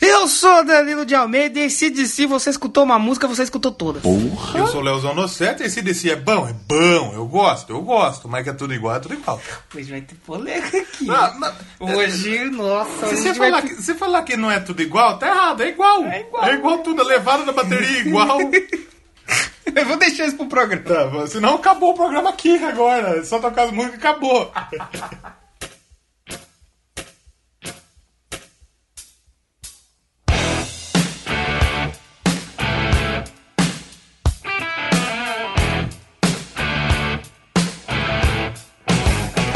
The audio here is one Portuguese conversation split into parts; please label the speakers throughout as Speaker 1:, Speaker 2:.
Speaker 1: Eu sou Danilo de Almeida e se DC você escutou uma música, você escutou toda.
Speaker 2: Porra.
Speaker 3: Eu sou o Leozão Nocete e esse DC é bom, é bom, eu gosto, eu gosto, mas que é tudo igual, é tudo igual.
Speaker 1: Hoje vai ter polêmica aqui.
Speaker 3: Não, não,
Speaker 1: Hoje, nossa,
Speaker 3: se
Speaker 1: hoje
Speaker 3: você
Speaker 1: vai...
Speaker 3: falar, que, se falar que não é tudo igual, tá errado, é igual.
Speaker 1: É igual.
Speaker 3: tudo, a levada da bateria é igual.
Speaker 1: Eu vou deixar isso pro programa.
Speaker 3: tá, senão acabou o programa aqui agora, só tocar as músicas e acabou.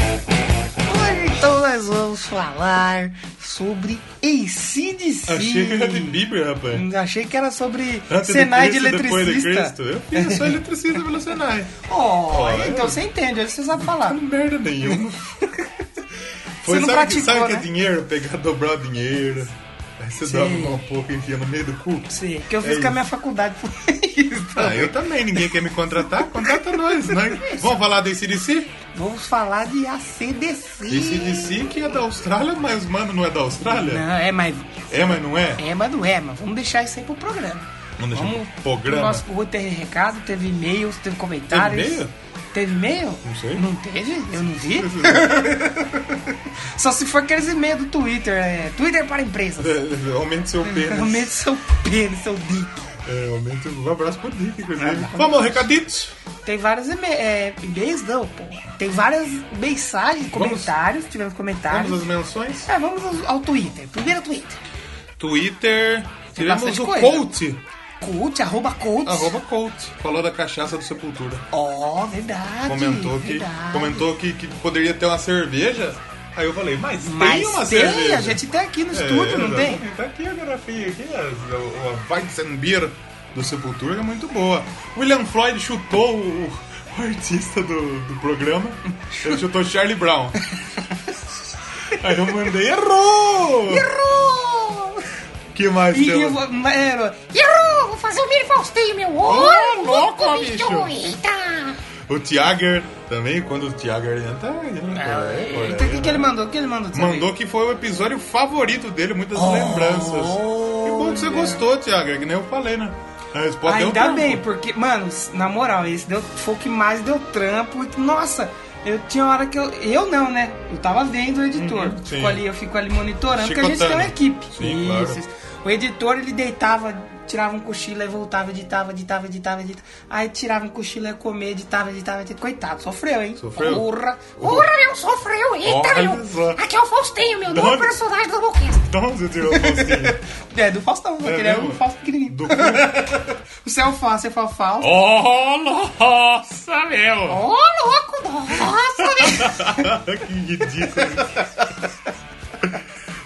Speaker 1: Hoje, então, nós vamos falar sobre ACDC.
Speaker 3: Achei que era de Bieber, rapaz.
Speaker 1: Achei que era sobre
Speaker 3: Antes do
Speaker 1: Senai de
Speaker 3: Cristo, depois do Cristo.
Speaker 1: eletricista.
Speaker 3: Eu fiz, eu sou eletricista pelo Senai.
Speaker 1: Oh,
Speaker 3: Olha.
Speaker 1: então você entende, hoje você sabe falar.
Speaker 3: Não merda nenhuma. Foi,
Speaker 1: não
Speaker 3: sabe,
Speaker 1: praticou,
Speaker 3: que, sabe que é
Speaker 1: né?
Speaker 3: dinheiro? Pegar, dobrar o dinheiro. Aí você
Speaker 1: Sim.
Speaker 3: dobra um pouco e enfia no meio do cu.
Speaker 1: Sim, que eu fiz com
Speaker 3: É
Speaker 1: a
Speaker 3: isso.
Speaker 1: minha faculdade por isso.
Speaker 3: Ah, eu também, ninguém quer me contratar, contrata nós, né? Vamos falar do ACDC?
Speaker 1: Vamos falar de ACDC.
Speaker 3: ACDC que é da Austrália, mas mano não é da Austrália?
Speaker 1: Não, é, mas
Speaker 3: É, mas não é?
Speaker 1: é, mas não é, mas vamos deixar isso aí pro programa.
Speaker 3: Não deixa
Speaker 1: Vamos
Speaker 3: pro programa.
Speaker 1: O nosso Google teve recado, teve e-mails, teve comentários.
Speaker 3: Teve e-mail?
Speaker 1: Teve e-mail?
Speaker 3: Não sei.
Speaker 1: Não teve? Eu não vi. Só se for aqueles e-mails do Twitter, é. Twitter para empresas.
Speaker 3: É, Aumente seu pênis.
Speaker 1: Realmente seu pênis, seu dick.
Speaker 3: É, aumente um abraço pro Dick, inclusive. Vamos, recaditos.
Speaker 1: Tem vários e-ma- é, e-mails, não, pô. Tem várias mensagens, comentários, tivemos comentários.
Speaker 3: Vamos às menções.
Speaker 1: É, vamos ao- ao Twitter. Primeiro Twitter.
Speaker 3: Twitter. Tivemos
Speaker 1: bastante
Speaker 3: o
Speaker 1: coisa.
Speaker 3: Colt.
Speaker 1: Coach, arroba coach.
Speaker 3: Arroba Colt. Falou da cachaça do Sepultura.
Speaker 1: Ó, verdade.
Speaker 3: Comentou, que,
Speaker 1: Ah, verdade.
Speaker 3: comentou que, que poderia ter uma cerveja. Aí eu falei, mas,
Speaker 1: Mas
Speaker 3: tem uma
Speaker 1: tem,
Speaker 3: cerveja.
Speaker 1: a gente tem aqui no
Speaker 3: É,
Speaker 1: estúdio, não tem?
Speaker 3: exatamente. Tá aqui a garrafinha aqui, é a, a, a Weizen Beer do Sepultura que é muito boa. William Floyd chutou o, o artista do, do programa. Ele chutou Charlie Brown. Aí eu mandei, errou! Então-
Speaker 1: Errou!
Speaker 3: que mais
Speaker 1: E
Speaker 3: temos?
Speaker 1: eu vou- mas era- Errou! Vou fazer o Mini Faustinho, meu!
Speaker 3: Ô, louco, bicho.
Speaker 1: Eita!
Speaker 3: O Tiager também, quando o Tiager entra... entra é, olha,
Speaker 1: Então, o que,
Speaker 3: é.
Speaker 1: que ele mandou? O que ele mandou? também?
Speaker 3: Mandou que foi o episódio favorito dele, muitas
Speaker 1: Oh.
Speaker 3: lembranças. Que bom que você gostou, Tiago, é que nem eu falei, né? A resposta deu
Speaker 1: Ah, Ainda
Speaker 3: trampo.
Speaker 1: bem, porque, mano, na moral, esse deu, foi o que mais deu trampo. e, Nossa, eu tinha hora que eu. Eu não, né? Eu tava vendo o editor.
Speaker 3: Uhum, sim.
Speaker 1: fico ali, eu fico ali monitorando, porque a gente tem
Speaker 3: Chicotando.
Speaker 1: uma equipe.
Speaker 3: Sim, claro.
Speaker 1: O editor, ele deitava, tirava um cochilo, aí voltava, editava, editava, editava, editava. Aí tirava um cochilo, ia comer, editava, editava, editava. Coitado, sofreu, hein?
Speaker 3: Sofreu?
Speaker 1: Urra!
Speaker 4: Porra, meu, sofreu! Eita,
Speaker 3: Olha
Speaker 4: meu!
Speaker 3: só.
Speaker 4: Aqui é o Faustinho, meu
Speaker 3: Não.
Speaker 4: novo personagem do Boquista.
Speaker 3: De onde você Então, tirou um o postinho?
Speaker 1: É, do Faustão,
Speaker 3: É
Speaker 1: aquele é
Speaker 3: mesmo?
Speaker 1: um Fausto pequenininho.
Speaker 3: Do
Speaker 1: O céu Fausto, você foi o Fausto.
Speaker 3: Oh, nossa, meu!
Speaker 4: Ô, louco! Nossa, meu!
Speaker 3: que ridículo.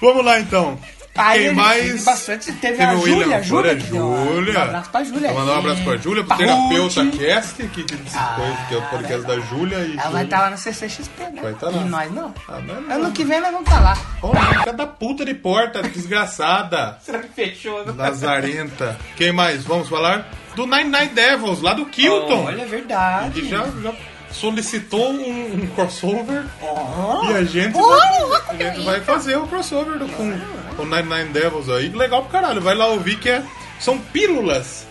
Speaker 3: Vamos lá, então.
Speaker 1: Aí
Speaker 3: Quem
Speaker 1: ele
Speaker 3: mais?
Speaker 1: teve bastante. Teve,
Speaker 3: Teve
Speaker 1: a
Speaker 3: o
Speaker 1: Júlia,
Speaker 3: William
Speaker 1: a Júlia.
Speaker 3: Flores,
Speaker 1: que deu uma-
Speaker 3: Júlia.
Speaker 1: Um abraço pra Júlia.
Speaker 3: Vou mandar um abraço pra Júlia,
Speaker 1: Pra
Speaker 3: pro terapeuta
Speaker 1: Ruth.
Speaker 3: Cast, que, que, que, que é o podcast da Júlia. E
Speaker 1: Ah, Ela vai estar lá no CCXP, né?
Speaker 3: Vai tá lá.
Speaker 1: E nós não.
Speaker 3: Ah, mas não.
Speaker 1: Ano que vem nós vamos estar lá.
Speaker 3: Olha, cada puta de porta, desgraçada.
Speaker 1: Será que fechou? né?
Speaker 3: Lazarenta. Quem mais? Vamos falar do Nine Nine Devils, lá do Kilton.
Speaker 1: Olha, é verdade.
Speaker 3: que já, já solicitou um, um crossover.
Speaker 1: Ó,
Speaker 3: E a gente, vai, a gente vai fazer o crossover do, com o Nine Nine Devils aí. Legal pro caralho. Vai lá ouvir que é, são pílulas.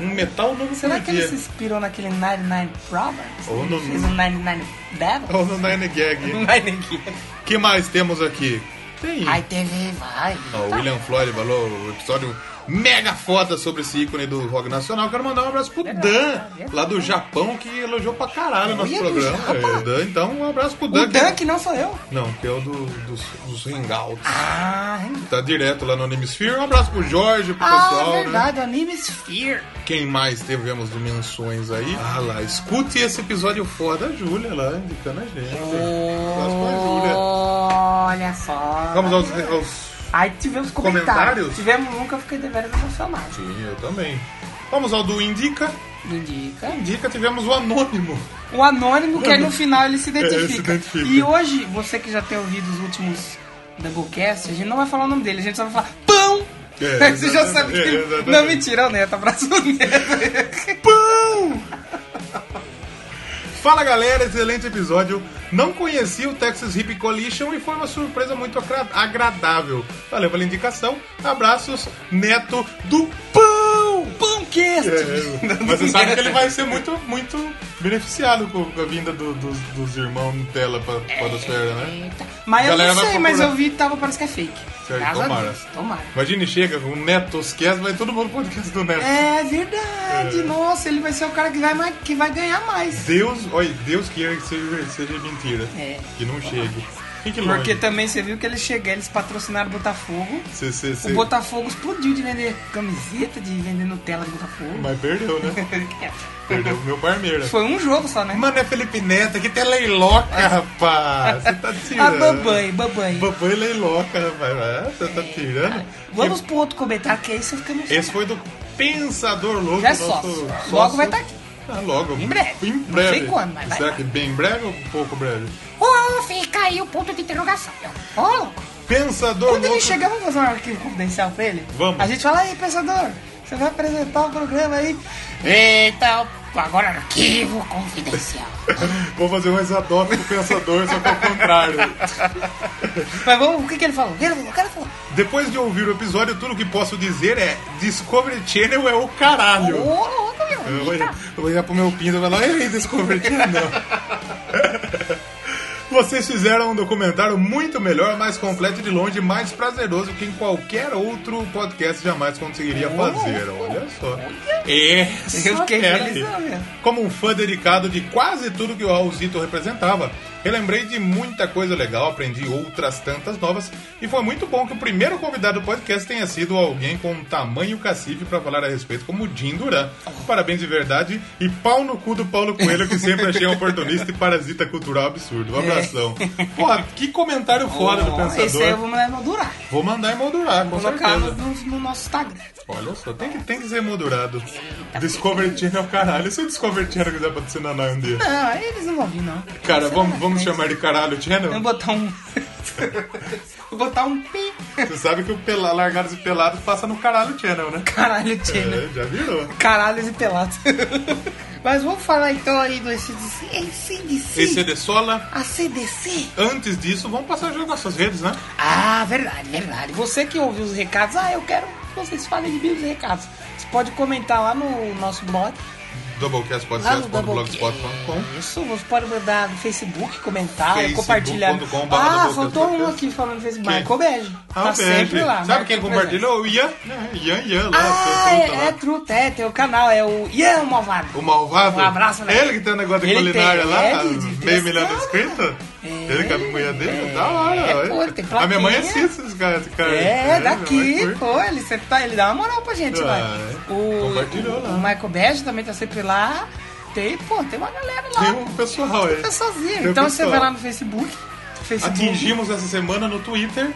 Speaker 3: Um metal novo
Speaker 1: será
Speaker 3: por
Speaker 1: que ele
Speaker 3: dia.
Speaker 1: se inspirou naquele 99 Problems?
Speaker 3: Ou no-
Speaker 1: Fez um 99 Devil?
Speaker 3: Ou no É Nine Gag. que mais temos aqui? Tem.
Speaker 1: é Aí teve, vai.
Speaker 3: Ó, o William Floyd falou o episódio mega foda sobre esse ícone do rock nacional. Quero mandar um abraço pro Dan, lá do Japão, que elogiou pra caralho o nosso
Speaker 1: Olha, do
Speaker 3: programa.
Speaker 1: Japa.
Speaker 3: É, Dan, então, um abraço pro Dan.
Speaker 1: O
Speaker 3: que-
Speaker 1: Dunk não sou eu.
Speaker 3: Não, que é o do, dos, dos Hangouts.
Speaker 1: Ah,
Speaker 3: Tá direto lá no Animesphere. Um abraço pro Jorge, pro
Speaker 1: ah
Speaker 3: pessoal. né?
Speaker 1: verdade, o anime Sphere.
Speaker 3: Quem mais tivemos dimensões aí? Ah lá, escute esse episódio foda da Júlia lá, indicando a gente. Um abraço pra Júlia.
Speaker 1: Olha só.
Speaker 3: Vamos aos, aos
Speaker 1: Aí tivemos comentários.
Speaker 3: Comentários?
Speaker 1: Tivemos nunca fiquei deveras emocionado.
Speaker 3: Sim, eu também. Vamos ao do Indica.
Speaker 1: Indica.
Speaker 3: Indica, tivemos o Anônimo.
Speaker 1: O anônimo que aí no final ele se identifica.
Speaker 3: É, ele se identifica.
Speaker 1: E hoje, você que já tem ouvido os últimos Doublecast, a gente não vai falar o nome dele, a gente só vai falar PÃO!
Speaker 3: É,
Speaker 1: Aí você já
Speaker 3: exatamente,
Speaker 1: sabe que
Speaker 3: é,
Speaker 1: ele...
Speaker 3: exatamente.
Speaker 1: Não, mentira, é o Neto, abraço do Neto.
Speaker 3: Pão! Fala galera, excelente episódio. Não conhecia o Texas Hip Collision e foi uma surpresa muito agra- agradável. Valeu pela indicação. Abraços, Neto do Pão!
Speaker 1: Pão quente!
Speaker 3: É, mas você sabe que ele vai ser muito, muito beneficiado com com a vinda do- dos, dos irmãos Nutella pra
Speaker 1: É.
Speaker 3: Podosfera, né?
Speaker 1: Eita. Mas eu
Speaker 3: Galera
Speaker 1: não
Speaker 3: vai
Speaker 1: sei, mas
Speaker 3: procurar.
Speaker 1: eu vi que tava, parece que é fake.
Speaker 3: Certo,
Speaker 1: Graças a
Speaker 3: tomara.
Speaker 1: Deus, tomara.
Speaker 3: Imagine, chega com o Neto Esquece, vai todo mundo pro podcast do Neto.
Speaker 1: É verdade, nossa, ele vai ser o cara que vai, mais- que vai ganhar mais.
Speaker 3: Deus, olha, Deus queira que seja, seja mentira.
Speaker 1: É.
Speaker 3: Que não chegue. Fique longe.
Speaker 1: Porque tá- também você viu que eles chegaram, eles patrocinaram o Botafogo.
Speaker 3: Cê, cê, cê...
Speaker 1: O Botafogo explodiu de vender camiseta, de vender Nutella do Botafogo.
Speaker 3: Mas perdeu, né? Perdeu o meu Palmeiras.
Speaker 1: Foi um jogo só, né?
Speaker 3: Mano, é Felipe Neto, que tem leiloca, rapaz. Você tá
Speaker 1: A
Speaker 3: tirando.
Speaker 1: Babai, Babai.
Speaker 3: Babãe leiloca, rapaz. Ah, Você tá tirando.
Speaker 1: É. Vamos pro outro comentário, que aí você fica emocionado.
Speaker 3: Esse foi do Pensador Louco.
Speaker 1: Já é
Speaker 3: nosso
Speaker 1: sócio. Logo
Speaker 3: sócio.
Speaker 1: vai tá aqui.
Speaker 3: Ah, logo. Em
Speaker 1: breve.
Speaker 3: Em
Speaker 1: Não
Speaker 3: breve.
Speaker 1: sei quando, mas vai
Speaker 3: Será
Speaker 1: lá.
Speaker 3: que bem breve ou pouco breve?
Speaker 4: Ô, fica aí o ponto de interrogação. Ô, louco.
Speaker 3: Pensador
Speaker 1: Quando ele
Speaker 3: Louco.
Speaker 1: chegar, vamos fazer um arquivo confidencial pra ele?
Speaker 3: Vamos.
Speaker 1: A gente fala, aí, pensador, você vai apresentar o programa aí. Eita, agora
Speaker 4: Arquivo confidencial.
Speaker 3: Vou fazer um exadote do Pensador, só que ao contrário.
Speaker 1: Mas vamos, o que, que ele falou? Ele falou, o cara falou.
Speaker 3: Depois de ouvir o episódio, tudo que posso dizer é Discovery Channel é o caralho.
Speaker 4: Ô, louco,
Speaker 3: Eu
Speaker 4: meu.
Speaker 3: vou, olhar, eu vou olhar pro meu pinto e falar, ei, Discovery Channel. Vocês fizeram um documentário muito melhor, mais completo e de longe, mais prazeroso que em qualquer outro podcast jamais conseguiria fazer. Olha só. Essa
Speaker 1: Eu fiquei
Speaker 3: fera
Speaker 1: feliz,
Speaker 3: aí.
Speaker 1: não, meu.
Speaker 3: Como um fã dedicado de quase tudo que o Raulzito representava, relembrei de muita coisa legal, aprendi outras tantas novas, e foi muito bom que o primeiro convidado do podcast tenha sido alguém com um tamanho cacife pra falar a respeito, como o Jim Duran. Parabéns de verdade, e pau no cu do Paulo Coelho, que sempre achei um oportunista e parasita cultural absurdo. Um abração. Porra, que comentário foda do
Speaker 1: Ó, É. Esse aí eu
Speaker 3: pensador.
Speaker 1: vou mandar moldurar.
Speaker 3: Vou mandar emoldurar, com
Speaker 1: Colocar
Speaker 3: certeza.
Speaker 1: no, no- no nosso Instagram.
Speaker 3: Olha só, tem que, tem que ser moldurado. Discovery Channel é o caralho. E Se o Discovery Channel quiser patrocinar nós um dia.
Speaker 1: Não, aí eles não vão vir, não. Sei
Speaker 3: Cara,
Speaker 1: lá,
Speaker 3: vamos, vamos
Speaker 1: né?
Speaker 3: chamar de caralho
Speaker 1: Eu
Speaker 3: Channel?
Speaker 1: Vou botar um. vou botar um pi.
Speaker 3: Você sabe que o pela, Largados e Pelados passa no caralho Channel, né?
Speaker 1: Caralho, Tchena.
Speaker 3: É, já virou.
Speaker 1: Caralhos e pelados. Mas vamos falar então aí do ACDC. ACDC.
Speaker 3: Esse é de Sola.
Speaker 1: A CDC?
Speaker 3: Antes disso, vamos passar já nossas redes, né?
Speaker 1: Ah, verdade, verdade. Você que ouviu os recados, ah, eu quero que vocês falem de mim os recados. Você pode comentar lá no nosso blog,
Speaker 3: Doublecast pode
Speaker 1: lá
Speaker 3: ser
Speaker 1: no Doublecast. Isso, você pode mandar no Facebook, comentar,
Speaker 3: Facebook.com.br
Speaker 1: compartilhar. Ah,
Speaker 3: Doublecast
Speaker 1: faltou um
Speaker 3: Podcast.
Speaker 1: aqui falando no Facebook.
Speaker 3: Quem?
Speaker 1: Marco Bege. tá sempre lá.
Speaker 3: Ah, Sabe
Speaker 1: marca
Speaker 3: quem
Speaker 1: presença.
Speaker 3: compartilhou? O Ian. É, Ian, Ian, lá.
Speaker 1: Ah,
Speaker 3: seu truta
Speaker 1: é,
Speaker 3: lá.
Speaker 1: é truta, é, tem o canal, é o Ian Malvado.
Speaker 3: O malvado?
Speaker 1: Um abraço, né?
Speaker 3: Ele que tem um negócio de
Speaker 1: Ele
Speaker 3: culinária
Speaker 1: tem,
Speaker 3: lá,
Speaker 1: é, de- de
Speaker 3: meio milhão de
Speaker 1: testar,
Speaker 3: inscritos.
Speaker 1: É.
Speaker 3: Ele com a mulher dele, da hora.
Speaker 1: É,
Speaker 3: olha.
Speaker 1: pô, ele tem
Speaker 3: a minha mãe
Speaker 1: plaquinha.
Speaker 3: assiste esse cara. esse cara.
Speaker 1: É,
Speaker 3: minha mãe
Speaker 1: daqui,
Speaker 3: curte.
Speaker 1: pô, ele sempre tá, ele dá uma moral pra gente
Speaker 3: Ah,
Speaker 1: lá.
Speaker 3: é.
Speaker 1: O,
Speaker 3: Compartilhou
Speaker 1: o,
Speaker 3: lá.
Speaker 1: o Michael Bash também tá sempre lá. Tem, pô, tem uma galera lá.
Speaker 3: Tem um pessoal aí.
Speaker 1: Tá sozinho.
Speaker 3: Tem um
Speaker 1: Então você
Speaker 3: pessoal.
Speaker 1: vai lá no Facebook. Facebook.
Speaker 3: Atingimos essa semana no Twitter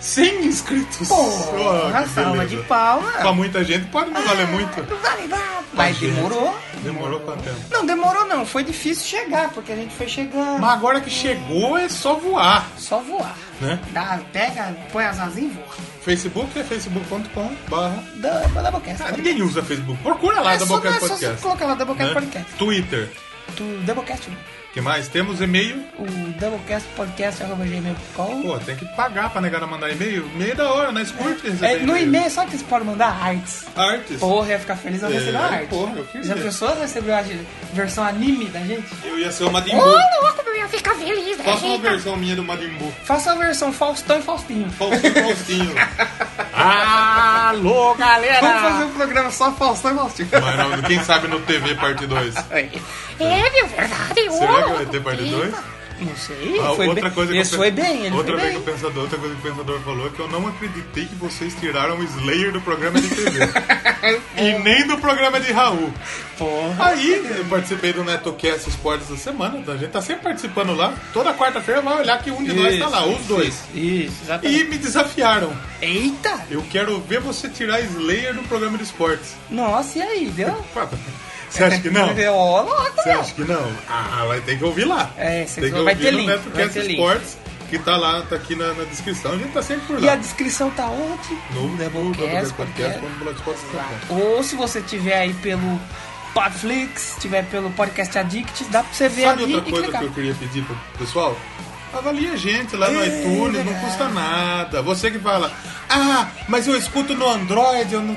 Speaker 3: 100 inscritos.
Speaker 1: Pô,
Speaker 3: Ó, que
Speaker 1: salva
Speaker 3: beleza.
Speaker 1: de Ah. palma.
Speaker 3: Pra muita gente pode não valer muito.
Speaker 1: Não vale nada. Mas
Speaker 3: gente.
Speaker 1: demorou.
Speaker 3: Demorou quanto tempo?
Speaker 1: Não, demorou não. Foi difícil chegar, porque a gente foi chegando.
Speaker 3: Mas agora que chegou é só voar,
Speaker 1: Só voar.
Speaker 3: né?
Speaker 1: Dá, pega, põe as asinhas e voa.
Speaker 3: Facebook é facebook.com barra...
Speaker 1: Da, da Doublecast.
Speaker 3: Ah, ninguém usa Facebook. Procura lá,
Speaker 1: é
Speaker 3: da
Speaker 1: só,
Speaker 3: Boca
Speaker 1: é só você
Speaker 3: Podcast.
Speaker 1: colocar lá Doublecast
Speaker 3: né?
Speaker 1: Podcast.
Speaker 3: Twitter.
Speaker 1: Do Doublecast.
Speaker 3: que mais? Temos e-mail.
Speaker 1: O doublecastpodcast.gmail.com
Speaker 3: Pô, tem que pagar pra negar não mandar e-mail. Meio da hora, nós curte receber
Speaker 1: É, no e-mail, sabe que você pode mandar artes?
Speaker 3: Artes.
Speaker 1: Porra, ia ficar feliz ao
Speaker 3: É,
Speaker 1: receber uma arte.
Speaker 3: porra, eu queria.
Speaker 1: Já pensou receber a versão anime da gente?
Speaker 3: Eu ia ser o Madimbu.
Speaker 4: Ô, louco, meu. ia ficar feliz. né?
Speaker 3: Faça uma
Speaker 4: Eita.
Speaker 3: versão minha do Madimbu.
Speaker 1: Faça a versão Faustão e Faustinho.
Speaker 3: Faustinho, Faustinho.
Speaker 1: Alô, galera! Vamos fazer um programa só Faustão e Faustinho.
Speaker 3: Mas não, quem sabe no TV parte 2.
Speaker 4: É, meu, verdade. Ô,
Speaker 3: Será que vai
Speaker 4: louco.
Speaker 3: ter parte
Speaker 4: Eita.
Speaker 3: 2?
Speaker 1: Não sei,
Speaker 3: Ah,
Speaker 1: foi
Speaker 3: outra
Speaker 1: bem.
Speaker 3: coisa que
Speaker 1: Esse
Speaker 3: eu-
Speaker 1: foi bem, ele
Speaker 3: outra
Speaker 1: foi
Speaker 3: vez
Speaker 1: bem.
Speaker 3: Que o pensador, outra coisa que o pensador falou é que eu não acreditei que vocês tiraram o Slayer do programa de TV. e nem do programa de Raul.
Speaker 1: Porra.
Speaker 3: Aí, eu participei do NetoCast Esportes da semana, então a gente tá sempre participando lá. Toda quarta-feira vai olhar que um de nós tá
Speaker 1: Isso,
Speaker 3: lá, os dois.
Speaker 1: Isso, exatamente.
Speaker 3: E me desafiaram.
Speaker 1: Eita!
Speaker 3: Eu quero ver você tirar Slayer do programa de esportes.
Speaker 1: Nossa, e aí, deu?
Speaker 3: Você acha que não?
Speaker 1: Ó, louco,
Speaker 3: Você
Speaker 1: meu.
Speaker 3: acha que não? Ah, vai ter que ouvir lá.
Speaker 1: É, vocês
Speaker 3: tem que
Speaker 1: vão- vai
Speaker 3: ouvir
Speaker 1: ter
Speaker 3: no
Speaker 1: link, vai
Speaker 3: NetoCast
Speaker 1: ter link.
Speaker 3: Esportes, que tá lá, tá aqui na, na descrição. A gente tá sempre por
Speaker 1: E a
Speaker 3: lá.
Speaker 1: descrição tá onde?
Speaker 3: No
Speaker 1: Doublecast, podcast.
Speaker 3: tá doublecast.blogspot.com.
Speaker 1: Ou se você tiver aí pelo Podflix, tiver pelo Podcast Addict, dá pra você ver
Speaker 3: Sabe
Speaker 1: ali
Speaker 3: outra
Speaker 1: e
Speaker 3: coisa
Speaker 1: clicar.
Speaker 3: que eu queria pedir pro pessoal? Avalie a gente lá no
Speaker 1: É,
Speaker 3: iTunes, não
Speaker 1: verdade.
Speaker 3: custa nada. Você que fala, ah, mas eu escuto no Android, eu não.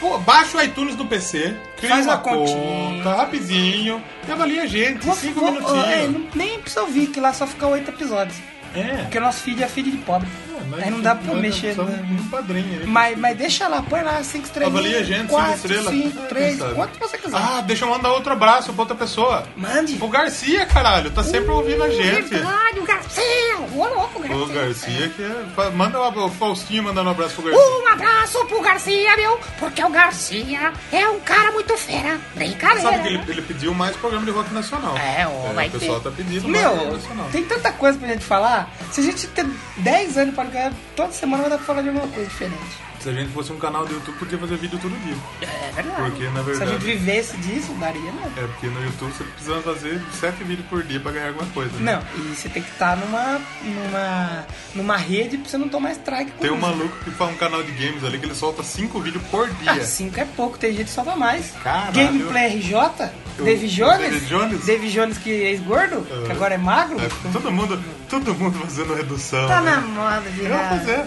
Speaker 3: Pô, baixa o iTunes do PC, cria
Speaker 1: Faz
Speaker 3: uma
Speaker 1: uma continha.
Speaker 3: conta, rapidinho, e avalia a gente,
Speaker 1: Vou-
Speaker 3: cinco
Speaker 1: vou-
Speaker 3: minutinhos.
Speaker 1: é, não- nem precisa ouvir que lá só fica oito episódios.
Speaker 3: É.
Speaker 1: Porque o nosso feed é feed de pobre.
Speaker 3: É, mas
Speaker 1: Aí não dá pra
Speaker 3: nós
Speaker 1: mexer.
Speaker 3: somos
Speaker 1: né?
Speaker 3: Um padrinho, né?
Speaker 1: Mas, mas deixa lá, põe lá 5 estrelas.
Speaker 3: Avalia a gente, cinco
Speaker 1: 4,
Speaker 3: estrelas.
Speaker 1: 5,
Speaker 3: É, quem
Speaker 1: 3,
Speaker 3: sabe?
Speaker 1: quanto você quiser.
Speaker 3: Ah, deixa eu mandar outro abraço pra outra pessoa.
Speaker 1: Mande.
Speaker 3: O Garcia, caralho, tá sempre
Speaker 1: Uh,
Speaker 3: ouvindo
Speaker 1: é
Speaker 3: a gente.
Speaker 4: Verdade, o Garcia. Ô, louco, Garcia.
Speaker 3: O Garcia que é... fa- Manda um- o Faustinho mandando um abraço pro Garcia.
Speaker 4: Um abraço pro Garcia, meu, porque o Garcia é um cara muito fera.
Speaker 1: Uh,
Speaker 4: Brincadeira.
Speaker 1: é.
Speaker 4: né?
Speaker 3: Sabe que ele, ele pediu mais programa de rock nacional.
Speaker 4: É, ó, vai
Speaker 3: O pessoal
Speaker 4: ter.
Speaker 3: tá pedindo mais rock
Speaker 1: Meu,
Speaker 3: nacional.
Speaker 1: tem tanta coisa pra gente falar. Se a gente ter 10 anos para ganhar, toda semana vai dar pra falar de alguma coisa diferente.
Speaker 3: Se a gente fosse um canal do YouTube, podia fazer vídeo todo dia.
Speaker 4: É verdade.
Speaker 3: Porque, na
Speaker 1: Se a gente
Speaker 3: verdade...
Speaker 1: vivesse disso, daria, né?
Speaker 3: É, porque no YouTube você precisa fazer sete vídeos por dia pra ganhar alguma coisa. né?
Speaker 1: Não, e você tem que estar numa, numa, numa rede pra você não tomar strike. com
Speaker 3: Tem um
Speaker 1: isso.
Speaker 3: maluco que faz um canal de games ali que ele solta cinco vídeos por dia.
Speaker 1: Ah, cinco é pouco, tem gente que solta mais.
Speaker 3: Caralho.
Speaker 1: Gameplay RJ,
Speaker 3: Eu-
Speaker 1: Dave Jones,
Speaker 3: David Jones?
Speaker 1: David Jones que é ex-gordo,
Speaker 3: É.
Speaker 1: que agora é magro.
Speaker 3: É, todo mundo, todo mundo fazendo redução.
Speaker 1: Tá
Speaker 3: né?
Speaker 1: na moda,
Speaker 3: Eu vou
Speaker 1: virar.
Speaker 3: fazer.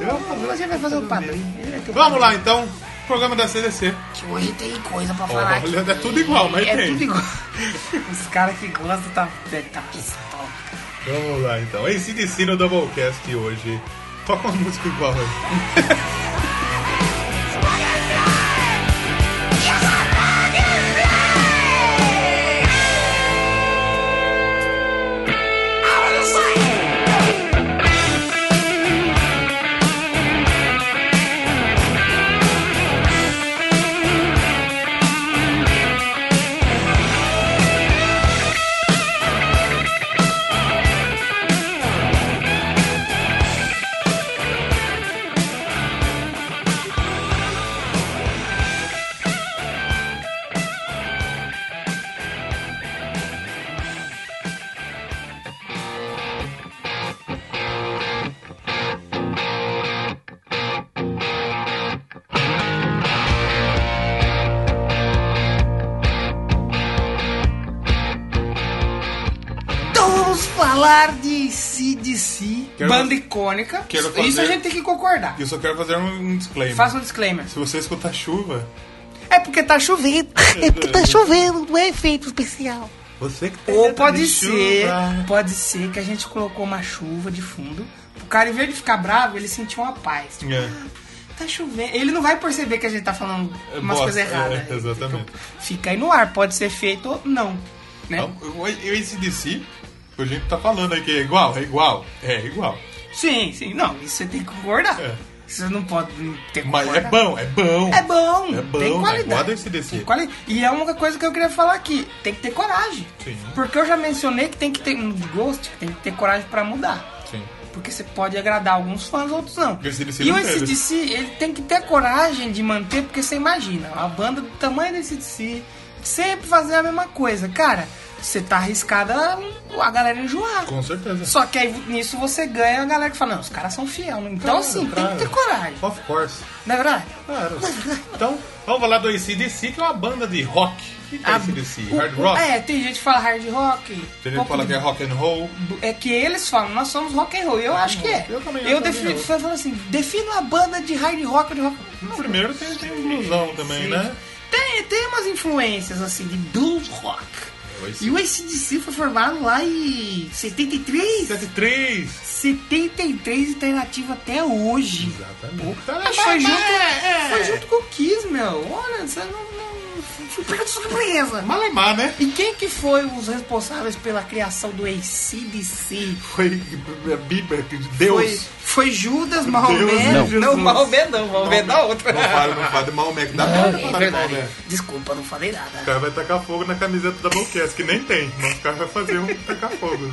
Speaker 1: Eu,
Speaker 3: Eu vou fazer.
Speaker 1: Você vai fazer o padrinho. ele vai ter o
Speaker 3: Vamos lá
Speaker 1: padrinho.
Speaker 3: então, programa da CDC.
Speaker 4: Que hoje tem coisa pra falar aqui.
Speaker 3: Olha, é tudo igual, mas
Speaker 1: É
Speaker 3: tem.
Speaker 1: tudo igual. Os caras que gostam tá, deve tá pistola.
Speaker 3: Vamos lá então. ACDC no Doublecast hoje. Toca uma música igual aí.
Speaker 1: Então vamos falar de CDC,
Speaker 3: Quero-
Speaker 1: banda icônica.
Speaker 3: Quero
Speaker 1: Isso-
Speaker 3: fazer-
Speaker 1: Isso a gente tem que concordar.
Speaker 3: Eu só quero fazer um, um disclaimer.
Speaker 1: Faça um disclaimer.
Speaker 3: Se você escutar chuva,
Speaker 1: É porque tá chovendo.
Speaker 2: É porque tá chovendo, não é efeito especial.
Speaker 3: você que tá
Speaker 1: Ou
Speaker 3: dentro
Speaker 1: pode
Speaker 3: de
Speaker 1: ser,
Speaker 3: chuva.
Speaker 1: pode ser que a gente colocou uma chuva de fundo. O cara, em vez de ficar bravo, ele sentiu uma paz. Tipo,
Speaker 3: É.
Speaker 1: Tá chovendo. Ele não vai perceber que a gente tá falando
Speaker 3: É
Speaker 1: umas
Speaker 3: bosta,
Speaker 1: coisas erradas.
Speaker 3: é, exatamente.
Speaker 1: Fica, fica aí no ar, pode ser feito ou não. Né?
Speaker 3: Então, o ACDC, a gente tá falando aí que é igual, é igual, é igual.
Speaker 1: Sim, sim. Não, isso você tem que concordar.
Speaker 3: É.
Speaker 1: Você não pode não ter que
Speaker 3: Mas é
Speaker 1: concordar.
Speaker 3: bom, é bom.
Speaker 1: É bom,
Speaker 3: É bom,
Speaker 1: tem
Speaker 3: né?
Speaker 1: qualidade.
Speaker 3: Guarda esse desse.
Speaker 1: Tem quali- E é uma coisa que eu queria falar aqui, tem que ter coragem.
Speaker 3: Sim.
Speaker 1: Porque eu já mencionei que tem que ter um Ghost, que tem que ter coragem pra mudar.
Speaker 3: Sim.
Speaker 1: Porque você pode agradar alguns fãs, outros não.
Speaker 3: E o AC/DC
Speaker 1: e
Speaker 3: não
Speaker 1: o
Speaker 3: teve.
Speaker 1: ACDC, ele tem que ter coragem de manter, porque você imagina, a banda do tamanho do ACDC sempre fazer a mesma coisa. Cara, você tá arriscada a- a galera enjoar.
Speaker 3: Com certeza.
Speaker 1: Só que aí nisso você ganha a galera que fala, não, os caras são fiel. né? Então assim, tem que ter coragem.
Speaker 3: Of course.
Speaker 1: Não é verdade?
Speaker 3: Claro. Então, vamos falar do ACDC, que é uma banda de rock. O que é
Speaker 1: A-
Speaker 3: ACDC?
Speaker 1: Ah, o-
Speaker 3: Hard
Speaker 1: o-
Speaker 3: rock?
Speaker 1: É, tem gente que fala hard rock.
Speaker 3: Tem gente
Speaker 1: pop
Speaker 3: que fala que é rock and roll.
Speaker 1: do- É que eles falam, nós somos rock and roll. Eu acho que é.
Speaker 3: eu também, eu
Speaker 1: eu
Speaker 3: também
Speaker 1: defino,
Speaker 3: não.
Speaker 1: falo assim, defino a banda de hard rock de rock.
Speaker 3: No primeiro tem, tem um blusão também, né?
Speaker 1: Tem, tem umas influências assim de blues rock.
Speaker 3: É o AC/DC.
Speaker 1: E o ACDC foi formado lá em 73?
Speaker 3: 73.
Speaker 1: 73 e tá inativa até hoje.
Speaker 3: Exatamente. é, Tá
Speaker 1: Mas foi junto, foi junto com o Kiss, meu. Olha, você não. não fui pego de surpresa.
Speaker 3: Malemar, né?
Speaker 1: E quem que foi os responsáveis pela criação do ACDC?
Speaker 3: Foi a Bíblia, que Deus.
Speaker 1: Foi, foi Judas, Maomé.
Speaker 3: Deus, Jesus.
Speaker 1: não, Maomé não, Maomé é da outra.
Speaker 3: Não fala, não fala de Maomé, que dá pra
Speaker 1: É
Speaker 3: falar de Maomé.
Speaker 1: verdade. Desculpa, não falei nada.
Speaker 3: O cara vai tacar fogo na camiseta da Bolcast, que nem tem, mas o cara vai fazer um tacar fogo.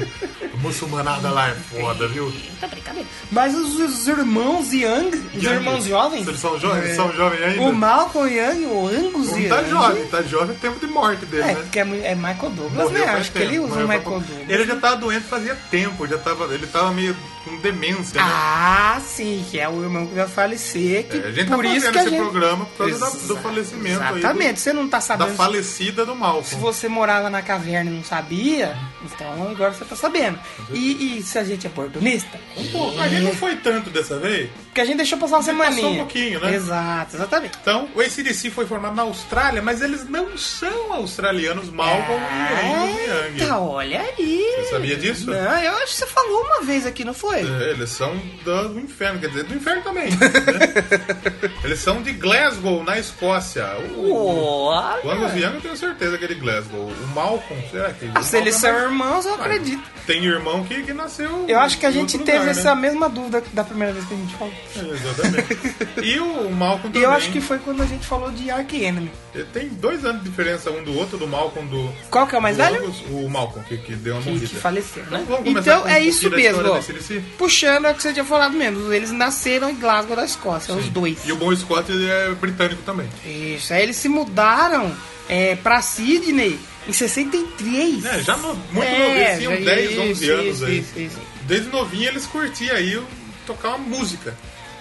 Speaker 3: A muçulmanada lá é foda, viu?
Speaker 4: Tá brincadeira.
Speaker 1: Mas os, os irmãos Young, os irmãos jovens, É.
Speaker 3: Eles são jovens, eles são jovens ainda.
Speaker 1: o Malcolm Young, o Angus
Speaker 3: Um
Speaker 1: Young.
Speaker 3: tá jovem, tá jovem é tempo de morte dele,
Speaker 1: É,
Speaker 3: né?
Speaker 1: porque é, mu- é Michael Douglas,
Speaker 3: Morreu
Speaker 1: né?
Speaker 3: faz
Speaker 1: Acho que
Speaker 3: tempo,
Speaker 1: ele usa o
Speaker 3: morreu
Speaker 1: Michael
Speaker 3: faz pouco.
Speaker 1: Douglas.
Speaker 3: Ele já tava doente fazia tempo, já tava, ele tava meio com demência, né?
Speaker 1: Ah, sim, que é o irmão que vai falecer. Que
Speaker 3: É, a gente
Speaker 1: por
Speaker 3: tá
Speaker 1: isso
Speaker 3: fazendo
Speaker 1: que a
Speaker 3: esse
Speaker 1: gente...
Speaker 3: programa por causa da- do
Speaker 1: Exa-
Speaker 3: falecimento aí do-
Speaker 1: Exatamente, você não tá
Speaker 3: da
Speaker 1: sabendo. se-
Speaker 3: falecida do
Speaker 1: Se
Speaker 3: Malcolm.
Speaker 1: você morava na caverna e não sabia, então agora você tá sabendo. E, e se a gente é oportunista?
Speaker 3: Um pouco. A gente não foi tanto dessa vez.
Speaker 1: Porque a gente deixou passar uma semaninha.
Speaker 3: um pouquinho, né?
Speaker 1: Exato, exatamente.
Speaker 3: Então, o ACDC foi formado na Austrália, mas eles não são australianos, Malcolm
Speaker 1: É,
Speaker 3: e Andrew Young.
Speaker 1: Eita, então, olha aí.
Speaker 3: Você sabia disso?
Speaker 1: Não, eu acho que você falou uma vez aqui, não foi?
Speaker 3: É, Eles são do, do inferno, quer dizer, do inferno também. né? Eles são de Glasgow, na Escócia. O,
Speaker 1: Olha.
Speaker 3: o Angus Young eu tenho certeza que é de Glasgow. O Malcolm, será que...
Speaker 1: Ah, Se eles são
Speaker 3: irmãos,
Speaker 1: irmãos, eu acredito.
Speaker 3: Tem irmão que, que nasceu
Speaker 1: Eu acho que a
Speaker 3: em
Speaker 1: gente
Speaker 3: outro
Speaker 1: teve
Speaker 3: lugar,
Speaker 1: essa
Speaker 3: Né?
Speaker 1: mesma dúvida da primeira vez que a gente falou.
Speaker 3: É, Exatamente. E o Malcolm
Speaker 1: E
Speaker 3: também.
Speaker 1: eu acho que foi quando a gente falou de Ark Enemy.
Speaker 3: Tem dois anos de diferença um do outro, do Malcolm do...
Speaker 1: Qual que é o mais
Speaker 3: do
Speaker 1: velho?
Speaker 3: Angus, o Malcolm, que, que deu uma
Speaker 1: Que,
Speaker 3: morrida.
Speaker 1: que faleceu, né?
Speaker 3: Vamos começar
Speaker 1: Então
Speaker 3: com
Speaker 1: é
Speaker 3: um
Speaker 1: isso
Speaker 3: pouquinho da
Speaker 1: mesmo. ó.
Speaker 3: história da CDC?
Speaker 1: Puxando é o que você tinha falado mesmo. Eles nasceram em Glasgow, da Escócia, os dois.
Speaker 3: E o Bon Scott é britânico também.
Speaker 1: Isso. Aí eles se mudaram é, pra Sydney em 63.
Speaker 3: É, já no- muito
Speaker 1: É,
Speaker 3: novinho, assim, eles tinham
Speaker 1: já-
Speaker 3: 10,
Speaker 1: isso,
Speaker 3: 11 anos
Speaker 1: isso,
Speaker 3: aí.
Speaker 1: isso, isso.
Speaker 3: Desde novinho eles curtiam aí o- tocar uma música.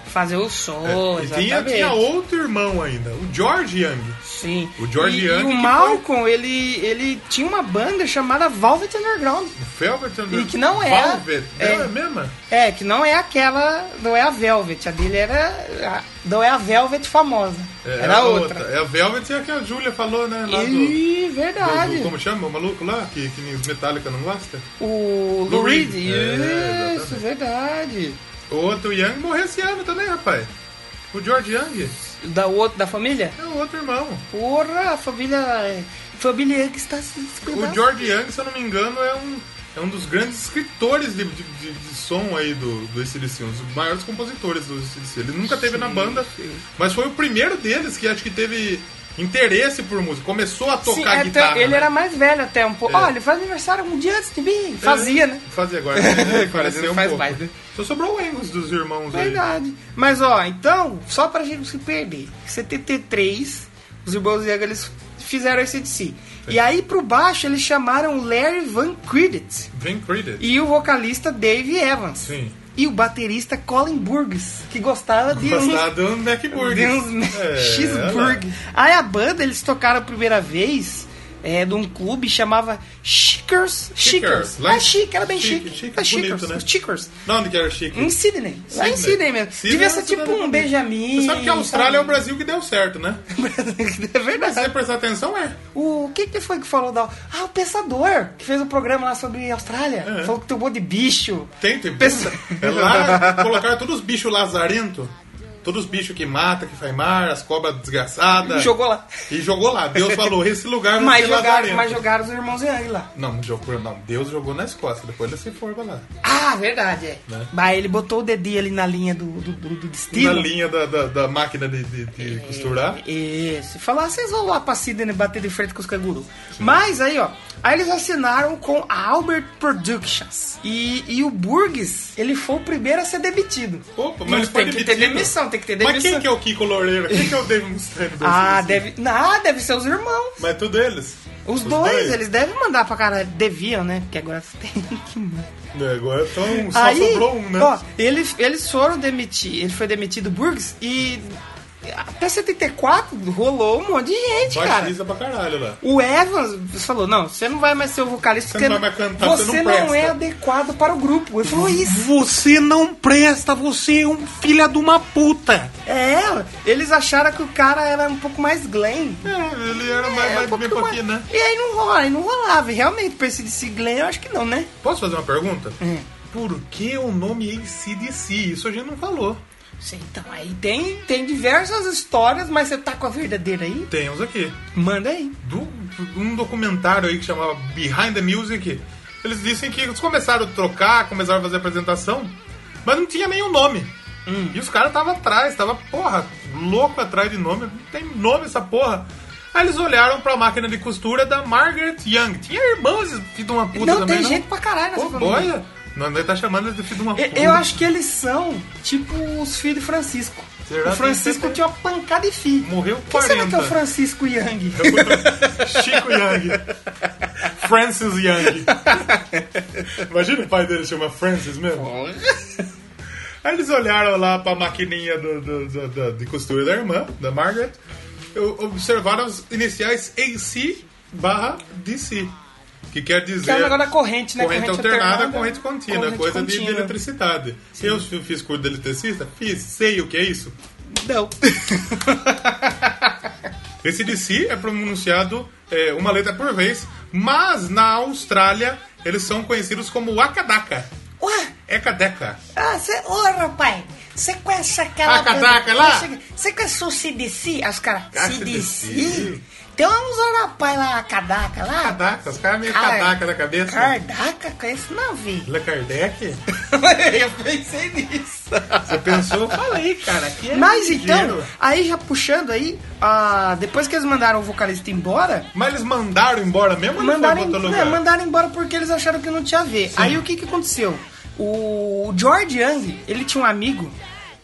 Speaker 1: Fazer o som,
Speaker 3: É, e tinha,
Speaker 1: exatamente.
Speaker 3: tinha outro irmão ainda, o George Young.
Speaker 1: Sim.
Speaker 3: O George
Speaker 1: e, e
Speaker 3: Young
Speaker 1: o
Speaker 3: que
Speaker 1: Malcolm, ele, ele tinha uma banda chamada Velvet Underground.
Speaker 3: O Velvet Under...
Speaker 1: E que não é-
Speaker 3: Velvet,
Speaker 1: é.
Speaker 3: é a mesma?
Speaker 1: É, que não é aquela, não é a Velvet. A dele era, a- não é a Velvet famosa.
Speaker 3: É,
Speaker 1: era
Speaker 3: a
Speaker 1: outra.
Speaker 3: É a Velvet é a que a Julia falou, né? Lá do- do,
Speaker 1: Ih,
Speaker 3: do-
Speaker 1: verdade.
Speaker 3: Como chama o maluco lá? Que, que nem os Metallica não gosta?
Speaker 1: O
Speaker 3: Lou
Speaker 1: Lou
Speaker 3: Reed.
Speaker 1: Reed.
Speaker 3: É,
Speaker 1: Isso,
Speaker 3: exatamente.
Speaker 1: verdade.
Speaker 3: O outro Young morreu esse ano também, rapaz. O George Young
Speaker 1: Da, outro, da família?
Speaker 3: é o outro irmão.
Speaker 1: Porra, a família. Família que está se descuidando.
Speaker 3: O George Young, se eu não me engano, é um, é um dos grandes escritores de, de, de- de som aí do, do ACDC, um dos maiores compositores do ACDC. Ele nunca teve na banda, mas foi o primeiro deles que acho que teve interesse por música. Começou a
Speaker 1: Sim,
Speaker 3: tocar
Speaker 1: até-
Speaker 3: guitarra.
Speaker 1: ele
Speaker 3: né?
Speaker 1: era mais velho até um pouco.
Speaker 3: É.
Speaker 1: Olha, ele faz aniversário um dia antes de mim. Fazia, né?
Speaker 3: Fazia agora, né?
Speaker 1: Fazia,
Speaker 3: Faleceu um
Speaker 1: faz
Speaker 3: pouco.
Speaker 1: mais, né?
Speaker 3: Só sobrou o Angus dos irmãos aí.
Speaker 1: Verdade. Mas ó, então, só pra gente não se perder. Em 73, os irmãos Young eles fizeram esse de si.
Speaker 3: É.
Speaker 1: E aí pro baixo eles chamaram Larry Van Credit
Speaker 3: Vem Credit.
Speaker 1: e o vocalista Dave Evans.
Speaker 3: Sim.
Speaker 1: E o baterista Colin Burgess, que gostava de uns
Speaker 3: Gostado do É,
Speaker 1: Deu
Speaker 3: MacBurger.
Speaker 1: uns cheeseburger. Aí a banda, eles tocaram a primeira vez é, de um clube chamava Chickers. Chickers.
Speaker 3: lá em-
Speaker 1: É chique, era bem
Speaker 3: chique,
Speaker 1: chique.
Speaker 3: chique,
Speaker 1: é Chickers.
Speaker 3: bonito, né?
Speaker 1: Chickers.
Speaker 3: Não, onde que era chique?
Speaker 1: Em Sydney. Lá em Sydney mesmo.
Speaker 3: Sydney é
Speaker 1: Devia
Speaker 3: uma
Speaker 1: ser
Speaker 3: cidade
Speaker 1: tipo um
Speaker 3: bonita.
Speaker 1: Benjamin.
Speaker 3: Você sabe que a Austrália é o
Speaker 1: sabe?
Speaker 3: Brasil que deu certo, né?
Speaker 1: É
Speaker 3: Se você
Speaker 1: verdade.
Speaker 3: prestar atenção, é.
Speaker 1: O que que foi que falou da... Ah, o Pensador, que fez um programa lá sobre a Austrália.
Speaker 3: É.
Speaker 1: Falou que tem um monte de bicho.
Speaker 3: Tem, tem.
Speaker 1: Pensa-
Speaker 3: É lá, colocaram todos os bichos lazarento, todos os bichos que mata, que faz mar, as cobras desgraçadas.
Speaker 1: Jogou lá.
Speaker 3: E jogou lá. Deus falou, esse lugar vai
Speaker 1: Mas
Speaker 3: ser
Speaker 1: jogaram,
Speaker 3: lazarento.
Speaker 1: mas jogaram os irmãos Yang lá.
Speaker 3: Não, não jogou, não. Deus jogou na Escócia, depois ele se forma lá.
Speaker 1: Ah, verdade, é.
Speaker 3: Né?
Speaker 1: Mas ele botou o dedinho ali na linha do, do, do, do
Speaker 3: Na
Speaker 1: destino.
Speaker 3: linha da, da, da máquina de, de- de costurar.
Speaker 1: Isso. E Falou, ah, vocês vão lá pra Sydney bater de frente com os cangurus. Mas aí, ó. Aí eles assinaram com a Albert Productions. E, e o Burgess, ele foi o primeiro a ser demitido.
Speaker 3: Opa, mas
Speaker 1: Não,
Speaker 3: ele foi
Speaker 1: tem que ter
Speaker 3: demitido.
Speaker 1: demissão, tem que ter
Speaker 3: Mas
Speaker 1: demissão.
Speaker 3: quem que é o assim? Kiko Loureiro? Quem que é o David Mustaine? do
Speaker 1: Ah,
Speaker 3: CDC?
Speaker 1: deve. Ah, deve ser os irmãos.
Speaker 3: Mas tudo eles.
Speaker 1: Os, dois, eles devem mandar pra cara. Deviam, né? Porque agora tem que mandar.
Speaker 3: É, agora então só
Speaker 1: Aí,
Speaker 3: sobrou um, né?
Speaker 1: Ó, ele, eles foram demitir, ele foi demitido Burgs e até 74 rolou um monte de gente, cara.
Speaker 3: Baixista pra caralho lá.
Speaker 1: O Evans falou: não, você não vai mais ser o vocalista
Speaker 3: Você
Speaker 1: porque
Speaker 3: não vai mais cantar,
Speaker 1: você,
Speaker 3: você não
Speaker 1: não é
Speaker 3: presta."
Speaker 1: adequado para o grupo. Ele falou isso.
Speaker 2: Você não presta, você é um filho de uma puta.
Speaker 1: É, eles acharam que o cara era um pouco mais glam.
Speaker 3: É, ele era
Speaker 1: É,
Speaker 3: mais, mais
Speaker 1: um
Speaker 3: bem
Speaker 1: pouco
Speaker 3: pouquinho, né?
Speaker 1: E aí não rola, aí não rolava. E Realmente, pra esse DC Glenn, eu acho que não, né?
Speaker 3: Posso fazer uma pergunta?
Speaker 1: Hum.
Speaker 3: Por que o nome é ACDC? Isso a gente não falou.
Speaker 1: Sim, então aí tem, tem diversas histórias, mas você tá com a verdadeira aí?
Speaker 3: Temos aqui.
Speaker 1: Manda aí.
Speaker 3: Do, um documentário aí que chamava Behind the Music. Eles dizem que eles começaram a trocar, começaram a fazer apresentação, mas não tinha nenhum nome.
Speaker 1: Hum.
Speaker 3: E os caras estavam atrás, tava porra, louco atrás de nome. Não tem nome essa porra. Aí eles olharam pra máquina de costura da Margaret Young. Tinha irmãos de filho de uma puta
Speaker 1: não,
Speaker 3: também,
Speaker 1: tem
Speaker 3: não?
Speaker 1: gente pra caralho nessa
Speaker 3: Ô,
Speaker 1: família.
Speaker 3: boia. Não, ele tá chamando eles de filho de uma
Speaker 1: Eu-
Speaker 3: puta.
Speaker 1: Eu acho que eles são tipo os filhos de Francisco.
Speaker 3: Será
Speaker 1: o
Speaker 3: que
Speaker 1: Francisco
Speaker 3: você-
Speaker 1: tinha uma pancada de filho.
Speaker 3: Morreu
Speaker 1: Quem será que é o
Speaker 3: 40?
Speaker 1: Francisco Yang?
Speaker 3: Chico Yang. Francis Young. Imagina o pai dele chama Francis mesmo. Aí eles olharam lá pra maquininha do, do- do- do- de costura da irmã, da Margaret, o- observaram as iniciais AC barra DC. Que quer
Speaker 1: Que é
Speaker 3: dizer
Speaker 1: o negócio da corrente, né?
Speaker 3: corrente alternada, corrente
Speaker 1: corrente
Speaker 3: contínua, coisa de- de eletricidade. Eu fi- fiz curso de eletricista? Fiz, sei o que é isso.
Speaker 1: Não.
Speaker 3: Esse DC é pronunciado é, uma letra por vez, mas na Austrália eles são conhecidos como Akadaka.
Speaker 1: Ué,
Speaker 3: Ekadeka.
Speaker 1: ah, cê, ô rapaz, você conhece aquela.
Speaker 3: Ah, catraca lá?
Speaker 1: Você conhece o CDC? Aí os caras.
Speaker 3: Ah,
Speaker 1: CDC?
Speaker 3: CDC?
Speaker 1: Tem uns rapaz lá, cadaca lá.
Speaker 3: Akadaka, os caras meio
Speaker 1: Cara,
Speaker 3: Akadaka na cabeça.
Speaker 1: Cardaca, conheço não vi.
Speaker 3: Le Kardec?
Speaker 1: Eu pensei nisso.
Speaker 3: Você pensou? Fala aí, cara. Que é
Speaker 1: Mas
Speaker 3: ligeiro.
Speaker 1: então, aí já puxando aí, ah, depois que eles mandaram o vocalista embora,
Speaker 3: Mas eles mandaram embora mesmo ou não
Speaker 1: mandaram,
Speaker 3: foi pra outro
Speaker 1: né,
Speaker 3: lugar?
Speaker 1: mandaram embora porque eles acharam que não tinha a ver. Aí o que, que aconteceu? O George Young, ele tinha um amigo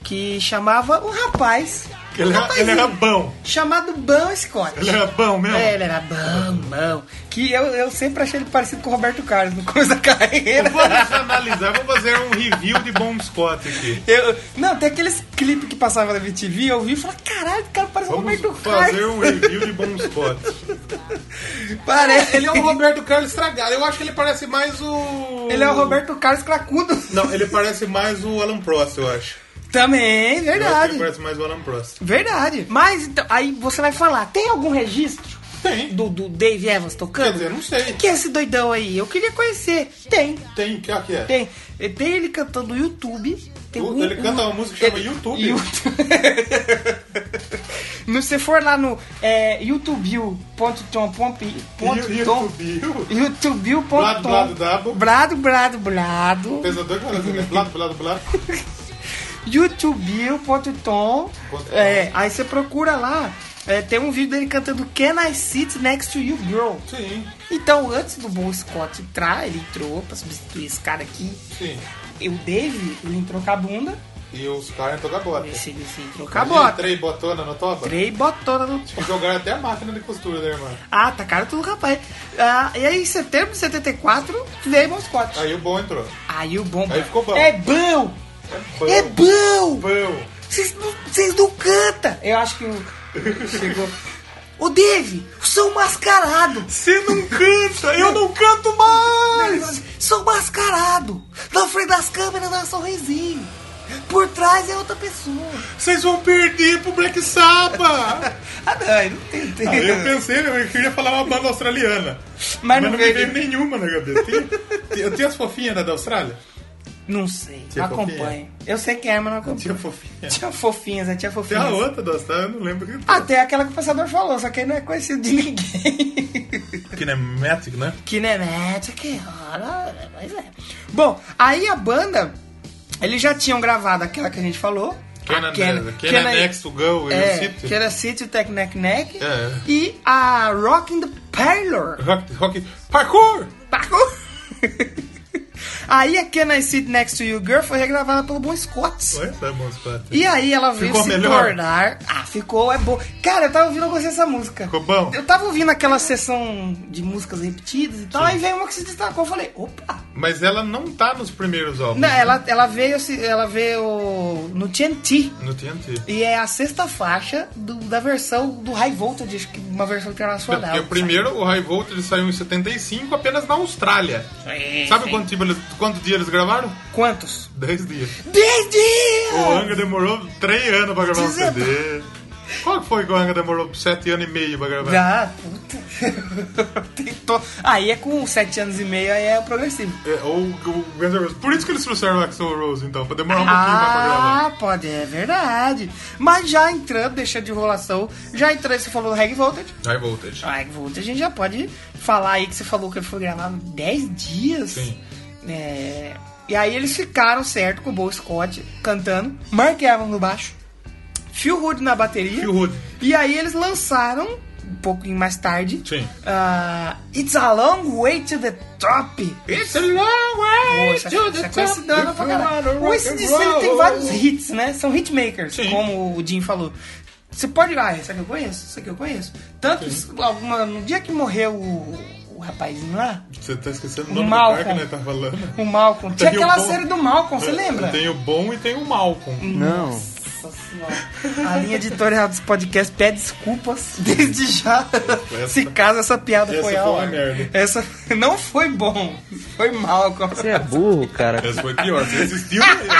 Speaker 1: que chamava um rapaz. um
Speaker 3: Ele, era,
Speaker 1: rapazinho,
Speaker 3: ele era bom.
Speaker 1: Chamado Bão Scott.
Speaker 3: Ele era bom mesmo?
Speaker 1: É, ele era bom, bom. Que eu, eu sempre achei ele parecido com o Roberto Carlos no começo da carreira.
Speaker 3: Vamos analisar, vamos fazer um review de Bom Scott aqui.
Speaker 1: Eu- não, tem aqueles clipes que passava na MTV, eu vi e falei, caralho, o cara parece o
Speaker 3: Vamos
Speaker 1: Roberto
Speaker 3: fazer
Speaker 1: Carlos.
Speaker 3: um review de Bom Scott.
Speaker 1: Parece.
Speaker 3: Ele é o Roberto Carlos estragado. Eu acho que ele parece mais o.
Speaker 1: Ele é o Roberto Carlos Cracudo.
Speaker 3: Não, ele parece mais o Alan Prost, eu acho.
Speaker 1: Também, é
Speaker 3: Eu acho que
Speaker 1: verdade.
Speaker 3: ele parece mais o Alan Prost.
Speaker 1: Verdade. Mas então, aí você vai falar, tem algum registro
Speaker 3: Tem.
Speaker 1: do, do Dave Evans
Speaker 3: Quer
Speaker 1: tocando?
Speaker 3: dizer, não sei.
Speaker 1: Quem que é esse doidão aí? Eu queria conhecer. Tem,
Speaker 3: Tem, que que é?
Speaker 1: tem. Eh, Tem ele cantando YouTube. Tem um,
Speaker 3: Puta, ele canta uma música que chama YouTube.
Speaker 1: No- Se você for lá no é, youtube.com.com
Speaker 3: YouTube.
Speaker 1: youtube.com
Speaker 3: Blado, blado, dabo.
Speaker 1: brado, brado, brado
Speaker 3: Pesador que parece, né? Blado, blado, blado.
Speaker 1: youtube.com
Speaker 3: Ponto
Speaker 1: é, aí você procura lá é, tem um vídeo dele cantando Can I Sit Next to You Girl
Speaker 3: Sim,
Speaker 1: então antes do Bon Scott entrar ele entrou pra substituir esse cara aqui
Speaker 3: sim.
Speaker 1: e o Dave ele entrou com a bunda
Speaker 3: E os caras entram da bota.
Speaker 1: esse, esse entrou com a bota
Speaker 3: Três botona na toba.
Speaker 1: Trei botou no
Speaker 3: Acho que jogaram até a máquina de costura da irmã.
Speaker 1: Ah, tacaram tudo, rapaz. Ah, e aí, em setembro de 74, veio Bon Scott.
Speaker 3: Aí o bom entrou.
Speaker 1: Aí o bom.
Speaker 3: Aí ficou bom.
Speaker 1: É bom!
Speaker 3: Bom,
Speaker 1: É bom!
Speaker 3: bom.
Speaker 1: Vocês não, vocês não cantam! Eu acho que o. Chegou. Ô, Dave, são mascarados!
Speaker 3: Você não canta, eu não canto mais!
Speaker 1: São mascarados! Na frente das câmeras dá um sorrisinho! Por trás é outra pessoa!
Speaker 3: Vocês vão perder pro Black Sabbath!
Speaker 1: Ah, não, eu não tem
Speaker 3: Ah, eu pensei, eu queria falar uma banda australiana.
Speaker 1: Mas
Speaker 3: Mas
Speaker 1: não
Speaker 3: não me
Speaker 1: veio.
Speaker 3: veio nenhuma na cabeça. Tem- Eu tinha as fofinhas né, da da Austrália?
Speaker 1: Não sei,
Speaker 3: Tinha
Speaker 1: não acompanho. Eu sei quem é, mas não acompanho.
Speaker 3: Tinha fofinha.
Speaker 1: Tinha fofinhas, né? tinha
Speaker 3: Tipo, é? Tem
Speaker 1: fofinhas.
Speaker 3: a outra da Austrália, eu não lembro. que-
Speaker 1: Até aquela que o pensador falou, só que aí não é conhecido de ninguém.
Speaker 3: Kinematic, né?
Speaker 1: Kinemática, que hora, pois é. Bom, aí a banda, eles já tinham gravado aquela que a gente falou. a
Speaker 3: Kenan
Speaker 1: Kenan-
Speaker 3: Next to Go e
Speaker 1: é,
Speaker 3: o City.
Speaker 1: que era City, o Tec Neck Neck.
Speaker 3: É.
Speaker 1: E a Rock in the Parlor.
Speaker 3: Rock, rock, parkour!
Speaker 1: Parou. aí a Can I Sit Next to You Girl foi regravada pelo Bon Scott.
Speaker 3: Olha essa música.
Speaker 1: E aí ela veio
Speaker 3: Ficou
Speaker 1: se
Speaker 3: melhor?
Speaker 1: tornar. Ah, ficou, é bom. Cara, eu tava ouvindo, eu gostei dessa música.
Speaker 3: Ficou bom?
Speaker 1: Eu tava ouvindo aquela sessão de músicas repetidas e tal, aí veio uma que se destacou, eu falei, opa!
Speaker 3: Mas ela não tá nos primeiros álbuns.
Speaker 1: Não, é- ela, ela veio se- ela veio no TNT.
Speaker 3: No TNT.
Speaker 1: E é a sexta faixa do- da versão do High Voltage, acho que uma versão internacional.
Speaker 3: Porque o primeiro, o High Voltage, saiu em 75 apenas na Austrália.
Speaker 1: Sim,
Speaker 3: Sabe
Speaker 1: sim.
Speaker 3: quanto, tempo eles, quanto dia eles gravaram?
Speaker 1: É. Quantos?
Speaker 3: 10 dias.
Speaker 1: 10
Speaker 3: O
Speaker 1: dias!
Speaker 3: Anga demorou 3 anos pra gravar um
Speaker 1: É. Dezembro.
Speaker 3: CD. Qual que foi que o Anga demorou 7 anos e meio pra gravar?
Speaker 1: Ah, puta. Tentou. Aí é com 7 anos e meio, aí é progressivo.
Speaker 3: É, ou o Guns N' Roses. Por isso que eles trouxeram o Axel Rose, então, pra demorar um pouquinho mais pra gravar.
Speaker 1: Ah, pode, é verdade. Mas já entrando, deixando de enrolação, já entrando, você falou do High Voltage.
Speaker 3: High Voltage.
Speaker 1: O High Voltage a gente já pode falar aí que você falou que ele foi gravado em 10 dias.
Speaker 3: Sim.
Speaker 1: É, E aí eles ficaram certo com o Bo Scott cantando, Mark Evans no baixo, Phil Hood na bateria.
Speaker 3: Phil Hood.
Speaker 1: E aí eles lançaram, um pouquinho mais tarde,
Speaker 3: Sim.
Speaker 1: ah, It's a Long Way to the Top.
Speaker 3: It's a long way
Speaker 1: Poxa,
Speaker 3: to
Speaker 1: essa
Speaker 3: the
Speaker 1: coisa
Speaker 3: top.
Speaker 1: se dá é pra caralho. O Sid Sale tem vários hits, né? São hitmakers,
Speaker 3: Sim.
Speaker 1: como o Jim falou. Você pode ir, ah, essa aqui eu conheço, essa aqui eu conheço. Tanto alguma, no dia que morreu o, o rapazinho lá?
Speaker 3: Você tá esquecendo o
Speaker 1: O
Speaker 3: nome do
Speaker 1: Malcolm.
Speaker 3: cara que nós tá falando.
Speaker 1: O Malcolm. Tinha
Speaker 3: Tem o É,
Speaker 1: aquela
Speaker 3: bom-
Speaker 1: série do Malcolm, você lembra?
Speaker 3: Tem o bom e tem o Malcolm.
Speaker 5: Não.
Speaker 1: Nossa senhora. A linha editorial desse podcast pede desculpas desde já. Se caso essa piada
Speaker 3: essa
Speaker 1: foi
Speaker 3: foi
Speaker 1: ao
Speaker 3: uma
Speaker 1: ar.
Speaker 3: merda.
Speaker 1: Essa não foi bom. Foi mal.
Speaker 5: Você é burro, cara.
Speaker 3: Essa foi pior. Você assistiu mesmo.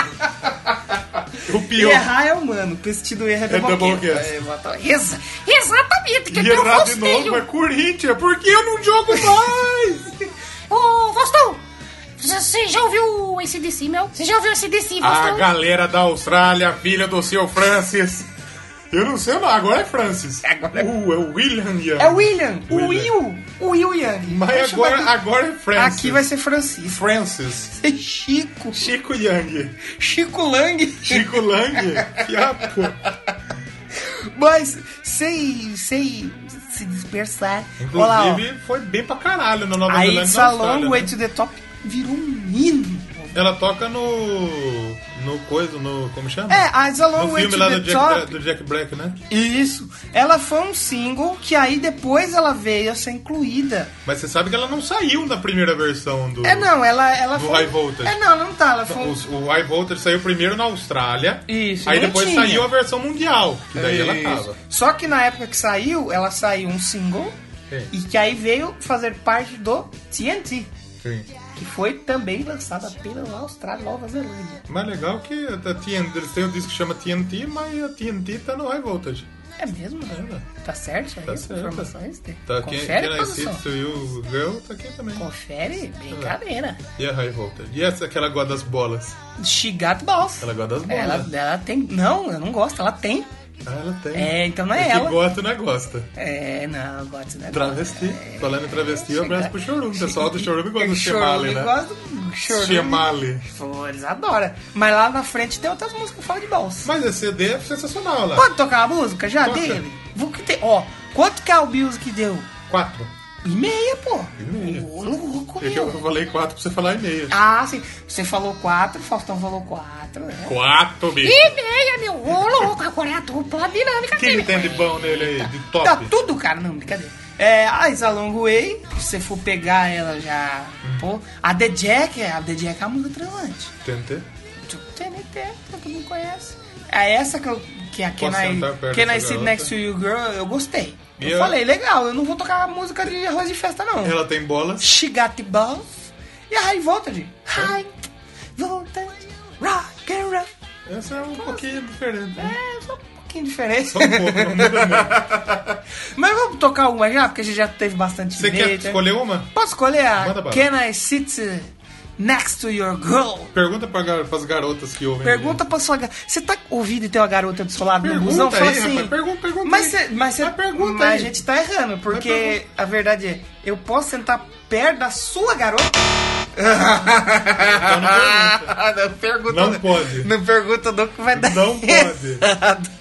Speaker 3: O pior.
Speaker 1: Errar é humano. Pestido erra é
Speaker 3: Doublecast.
Speaker 1: doublecast. É, exatamente. Exa-
Speaker 4: Exatamente, que
Speaker 3: E
Speaker 4: tem um o
Speaker 3: errar de novo
Speaker 4: Faustinho.
Speaker 3: vai Corinthians. Por que eu não jogo mais?
Speaker 4: Ô, Faustão, você já ouviu esse DC, meu? Você já ouviu esse DC,
Speaker 3: A
Speaker 4: Faustão?
Speaker 3: galera da Austrália, filha do seu Francis. Eu não sei, não. Agora é Francis.
Speaker 1: Agora é-
Speaker 3: Uh, é o William Young.
Speaker 1: É o William. O
Speaker 3: William.
Speaker 1: Will. O Will Yang.
Speaker 3: Mas
Speaker 1: Deixa
Speaker 3: agora,
Speaker 1: eu-
Speaker 3: agora é Francis.
Speaker 1: Aqui vai ser Francisco.
Speaker 3: Francis.
Speaker 1: Vai ser Chico.
Speaker 3: Chico Young.
Speaker 1: Chico Lang.
Speaker 3: Chico Lang. Fiapo.
Speaker 1: Mas sem, sem se dispersar. Olá, ó.
Speaker 3: Inclusive, é foi bem pra caralho na Nova
Speaker 1: Aí
Speaker 3: Zelândia. e
Speaker 1: It's
Speaker 3: na
Speaker 1: a
Speaker 3: Austrália,
Speaker 1: Long é
Speaker 3: né?
Speaker 1: Way to the Top virou um hino.
Speaker 3: Ela toca no. No coisa, no. Como chama?
Speaker 1: É, a It's a Long
Speaker 3: No
Speaker 1: Way
Speaker 3: filme
Speaker 1: to
Speaker 3: lá
Speaker 1: the
Speaker 3: do Jack,
Speaker 1: Top.
Speaker 3: do Jack Black, né?
Speaker 1: Isso. Ela foi um single que aí depois ela veio a ser incluída.
Speaker 3: Mas você sabe que ela não saiu na primeira versão do.
Speaker 1: É não, ela, ela
Speaker 3: Do
Speaker 1: foi.
Speaker 3: High Voltage.
Speaker 1: É não, não tá. Ela foi. um-
Speaker 3: O, o High Voltage saiu primeiro na Austrália.
Speaker 1: Isso,
Speaker 3: Aí
Speaker 1: não
Speaker 3: depois
Speaker 1: tinha.
Speaker 3: saiu a versão mundial. Que daí ela
Speaker 1: Isso.
Speaker 3: tava.
Speaker 1: Só que na época que saiu, ela saiu um single
Speaker 3: Sim.
Speaker 1: e que aí veio fazer parte do TNT,
Speaker 3: Sim.
Speaker 1: que foi também lançada pela Austrália, Nova Zelândia.
Speaker 3: Mas legal é que a TNT, eles têm um disco que chama TNT, mas a TNT tá no High Voltage.
Speaker 1: É mesmo?
Speaker 3: É, né?
Speaker 1: Tá certo? aí
Speaker 3: Tá
Speaker 1: as
Speaker 3: certo.
Speaker 1: Informações?
Speaker 3: Tá aqui,
Speaker 1: Confere,
Speaker 3: Can I
Speaker 1: produção.
Speaker 3: Sit to You Girl tá aqui também.
Speaker 1: Confere, brincadeira.
Speaker 3: E a High Voltage. E essa que ela gosta das bolas.
Speaker 1: She got balls.
Speaker 3: é Ela é gosta das bolas.
Speaker 1: Ela, ela tem. Não, eu não gosto, ela tem.
Speaker 3: Ah, ela tem.
Speaker 1: É, então não é
Speaker 3: que
Speaker 1: ela.
Speaker 3: gosta, não é gosta.
Speaker 1: É, não, eu gosto né?
Speaker 3: Travesti. Falando em travesti, eu abraço pro Chorume. O pessoal do Chorume gosta do Chemale,
Speaker 1: Chorume,
Speaker 3: né?
Speaker 1: gosta do Chorume.
Speaker 3: Chemale.
Speaker 1: Pô, eles adoram. Mas lá na frente tem outras músicas que falam de balls.
Speaker 3: Mas esse CD é sensacional lá.
Speaker 1: Pode tocar a música já
Speaker 3: Toca.
Speaker 1: dele? Vou que tem. Ó, quanto que é o Bills que deu?
Speaker 3: Quatro.
Speaker 1: E meia, pô.
Speaker 3: E meia.
Speaker 1: Ô, louco,
Speaker 3: É que eu
Speaker 1: meu.
Speaker 3: falei quatro pra você falar e meia.
Speaker 1: Ah, sim. Você falou quatro, o Faustão falou quatro, né?
Speaker 3: Quatro, bicho.
Speaker 4: E meia, meu. Ô, louco, agora é a dupla dinâmica
Speaker 3: O que ele
Speaker 4: dele.
Speaker 3: tem de bom nele aí? De top?
Speaker 1: Tá tudo, cara. Não, brincadeira. É, a Isa Long Way, se você for pegar ela já.
Speaker 3: Hum.
Speaker 1: Pô, a The Jack, é- a The Jack é a música transante.
Speaker 3: TNT?
Speaker 1: Tipo, TNT, todo mundo conhece. É essa que eu. Que é a Can
Speaker 3: Posso
Speaker 1: I,
Speaker 3: sentar perto
Speaker 1: Can
Speaker 3: dessa
Speaker 1: I Sit
Speaker 3: garota?
Speaker 1: Next to You Girl, eu gostei.
Speaker 3: E
Speaker 1: Eu
Speaker 3: eu-
Speaker 1: falei, legal, eu não vou tocar música de arroz de festa, não.
Speaker 3: Ela tem bolas.
Speaker 1: She Got the Balls e a High Voltage. High Voltage, rock and roll.
Speaker 3: Essa é um pouquinho diferente. né?
Speaker 1: É, só um pouquinho diferente.
Speaker 3: Só um pouco, não muda muito.
Speaker 1: Mas vamos tocar uma já, porque a gente já teve bastante
Speaker 3: Você quer
Speaker 1: direito, né?
Speaker 3: escolher uma?
Speaker 1: Posso escolher a
Speaker 3: Manda bala.
Speaker 1: Can I Sit Next to Your Girl?
Speaker 3: Pergunta pra gar- pras garotas que ouvem.
Speaker 1: Pergunta pra sua garota. Você tá ouvindo e tem uma garota do seu lado no
Speaker 3: Pergunta
Speaker 1: busão? Fala
Speaker 3: aí,
Speaker 1: assim.
Speaker 3: rapaz, pergunta, pergunta
Speaker 1: Mas
Speaker 3: aí.
Speaker 1: você. Mas, cê-
Speaker 3: Mas pergunta
Speaker 1: mas
Speaker 3: aí.
Speaker 1: a gente tá errando, porque a verdade é: eu posso sentar perto da sua garota?
Speaker 3: Então não pergunta.
Speaker 1: não pergunta.
Speaker 3: Não pode.
Speaker 1: Não pergunta, não, que vai dar.
Speaker 3: Não pode.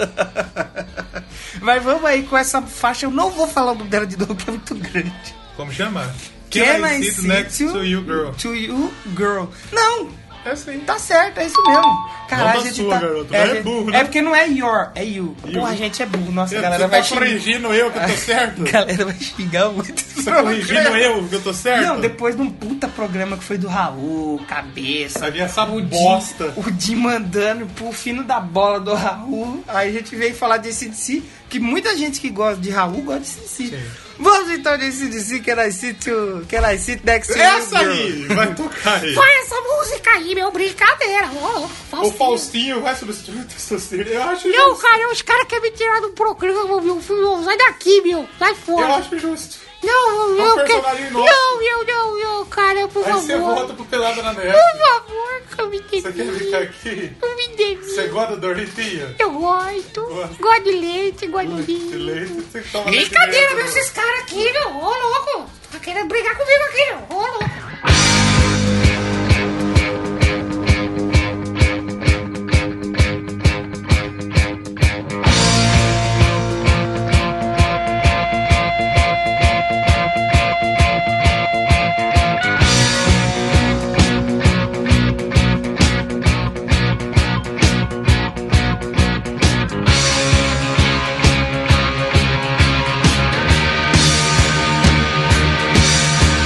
Speaker 1: Mas vamos aí com essa faixa. Eu não vou falar o nome dela de novo, que é muito grande.
Speaker 3: Como chama?
Speaker 1: Can I
Speaker 3: sit
Speaker 1: sit
Speaker 3: next
Speaker 1: you-
Speaker 3: né? to you, girl?
Speaker 1: To you, girl. Não,
Speaker 3: É sim.
Speaker 1: Tá certo, é isso mesmo. Caralho,
Speaker 3: Não da
Speaker 1: a gente
Speaker 3: sua,
Speaker 1: tá...
Speaker 3: garoto, não é
Speaker 1: a gente-
Speaker 3: burro, né?
Speaker 1: É porque não é your, é you.
Speaker 3: You.
Speaker 1: Porra, a gente é burro. Nossa,
Speaker 3: Você
Speaker 1: a galera
Speaker 3: tá
Speaker 1: vai xingar.
Speaker 3: corrigindo eu que eu tô certo?
Speaker 1: A galera vai xingar muito. esse
Speaker 3: Você tá corrigindo
Speaker 1: programa.
Speaker 3: eu que eu tô certo?
Speaker 1: Não, depois de um puta programa que foi do Raul, cabeça.
Speaker 3: Aí vem é essa
Speaker 1: o Di-
Speaker 3: bosta.
Speaker 1: o Di mandando pro fino da bola do Raul. Aí a gente veio falar de ACDC, que muita gente que gosta de Raul gosta de ACDC.
Speaker 3: Sim.
Speaker 1: Vamos então de ACDC, que ela sit, to- que ela sit next to you,
Speaker 3: Essa
Speaker 1: girl.
Speaker 3: aí! Vai tocar aí.
Speaker 4: Põe é essa música aí, meu. Brincadeira. Ô, louco,
Speaker 1: assim.
Speaker 3: O
Speaker 4: Faustinho.
Speaker 3: Faustinho vai substituir o Testosterone. Eu acho
Speaker 4: Não,
Speaker 3: justo.
Speaker 4: cara, os caras querem me tirar do programa, meu filho. Sai daqui, meu. Sai
Speaker 3: Eu
Speaker 4: fora.
Speaker 3: acho justo.
Speaker 4: Não,
Speaker 3: É um
Speaker 4: não, eu quero.
Speaker 3: personagem nosso.
Speaker 4: Não, meu, não, não, cara, por
Speaker 3: Aí você
Speaker 4: favor.
Speaker 3: volta pro Pelada na Neve.
Speaker 4: Por favor, cara, me
Speaker 3: Você quer ficar
Speaker 4: deixe.
Speaker 3: aqui?
Speaker 4: Não me deixe.
Speaker 3: Você gosta da Dorotinha?
Speaker 4: Eu gosto.
Speaker 3: Gosta.
Speaker 4: Gosto de leite, gosto de
Speaker 3: De
Speaker 4: vinho.
Speaker 3: leite, você toma leite
Speaker 4: Brincadeira,
Speaker 3: dentro.
Speaker 4: meu, esses caras aqui, meu. Ô, louco. Tá querendo brigar comigo aqui, meu. Ô, louco.
Speaker 6: Thank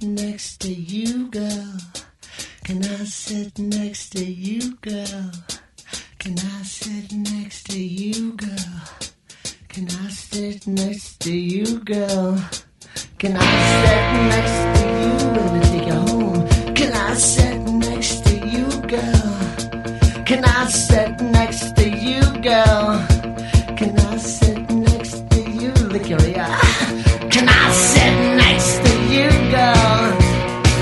Speaker 5: you, girl? Can I sit next to you, girl? Can I sit next to you, girl? Can I sit next to you, girl? Can I sit next to you and take you home? Can I sit next to you, girl? Can I sit next to you, girl? Can I sit next to you, lick your ear? Can I sit next to you, girl?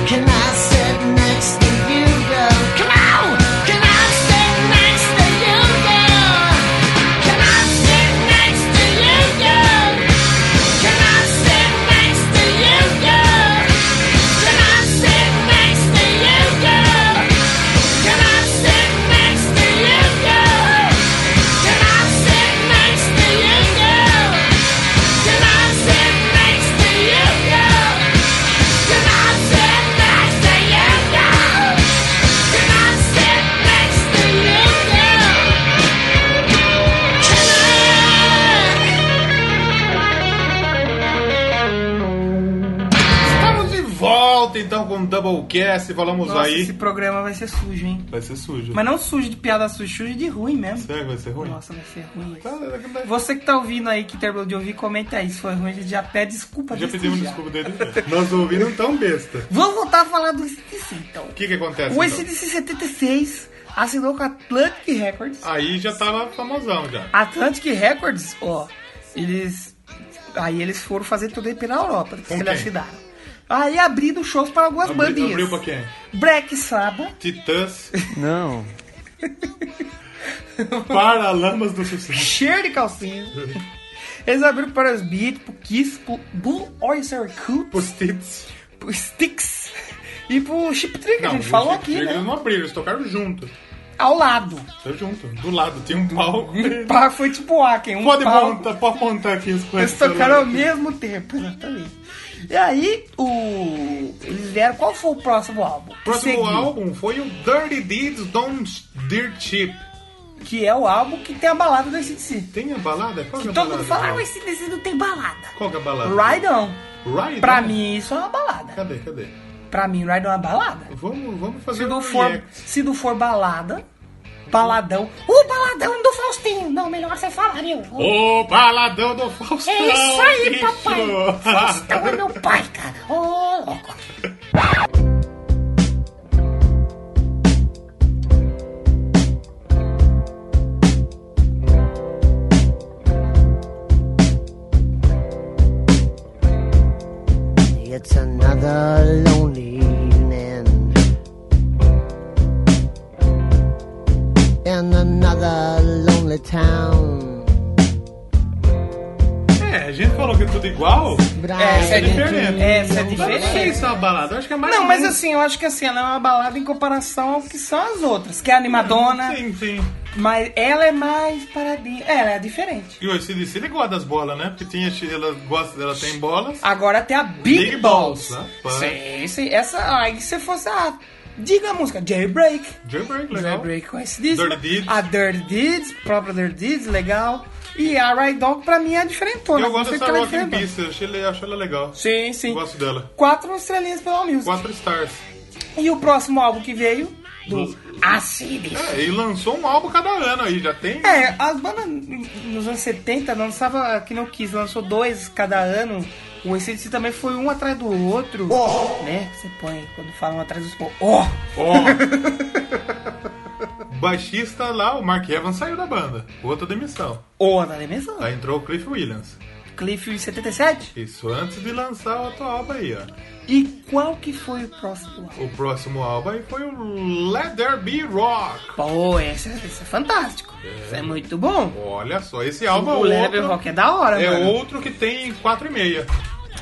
Speaker 5: Can I sit next to you, girl? Come on! Can I sit next to you, girl? Can I sit next to you, girl? Can I sit next to you, girl? Can I sit next to you, girl? Can I sit next to you, girl? Can I sit next to you, girl? Can I sit next to you, girl? Can I sit next to you, girl? Can I sit next to you, girl?
Speaker 3: Estamos de volta então com o Doublecast. Falamos
Speaker 1: Nossa,
Speaker 3: aí.
Speaker 1: esse programa vai ser sujo, hein?
Speaker 3: Vai ser sujo.
Speaker 1: Mas não sujo de piada suja, sujo de ruim mesmo.
Speaker 3: Será que vai ser ruim?
Speaker 1: Nossa, vai ser ruim.
Speaker 3: Tá,
Speaker 1: isso.
Speaker 3: tá, tá.
Speaker 1: Você que tá ouvindo aí, que terminou de ouvir, comenta aí. Se foi ruim, a gente já pede desculpa.
Speaker 3: Já
Speaker 1: desde
Speaker 3: pedimos
Speaker 1: já.
Speaker 3: desculpa dele. Nós ouviram tão besta.
Speaker 1: Vamos voltar a falar do ACDC, então.
Speaker 3: O que que acontece?
Speaker 1: O
Speaker 3: então?
Speaker 1: ACDC 76 assinou com a Atlantic Records.
Speaker 3: Aí já tava famosão já.
Speaker 1: Atlantic Records, ó, eles. Aí eles foram fazer turnê pela Europa, que
Speaker 3: Com
Speaker 1: eles
Speaker 3: quem?
Speaker 1: assinaram. Aí abrindo shows para algumas
Speaker 3: Abri-
Speaker 1: bandinhas.
Speaker 3: abriu um pra quem?
Speaker 1: Black Sabbath,
Speaker 3: Titãs,
Speaker 6: Não.
Speaker 3: Paralamas do Sucesso.
Speaker 1: cheiro de calcinha. Eles abriram para os Beats, pro Kiss, pro Blue Oyster Cult,
Speaker 3: Os Tits.
Speaker 1: pro Styx e pro Chip Trick, que a gente falou aqui,
Speaker 3: eles
Speaker 1: né?
Speaker 3: não abriram, eles tocaram junto.
Speaker 1: Ao lado.
Speaker 3: Tocaram junto, do lado, tinha um palco.
Speaker 1: Um pá, foi tipo Aken, um
Speaker 3: Pode
Speaker 1: palco.
Speaker 3: montar, pode montar aqui as coisas.
Speaker 1: Eles tocaram ao mesmo tempo, exatamente. E aí, o. Eles vieram. Qual foi o próximo álbum?
Speaker 3: O
Speaker 1: Seguiu,
Speaker 3: próximo álbum foi o Dirty Deeds Don't Dirt Cheap.
Speaker 1: Que é o álbum que tem a balada do ACDC.
Speaker 3: Tem a balada? Qual que é a
Speaker 1: Todo
Speaker 3: balada?
Speaker 1: mundo fala, ah,
Speaker 3: Paulo?
Speaker 1: o ACDC não tem balada.
Speaker 3: Qual que é a balada?
Speaker 1: Ride On.
Speaker 3: Ride
Speaker 1: Pra
Speaker 3: On?
Speaker 1: mim, isso é uma balada.
Speaker 3: Cadê, cadê?
Speaker 1: Pra mim, Ride On é uma balada.
Speaker 3: Vamos, vamos
Speaker 1: Se
Speaker 3: fazer
Speaker 1: não
Speaker 3: um
Speaker 1: for,
Speaker 3: react.
Speaker 1: se não for balada, baladão. O baladão do Faustinho. Não, melhor você falar, meu.
Speaker 3: O baladão do Faustão!
Speaker 4: É isso aí,
Speaker 3: bicho!
Speaker 4: papai. Faustão é meu pai, cara. Ô, louco.
Speaker 5: It's another lonely evening. In another lonely town.
Speaker 3: É, a gente falou que é tudo igual.
Speaker 5: But
Speaker 1: Essa é
Speaker 5: I
Speaker 1: diferente. Essa é
Speaker 3: Eu não sei
Speaker 1: diferente.
Speaker 3: se é uma balada, eu acho que é mais.
Speaker 1: Não,
Speaker 3: um.
Speaker 1: mas assim, eu acho que assim, ela é uma balada em comparação ao que são as outras. Que é a animadona.
Speaker 3: Sim, sim.
Speaker 1: Mas ela é mais paradinha. Ela é diferente.
Speaker 3: E o ACDC ele gosta das bolas, né? Porque tem, a- ela gosta dela tem bolas.
Speaker 1: Agora tem a Big,
Speaker 3: Big né?
Speaker 1: Balls.
Speaker 3: Balls, rapaz.
Speaker 1: Sim, sim. Essa, aí se fosse a... Diga a música, Jailbreak.
Speaker 3: Jailbreak, legal.
Speaker 1: Jailbreak com esse disco.
Speaker 3: Dirty Deeds.
Speaker 1: A Dirty Deeds, própria Dirty Deeds, legal. E a Ride Dog pra mim é diferentona.
Speaker 3: Eu gosto
Speaker 1: Não sei
Speaker 3: dessa
Speaker 1: porque ela é
Speaker 3: Rock in
Speaker 1: diferentona.
Speaker 3: Peace, eu achei, eu acho ela legal.
Speaker 1: Sim, sim.
Speaker 3: Gosto dela.
Speaker 1: Quatro estrelinhas pela Music.
Speaker 3: Quatro stars.
Speaker 1: E o próximo álbum que veio?
Speaker 3: Do-
Speaker 1: Acides.
Speaker 3: É, e lançou um álbum cada ano aí, já tem.
Speaker 1: É, as bandas nos anos 70 lançava que não quis, lançou dois cada ano. O ACDC também foi um atrás do outro. Né? Você põe quando fala um atrás do outro. Ó!
Speaker 3: Ó. O Baixista lá, o Mark Evans saiu da banda. Outra demissão.
Speaker 1: Ó, na dimensão.
Speaker 3: Aí entrou o Cliff Williams.
Speaker 1: Cliff em 77?
Speaker 3: Isso antes de lançar o outro álbum aí, ó.
Speaker 1: E qual que foi o próximo álbum?
Speaker 3: O próximo álbum aí foi o Let There Be Rock.
Speaker 1: Pô, esse, esse é fantástico. Isso é muito bom.
Speaker 3: Olha só, esse álbum
Speaker 1: o
Speaker 3: é
Speaker 1: Level
Speaker 3: outro,
Speaker 1: Rock é da hora,
Speaker 3: é
Speaker 1: mano.
Speaker 3: outro que tem 4,5.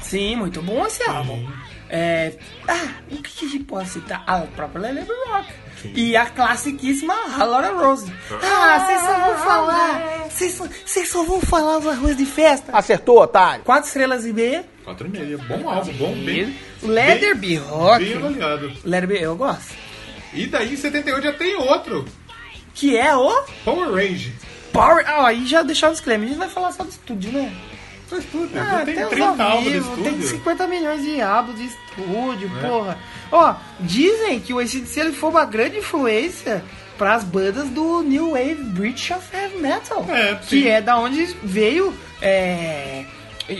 Speaker 1: Sim, muito bom esse álbum. É. Ah, o que que a gente pode citar? Ah, o próprio Lele Rock. E a classiquíssima Laura Rose. Ah, vocês só vão falar. Vocês só, vocês só vão falar os arroz de festa.
Speaker 6: Acertou, otário.
Speaker 1: Quatro estrelas e meia.
Speaker 3: 4,5, bom álbum, bom, bem,
Speaker 1: Leather Be
Speaker 3: bem
Speaker 1: Rock.
Speaker 3: avaliado.
Speaker 1: Leather Be, eu gosto.
Speaker 3: E daí em 78 já tem outro,
Speaker 1: Que é o
Speaker 3: Power Rage.
Speaker 1: Power. Ah, aí já deixar o disclaimer. A gente vai falar só do estúdio, né?
Speaker 3: pra estúdio.
Speaker 1: Ah,
Speaker 3: tem
Speaker 1: tem, uns
Speaker 3: 30
Speaker 1: ao
Speaker 3: álbuns de
Speaker 1: vivo, tem
Speaker 3: estúdio. É.
Speaker 1: 50 milhões de álbuns de estúdio, porra. Ó, dizem que o ACDC ele foi uma grande influência para as bandas do New Wave British of Heavy Metal.
Speaker 3: É,
Speaker 1: que
Speaker 3: sim.
Speaker 1: é da onde veio é,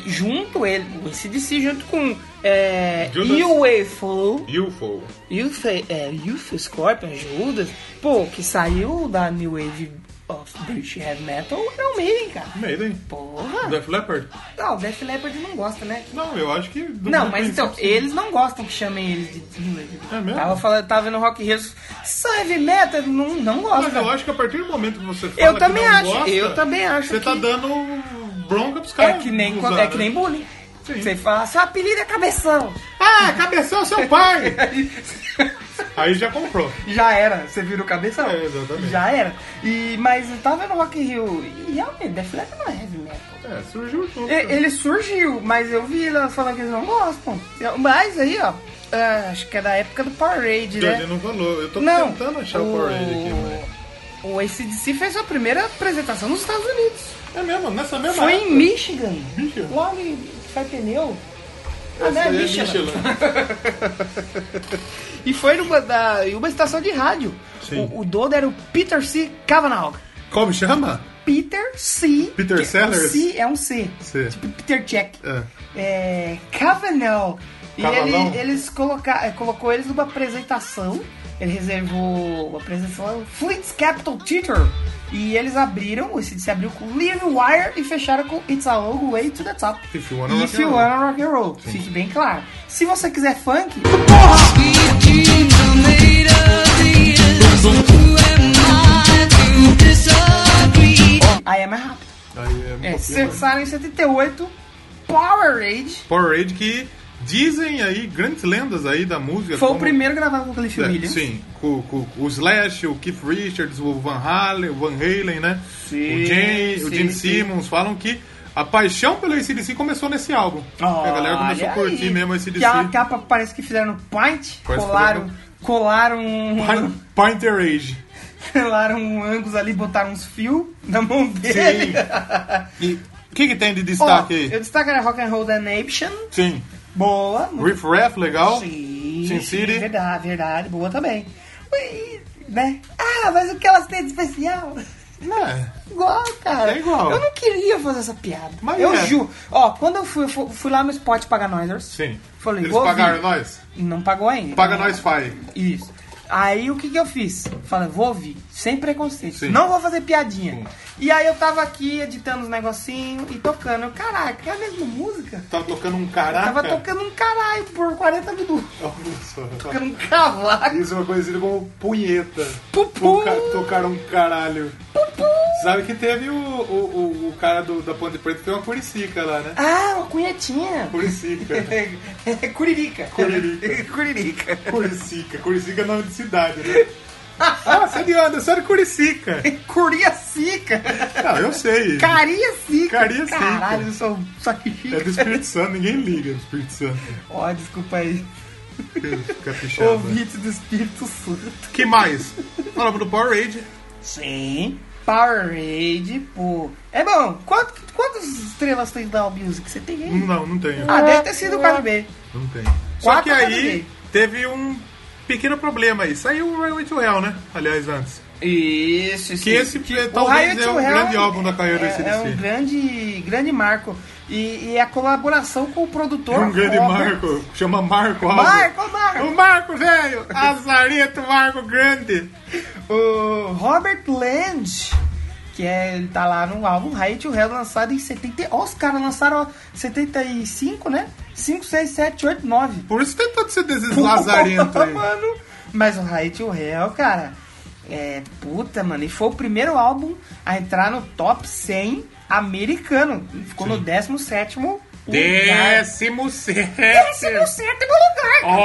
Speaker 1: junto ele, o ACDC junto com é,
Speaker 3: Judas.
Speaker 1: UFO,
Speaker 3: UFO.
Speaker 1: UFO, é, UFO Scorpion, Judas, pô, que saiu da New Wave of British Heavy Metal, é o Maiden, cara.
Speaker 3: Maiden.
Speaker 1: Porra!
Speaker 3: Def Leppard.
Speaker 1: Não, o Def Leppard não gosta, né?
Speaker 3: Não, eu acho que...
Speaker 1: Não, mas
Speaker 3: princípio,
Speaker 1: então,
Speaker 3: sim.
Speaker 1: eles não gostam que chamem eles de New Wave.
Speaker 3: É mesmo?
Speaker 1: Tava, falando, tava vendo Rock in Rio, só heavy metal, não, não
Speaker 3: Mas eu
Speaker 1: gosta.
Speaker 3: acho que a partir do momento que você fala
Speaker 1: Eu
Speaker 3: que
Speaker 1: também
Speaker 3: não
Speaker 1: acho,
Speaker 3: gosta,
Speaker 1: eu também acho
Speaker 3: Você
Speaker 1: que-
Speaker 3: tá dando bronca pros
Speaker 1: É
Speaker 3: caras.
Speaker 1: que nem,
Speaker 3: usar,
Speaker 1: é que
Speaker 3: né?
Speaker 1: nem bullying.
Speaker 3: Sim.
Speaker 1: Você fala, seu apelido é cabeção.
Speaker 3: Ah, cabeção é seu pai! Aí já comprou.
Speaker 1: Já era, você virou cabeção.
Speaker 3: É, exatamente.
Speaker 1: Já era. E, mas eu tava vendo Rock in Rio, e realmente, Def Leppard não é heavy metal.
Speaker 3: É, surgiu tudo.
Speaker 1: E- Ele surgiu, mas eu vi elas falando que eles não gostam. Mas aí, ó, ah, acho que é da época do Parade, né?
Speaker 3: Ele não falou. Eu tô
Speaker 1: Não.
Speaker 3: tentando achar o Power Rangers aqui, né? mas...
Speaker 1: O ACDC fez sua primeira apresentação nos Estados Unidos.
Speaker 3: É mesmo, nessa mesma
Speaker 1: Foi
Speaker 3: época.
Speaker 1: em Michigan.
Speaker 3: Michigan.
Speaker 1: Logo em Fai Pneu. Ah,
Speaker 3: Essa
Speaker 1: né?
Speaker 3: aí é
Speaker 1: Michigan.
Speaker 3: Michelin.
Speaker 1: E foi numa, da, em uma estação de rádio.
Speaker 3: Sim.
Speaker 1: O, o dono era o Peter C. Cavanaugh.
Speaker 3: Como chama?
Speaker 1: Peter C.
Speaker 3: Peter
Speaker 1: que-
Speaker 3: Sellers?
Speaker 1: O C é um C.
Speaker 3: C.
Speaker 1: Tipo Peter Check.
Speaker 3: É.
Speaker 1: É, Cavanaugh. E
Speaker 3: Cavanaugh?
Speaker 1: ele, eles coloca, eh, colocou eles numa apresentação. Ele reservou uma apresentação é Fleet's Capital Theater. E eles abriram, esse se abriu com Live Wire e fecharam com It's a Long Way to the Top.
Speaker 3: If you wanna
Speaker 1: If
Speaker 3: rock and
Speaker 1: you
Speaker 3: roll.
Speaker 1: wanna rock and roll. Fique bem claro. Se você quiser funk, aí é mais rápido.
Speaker 3: Aí é um
Speaker 1: É,
Speaker 3: pouquinho mais.
Speaker 1: cessaram em 78, Power Rage.
Speaker 3: Power Rangers que dizem aí grandes lendas aí da música.
Speaker 1: Foi o
Speaker 3: como-
Speaker 1: primeiro né? gravado com o Cliff
Speaker 3: É,
Speaker 1: Williams.
Speaker 3: Sim, com, com- com o Slash, o Keith Richards, o Van Halen, o Van Halen, né?
Speaker 1: Sim,
Speaker 3: o Jay, o
Speaker 1: sim,
Speaker 3: Jim
Speaker 1: sim.
Speaker 3: Simmons falam que a paixão pelo ACDC começou nesse álbum. a galera começou a
Speaker 1: Olha
Speaker 3: curtir
Speaker 1: aí.
Speaker 3: mesmo ACDC.
Speaker 1: Que a capa parece que fizeram pint,
Speaker 3: Parece que
Speaker 1: colaram, colaram, um-
Speaker 3: Pint- Pinter Age.
Speaker 1: colaram um angus ali, botaram uns fios na mão dele.
Speaker 3: Sim. E o que, que tem de
Speaker 1: Ó,
Speaker 3: destaque aí?
Speaker 1: eu destacaria Rock and Roll da Nation,
Speaker 3: Sim.
Speaker 1: boa. muito
Speaker 3: Riff Raff, legal.
Speaker 1: Sim,
Speaker 3: Sin
Speaker 1: sim,
Speaker 3: City.
Speaker 1: verdade, verdade, boa também. Ui, né? Ah, mas o que elas têm de especial?
Speaker 3: É,
Speaker 1: Igual, cara.
Speaker 3: É igual.
Speaker 1: Eu não queria fazer essa piada.
Speaker 3: Mas
Speaker 1: eu
Speaker 3: é.
Speaker 1: juro. Ó, quando eu fui, fui, fui lá no Spot Paga Noisers.
Speaker 3: sim.
Speaker 1: Falei,
Speaker 3: Eles
Speaker 1: vou ouvir.
Speaker 3: pagaram nós?
Speaker 1: Não pagou ainda.
Speaker 3: Paga nós, pai.
Speaker 1: Isso. Aí o que que eu fiz? Falei, vou ouvir, sem preconceito.
Speaker 3: Sim.
Speaker 1: Não vou fazer piadinha.
Speaker 3: Sim.
Speaker 1: E aí eu tava aqui editando os negocinhos e tocando. Eu, Caraca, é a mesma música?
Speaker 3: Tava tocando um
Speaker 1: Eu
Speaker 3: caraca.
Speaker 1: tava tocando um caralho por 40 minutos.
Speaker 3: Olha só.
Speaker 1: Tocando um cavaco.
Speaker 3: Isso é uma coisa como punheta.
Speaker 1: Pupu.
Speaker 3: Toca- Tocaram um caralho. Sabe que teve o, o, o, o cara do, da Ponte Preta que tem uma curicica lá, né?
Speaker 1: Ah, uma cunhetinha.
Speaker 3: Curicica.
Speaker 1: É Curirica. É
Speaker 3: Curirica.
Speaker 1: Curirica.
Speaker 3: curicica. Curicica é nome de cidade, né? Ah, você é de onde? Eu sou de
Speaker 1: É
Speaker 3: Curicica.
Speaker 1: Curiacica.
Speaker 3: Não, eu sei.
Speaker 1: Cariacica.
Speaker 3: Cariacica.
Speaker 1: Caralho, um eu sou
Speaker 3: É do
Speaker 1: sacrifício.
Speaker 3: Espírito Santo, ninguém liga do Espírito Santo.
Speaker 1: Ó, desculpa aí.
Speaker 3: Capixaba.
Speaker 1: Ouvinte do Espírito Santo.
Speaker 3: Que mais? Falamos do Power Rage.
Speaker 1: Sim. Powerade, pô. É bom. Quanto, quantas estrelas tem da All Music? Você tem aí?
Speaker 3: Hum, Não, não tenho.
Speaker 1: Ah, deve ter sido o KDB.
Speaker 3: Não tem. Só
Speaker 1: Quatro
Speaker 3: que
Speaker 1: também.
Speaker 3: aí teve um pequeno problema aí. Saiu o Railway to Hell, né? Aliás, antes.
Speaker 1: Isso, isso.
Speaker 3: Que esse é,
Speaker 1: O
Speaker 3: talvez
Speaker 1: Riot
Speaker 3: é o
Speaker 1: Hell
Speaker 3: grande álbum da carreira do
Speaker 1: é, é um
Speaker 3: ACDC.
Speaker 1: grande, grande marco. E, e a colaboração com o
Speaker 3: É
Speaker 1: produtor.
Speaker 3: um grande
Speaker 1: Robert-
Speaker 3: marco. Chama Marco Alves.
Speaker 1: Marco, Marco.
Speaker 3: O Marco, velho! Azarito, Marco Grande!
Speaker 1: O Robert Land, que é, ele tá lá no álbum High to Hell, lançado em 70. Ó, os caras lançaram ó, 75, né? 5, 6, 7, 8, 9.
Speaker 3: Por isso tem todo esse desejo lazarento aí.
Speaker 1: mano. Mas o High to Hell, cara, é puta, mano. E foi o primeiro álbum a entrar no top 100 americano. Ficou no 17 lugar.
Speaker 3: Décimo
Speaker 4: Décimo
Speaker 3: sétimo.
Speaker 4: sétimo lugar.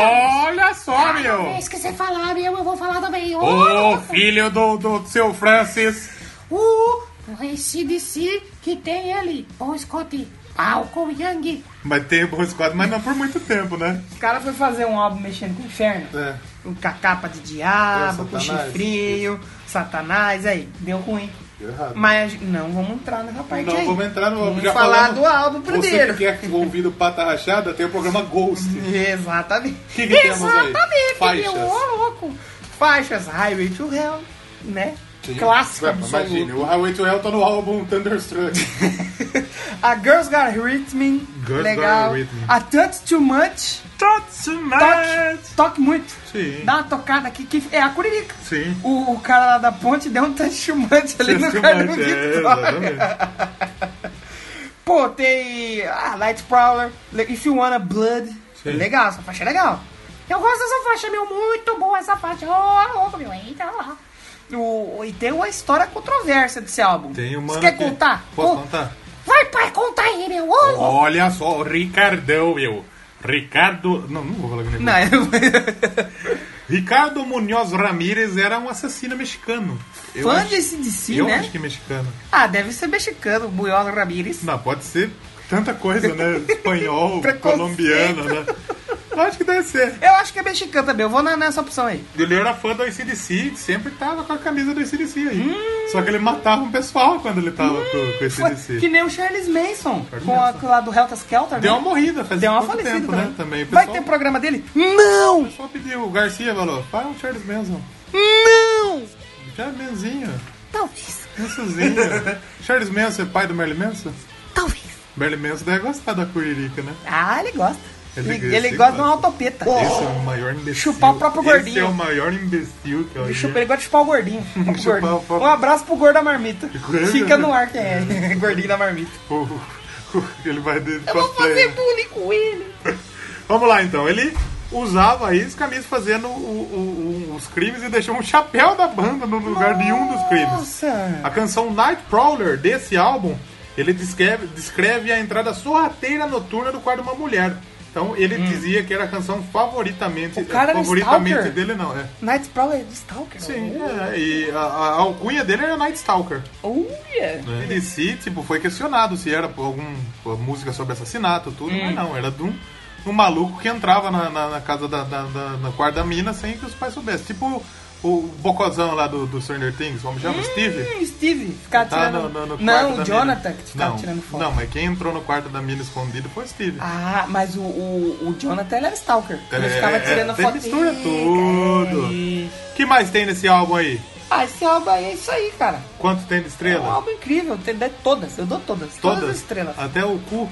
Speaker 3: Olha só,
Speaker 4: Cada
Speaker 3: meu!
Speaker 4: vez que você falar, meu, eu vou falar também.
Speaker 3: Ô,
Speaker 4: Oh,
Speaker 3: filho do, do seu Francis.
Speaker 4: o ACDC que tem ele, o Scott Malcolm Young.
Speaker 3: Mas tem o Squad, mas não por muito tempo, né?
Speaker 1: O cara foi fazer um álbum mexendo com o inferno.
Speaker 3: É.
Speaker 1: Com a capa de diabo,
Speaker 3: É,
Speaker 1: com
Speaker 3: Satanás,
Speaker 1: chifrinho, satanás, aí, deu ruim.
Speaker 3: Deu errado.
Speaker 1: Mas não vamos entrar nessa parte
Speaker 3: Não,
Speaker 1: aí.
Speaker 3: vamos entrar no.
Speaker 1: Vamos
Speaker 3: já
Speaker 1: falar
Speaker 3: falamos,
Speaker 1: do álbum
Speaker 3: Você
Speaker 1: primeiro.
Speaker 3: que quer ouvir do Pata Rachada, tem o programa Ghost. O
Speaker 1: Exatamente.
Speaker 3: que, que temos aí?
Speaker 1: Exatamente,
Speaker 3: Faixas.
Speaker 1: meu ô louco. Faixas Highway to Hell, né?
Speaker 3: Sim.
Speaker 1: Clássico
Speaker 3: Ué,
Speaker 1: absoluto.
Speaker 3: Imagina, o Highway to Hell tá no álbum Thunderstruck.
Speaker 1: A Girls Got Rhythm,
Speaker 3: Girls
Speaker 1: legal.
Speaker 3: Got Rhythm.
Speaker 1: A Touch Too Much, toque, toque muito.
Speaker 3: Sim.
Speaker 1: Dá uma tocada aqui, que é a curirica.
Speaker 3: Sim.
Speaker 1: O, o cara lá da ponte deu um touch too much ali no cara do
Speaker 3: é.
Speaker 1: Vitória. Pô, tem ah, Light Prowler, Le- If You Wanna Blood.
Speaker 3: Sim.
Speaker 1: Legal, essa faixa é legal.
Speaker 4: Eu gosto dessa faixa, meu. Muito boa essa faixa. Ô, louco, meu. Eita lá.
Speaker 1: O, e tem uma história controversa desse álbum.
Speaker 3: Tem uma.
Speaker 1: Você quer contar?
Speaker 3: Posso
Speaker 1: Con-
Speaker 3: contar?
Speaker 4: Vai, pai, conta aí, meu. Ô, louco.
Speaker 3: Olha só, o Ricardão, meu. Ricardo. Não, não vou falar com ele.
Speaker 1: Não, é- eu...
Speaker 3: Ricardo Munhoz Ramírez era um assassino mexicano. Eu
Speaker 1: Fã
Speaker 3: acho-
Speaker 1: desse de si,
Speaker 3: Eu
Speaker 1: né?
Speaker 3: acho que é mexicano.
Speaker 1: Ah, deve ser mexicano, Buiola Ramírez.
Speaker 3: Não, pode ser tanta coisa, né? Espanhol,
Speaker 1: Preconceito.
Speaker 3: colombiano, né? Eu acho que deve ser.
Speaker 1: Eu acho que é mexicano também, eu vou na- nessa opção aí.
Speaker 3: Ele era fã do ICDC, sempre tava com a camisa do ICDC aí. Só que ele matava um pessoal quando ele tava com, com o
Speaker 1: Hum. Foi
Speaker 3: ICDC.
Speaker 1: que nem o Charles Manson,
Speaker 3: Charles
Speaker 1: com a,
Speaker 3: Manson.
Speaker 1: lá do Helter Skelter,
Speaker 3: Deu
Speaker 1: né?
Speaker 3: uma morrida, faz
Speaker 1: Deu uma
Speaker 3: pouco
Speaker 1: falecida
Speaker 3: tempo,
Speaker 1: também.
Speaker 3: né? Também. O
Speaker 1: Vai
Speaker 3: pessoal-
Speaker 1: ter programa dele? Não!
Speaker 3: O pessoal pediu, o Garcia falou, faz um Charles Manson.
Speaker 1: Não!
Speaker 3: Charles Manzinho,
Speaker 4: Talvez,
Speaker 3: Mansonzinho. Charles Manson é pai do Merlin Manson?
Speaker 4: talvez.
Speaker 3: Merlin Manson deve gostar da curirica, né?
Speaker 1: Ah, ele gosta.
Speaker 3: Ele
Speaker 1: Ele,
Speaker 3: gosta,
Speaker 1: ele
Speaker 3: ele
Speaker 1: gosta de uma
Speaker 3: gosta.
Speaker 1: autopeta.
Speaker 3: Esse é o maior imbecil.
Speaker 1: Chupar o próprio
Speaker 3: Esse
Speaker 1: gordinho.
Speaker 3: é o maior imbecil que eu
Speaker 1: Ele,
Speaker 3: vi.
Speaker 1: chupa, ele gosta de chupar o gordinho. O
Speaker 3: Chupar
Speaker 1: gordinho.
Speaker 3: o papo.
Speaker 1: Um abraço pro gordo da marmita.
Speaker 3: Gordo?
Speaker 1: Fica no ar quem é. gordinho da marmita.
Speaker 3: Ele vai de
Speaker 4: Eu vou
Speaker 3: cosplay,
Speaker 4: fazer
Speaker 3: né?
Speaker 4: bullying com ele.
Speaker 3: Vamos lá então, ele usava aí os caminhos fazendo o- o- o- os crimes e deixou um chapéu da banda no lugar de um dos crimes.
Speaker 1: Nossa!
Speaker 3: A canção Night Prowler desse álbum, ele descreve, descreve a entrada sorrateira noturna do quarto de uma mulher. Então ele dizia que era a canção favoritamente,
Speaker 1: Hum. O cara era um
Speaker 3: favoritamente
Speaker 1: stalker?
Speaker 3: dele não, é.
Speaker 1: Night Prowler do Stalker.
Speaker 3: Sim, é, e a, a alcunha dele era Night Stalker.
Speaker 1: Olha!
Speaker 3: Né? Ele se, tipo, foi questionado se era por algum por música sobre assassinato, tudo,
Speaker 1: Hum.
Speaker 3: mas não, era de um, um maluco que entrava na, na- na casa da, da, da- na quarta da mina sem que os pais soubessem. Tipo o bocozão lá do, do Stranger Things, como chama? Steve?
Speaker 1: Hum, Steve, ficar
Speaker 3: Tá
Speaker 1: tirando.
Speaker 3: no, no- no quarto da
Speaker 1: não,
Speaker 3: mina.
Speaker 1: o Jonathan que ficava
Speaker 3: não,
Speaker 1: tirando foto.
Speaker 3: Não, mas quem entrou no quarto da mina escondido foi o Steve.
Speaker 1: Ah, mas o, o, o Jonathan ele era Stalker. Ele
Speaker 3: É,
Speaker 1: ficava
Speaker 3: é,
Speaker 1: tirando
Speaker 3: tem
Speaker 1: foto.
Speaker 3: mistura tudo. que mais tem nesse álbum aí?
Speaker 1: Ah, esse álbum aí é isso aí, cara.
Speaker 3: Quanto tem de
Speaker 1: É um
Speaker 3: estrela?
Speaker 1: álbum incrível, tem dá- todas, eu dou todas. Todas, as estrelas.
Speaker 3: Até o cu.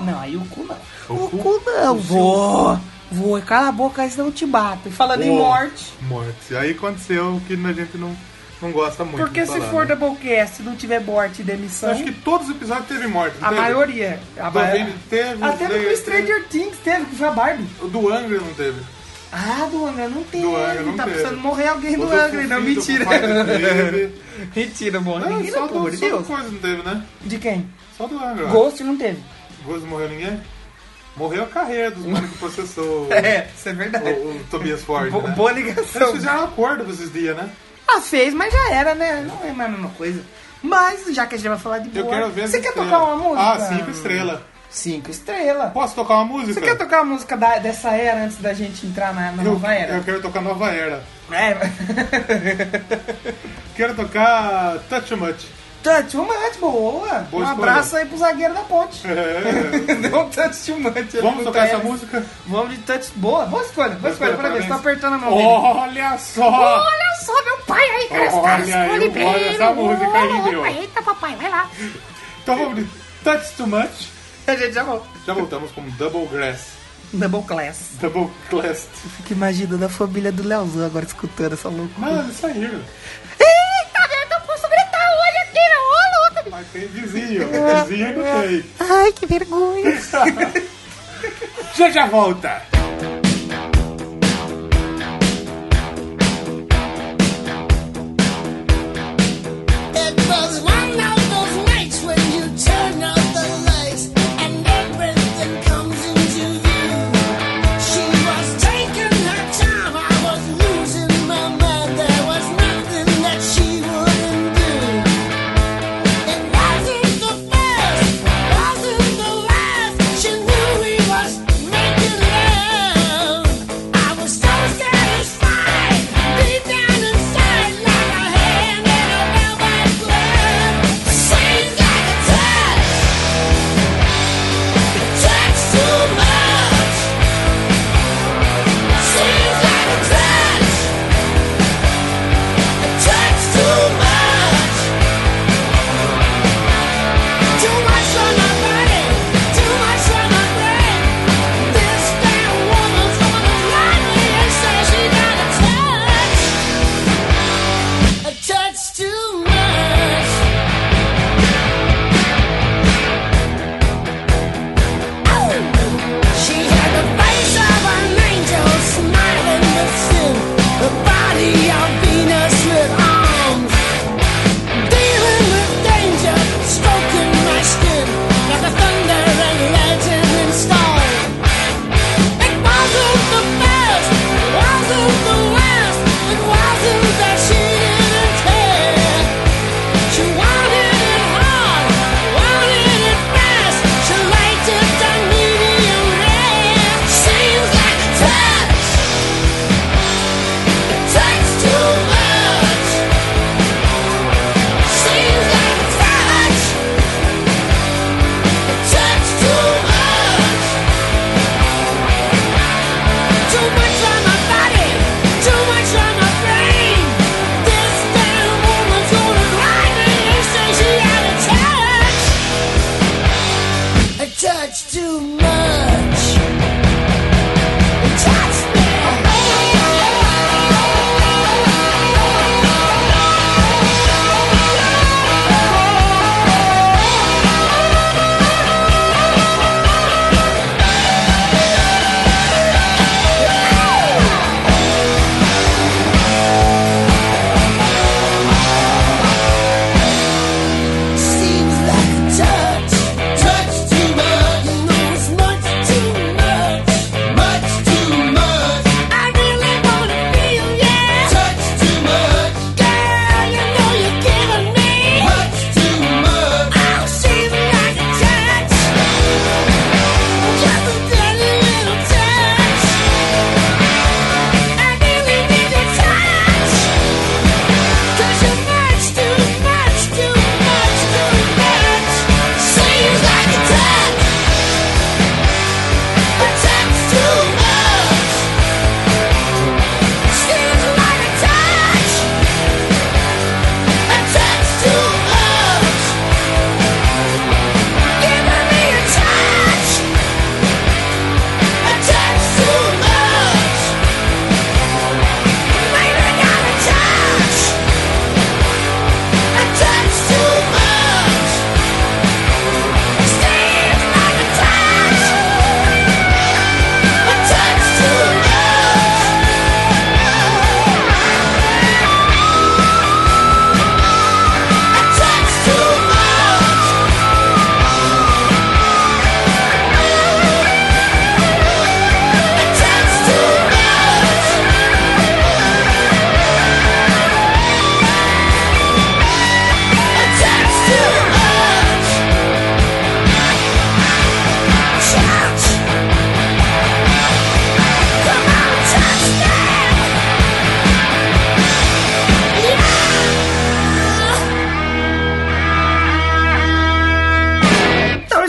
Speaker 1: Não, aí o cu não.
Speaker 3: Ah. O
Speaker 1: O,
Speaker 3: cu?
Speaker 1: cu, não. Vou. Vou. Cala a boca, aí senão eu te bato. E falando em
Speaker 3: Pô,
Speaker 1: morte.
Speaker 3: Morte. Aí aconteceu o que a gente não, não gosta muito.
Speaker 1: Porque
Speaker 3: de
Speaker 1: se
Speaker 3: falar,
Speaker 1: for
Speaker 3: né?
Speaker 1: Doublecast e não tiver morte e demissão,
Speaker 3: Eu Acho que todos os episódios teve morte. não
Speaker 1: a
Speaker 3: teve?
Speaker 1: maioria. A
Speaker 3: Do
Speaker 1: maioria.
Speaker 3: Vini teve.
Speaker 1: Até
Speaker 3: teve-
Speaker 1: no Stranger Things teve, que foi a Barbie.
Speaker 3: O do Angra não teve.
Speaker 1: Ah, do Angra não teve.
Speaker 3: Do Angra não
Speaker 1: tá
Speaker 3: teve.
Speaker 1: precisando morrer alguém
Speaker 3: O
Speaker 1: do
Speaker 3: do
Speaker 1: Angra, não.
Speaker 3: Fufito,
Speaker 1: Mentira.
Speaker 3: do Fufito teve.
Speaker 1: Mentira, mano.
Speaker 3: Não,
Speaker 1: Mentira,
Speaker 3: só
Speaker 1: pelo amor
Speaker 3: do,
Speaker 1: de
Speaker 3: só do
Speaker 1: Deus.
Speaker 3: coisa não teve, né?
Speaker 1: De quem?
Speaker 3: Só do Angra.
Speaker 1: Ghost não teve.
Speaker 3: Gosto não morreu ninguém? Morreu a carreira dos caras que processou o-
Speaker 1: É, isso é verdade.
Speaker 3: o, o Tobias Ford.
Speaker 1: Bo-
Speaker 3: né?
Speaker 1: Boa então.
Speaker 3: Eles
Speaker 1: ligação.
Speaker 3: fizeram um acordo pra esses dias, né?
Speaker 1: Ah, fez, mas já era, né? Não é mais a mesma coisa. Mas, já que a gente vai falar de boa...
Speaker 3: Eu quero ver as
Speaker 1: Você quer
Speaker 3: estrelas.
Speaker 1: tocar uma música?
Speaker 3: Ah, cinco estrelas.
Speaker 1: Cinco estrelas.
Speaker 3: Posso tocar uma música?
Speaker 1: Você quer tocar uma música da- dessa era antes da gente entrar na, na
Speaker 3: eu,
Speaker 1: nova era?
Speaker 3: Eu quero tocar Nova Era.
Speaker 1: É.
Speaker 3: Quero tocar Touch Much.
Speaker 1: Touch too much, boa.
Speaker 3: Boa
Speaker 1: um
Speaker 3: escolha.
Speaker 1: abraço aí pro zagueiro da ponte.
Speaker 3: É.
Speaker 1: Não touch too much. ele
Speaker 3: Vamos
Speaker 1: não
Speaker 3: tocar
Speaker 1: tá
Speaker 3: essa
Speaker 1: aí.
Speaker 3: música?
Speaker 1: Vamos de touch. Boa, boa escolha, boa escolha. Parabéns, você tá apertando a mão
Speaker 3: Oh.
Speaker 1: dele.
Speaker 3: Olha só!
Speaker 4: Olha só, meu pai aí, cara. Os
Speaker 3: Olha,
Speaker 4: caras escolhem
Speaker 3: eu
Speaker 4: bem.
Speaker 3: gosto dessa
Speaker 4: meu.
Speaker 3: música aí,
Speaker 4: Ô,
Speaker 3: meu.
Speaker 4: louco, Eita, papai, vai lá.
Speaker 3: Então vamos de Touch Too Much.
Speaker 1: A gente já volta.
Speaker 3: Já voltamos com Double Grass.
Speaker 1: Double Class.
Speaker 3: Double Class.
Speaker 1: Fica imaginando a família do Leozão agora escutando essa loucura.
Speaker 3: Mano, é eles saíram.
Speaker 4: Eita, velho, tá eu posso gritar hoje aqui, meu. Ô, louco, meu.
Speaker 3: Mas tem vizinho. é Vizinho não tem.
Speaker 4: Ai, que vergonha.
Speaker 3: Já já volta.
Speaker 6: It was one of those nights when you turn out the lights and everything comes into view. She was taking her time, I was losing my mind. There was nothing that she wouldn't do. It wasn't the first, wasn't the last. She knew we was making love. Oh!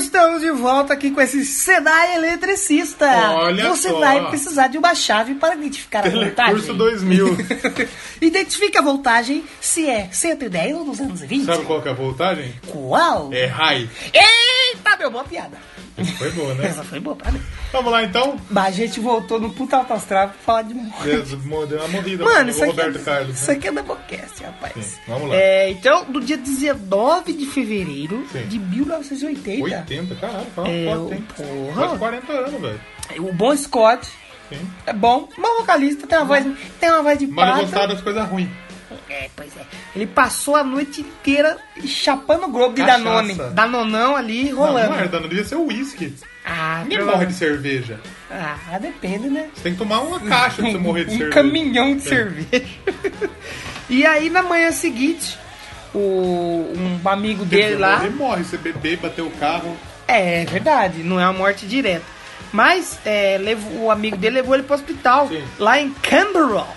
Speaker 1: Então, volta aqui com esse Senai eletricista.
Speaker 3: Olha
Speaker 1: Você
Speaker 3: só.
Speaker 1: vai precisar de uma chave para identificar a
Speaker 3: Curso
Speaker 1: voltagem.
Speaker 3: 2000.
Speaker 1: Identifica a voltagem se é 110 ou 220.
Speaker 3: Sabe qual que é a voltagem?
Speaker 1: Qual?
Speaker 3: É high.
Speaker 1: Eita, meu, boa piada.
Speaker 3: Foi boa, né?
Speaker 1: Essa foi boa pra mim.
Speaker 3: Vamos lá então.
Speaker 1: Mas a gente voltou no puta autostrada pra falar de morte.
Speaker 3: Deus, mo- Deu uma morrida.
Speaker 1: Mano,
Speaker 3: o
Speaker 1: isso aqui,
Speaker 3: Roberto
Speaker 1: é,
Speaker 3: Carlos.
Speaker 1: isso
Speaker 3: né?
Speaker 1: aqui é Doublecast, rapaz.
Speaker 3: Sim, vamos lá.
Speaker 1: É, então, no dia 19 de fevereiro
Speaker 3: Sim.
Speaker 1: de 1980,
Speaker 3: 80, caralho. Fala
Speaker 1: É,
Speaker 3: quanto, hein?
Speaker 1: porra.
Speaker 3: Quase 40 anos, velho.
Speaker 1: o bom Scott
Speaker 3: Sim.
Speaker 1: é bom, bom vocalista, tem uma, voz, tem uma voz de
Speaker 3: Mas eu
Speaker 1: prata.
Speaker 3: gostava das coisas ruins.
Speaker 1: É, pois é. Ele passou a noite inteira chapando o globo de
Speaker 3: Cachaça.
Speaker 1: Danone. Danonão ali
Speaker 3: Não, é,
Speaker 1: rolando.
Speaker 3: não era, Dano, devia ser o uísque.
Speaker 1: Ah,
Speaker 3: Ninguém
Speaker 1: pelo-
Speaker 3: morre de cerveja.
Speaker 1: Ah, depende, né?
Speaker 3: Você tem que tomar uma caixa pra você morrer de
Speaker 1: um
Speaker 3: cerveja. É.
Speaker 1: caminhão de
Speaker 3: Sim.
Speaker 1: cerveja. e aí na manhã seguinte, o, um amigo
Speaker 3: Porque
Speaker 1: dele
Speaker 3: você
Speaker 1: lá.
Speaker 3: morrer, morre. Você beber, bater o carro.
Speaker 1: É, é verdade, não é uma morte direta. Mas é, levou- o amigo dele levou ele pro hospital,
Speaker 3: Sim.
Speaker 1: lá em Canberra.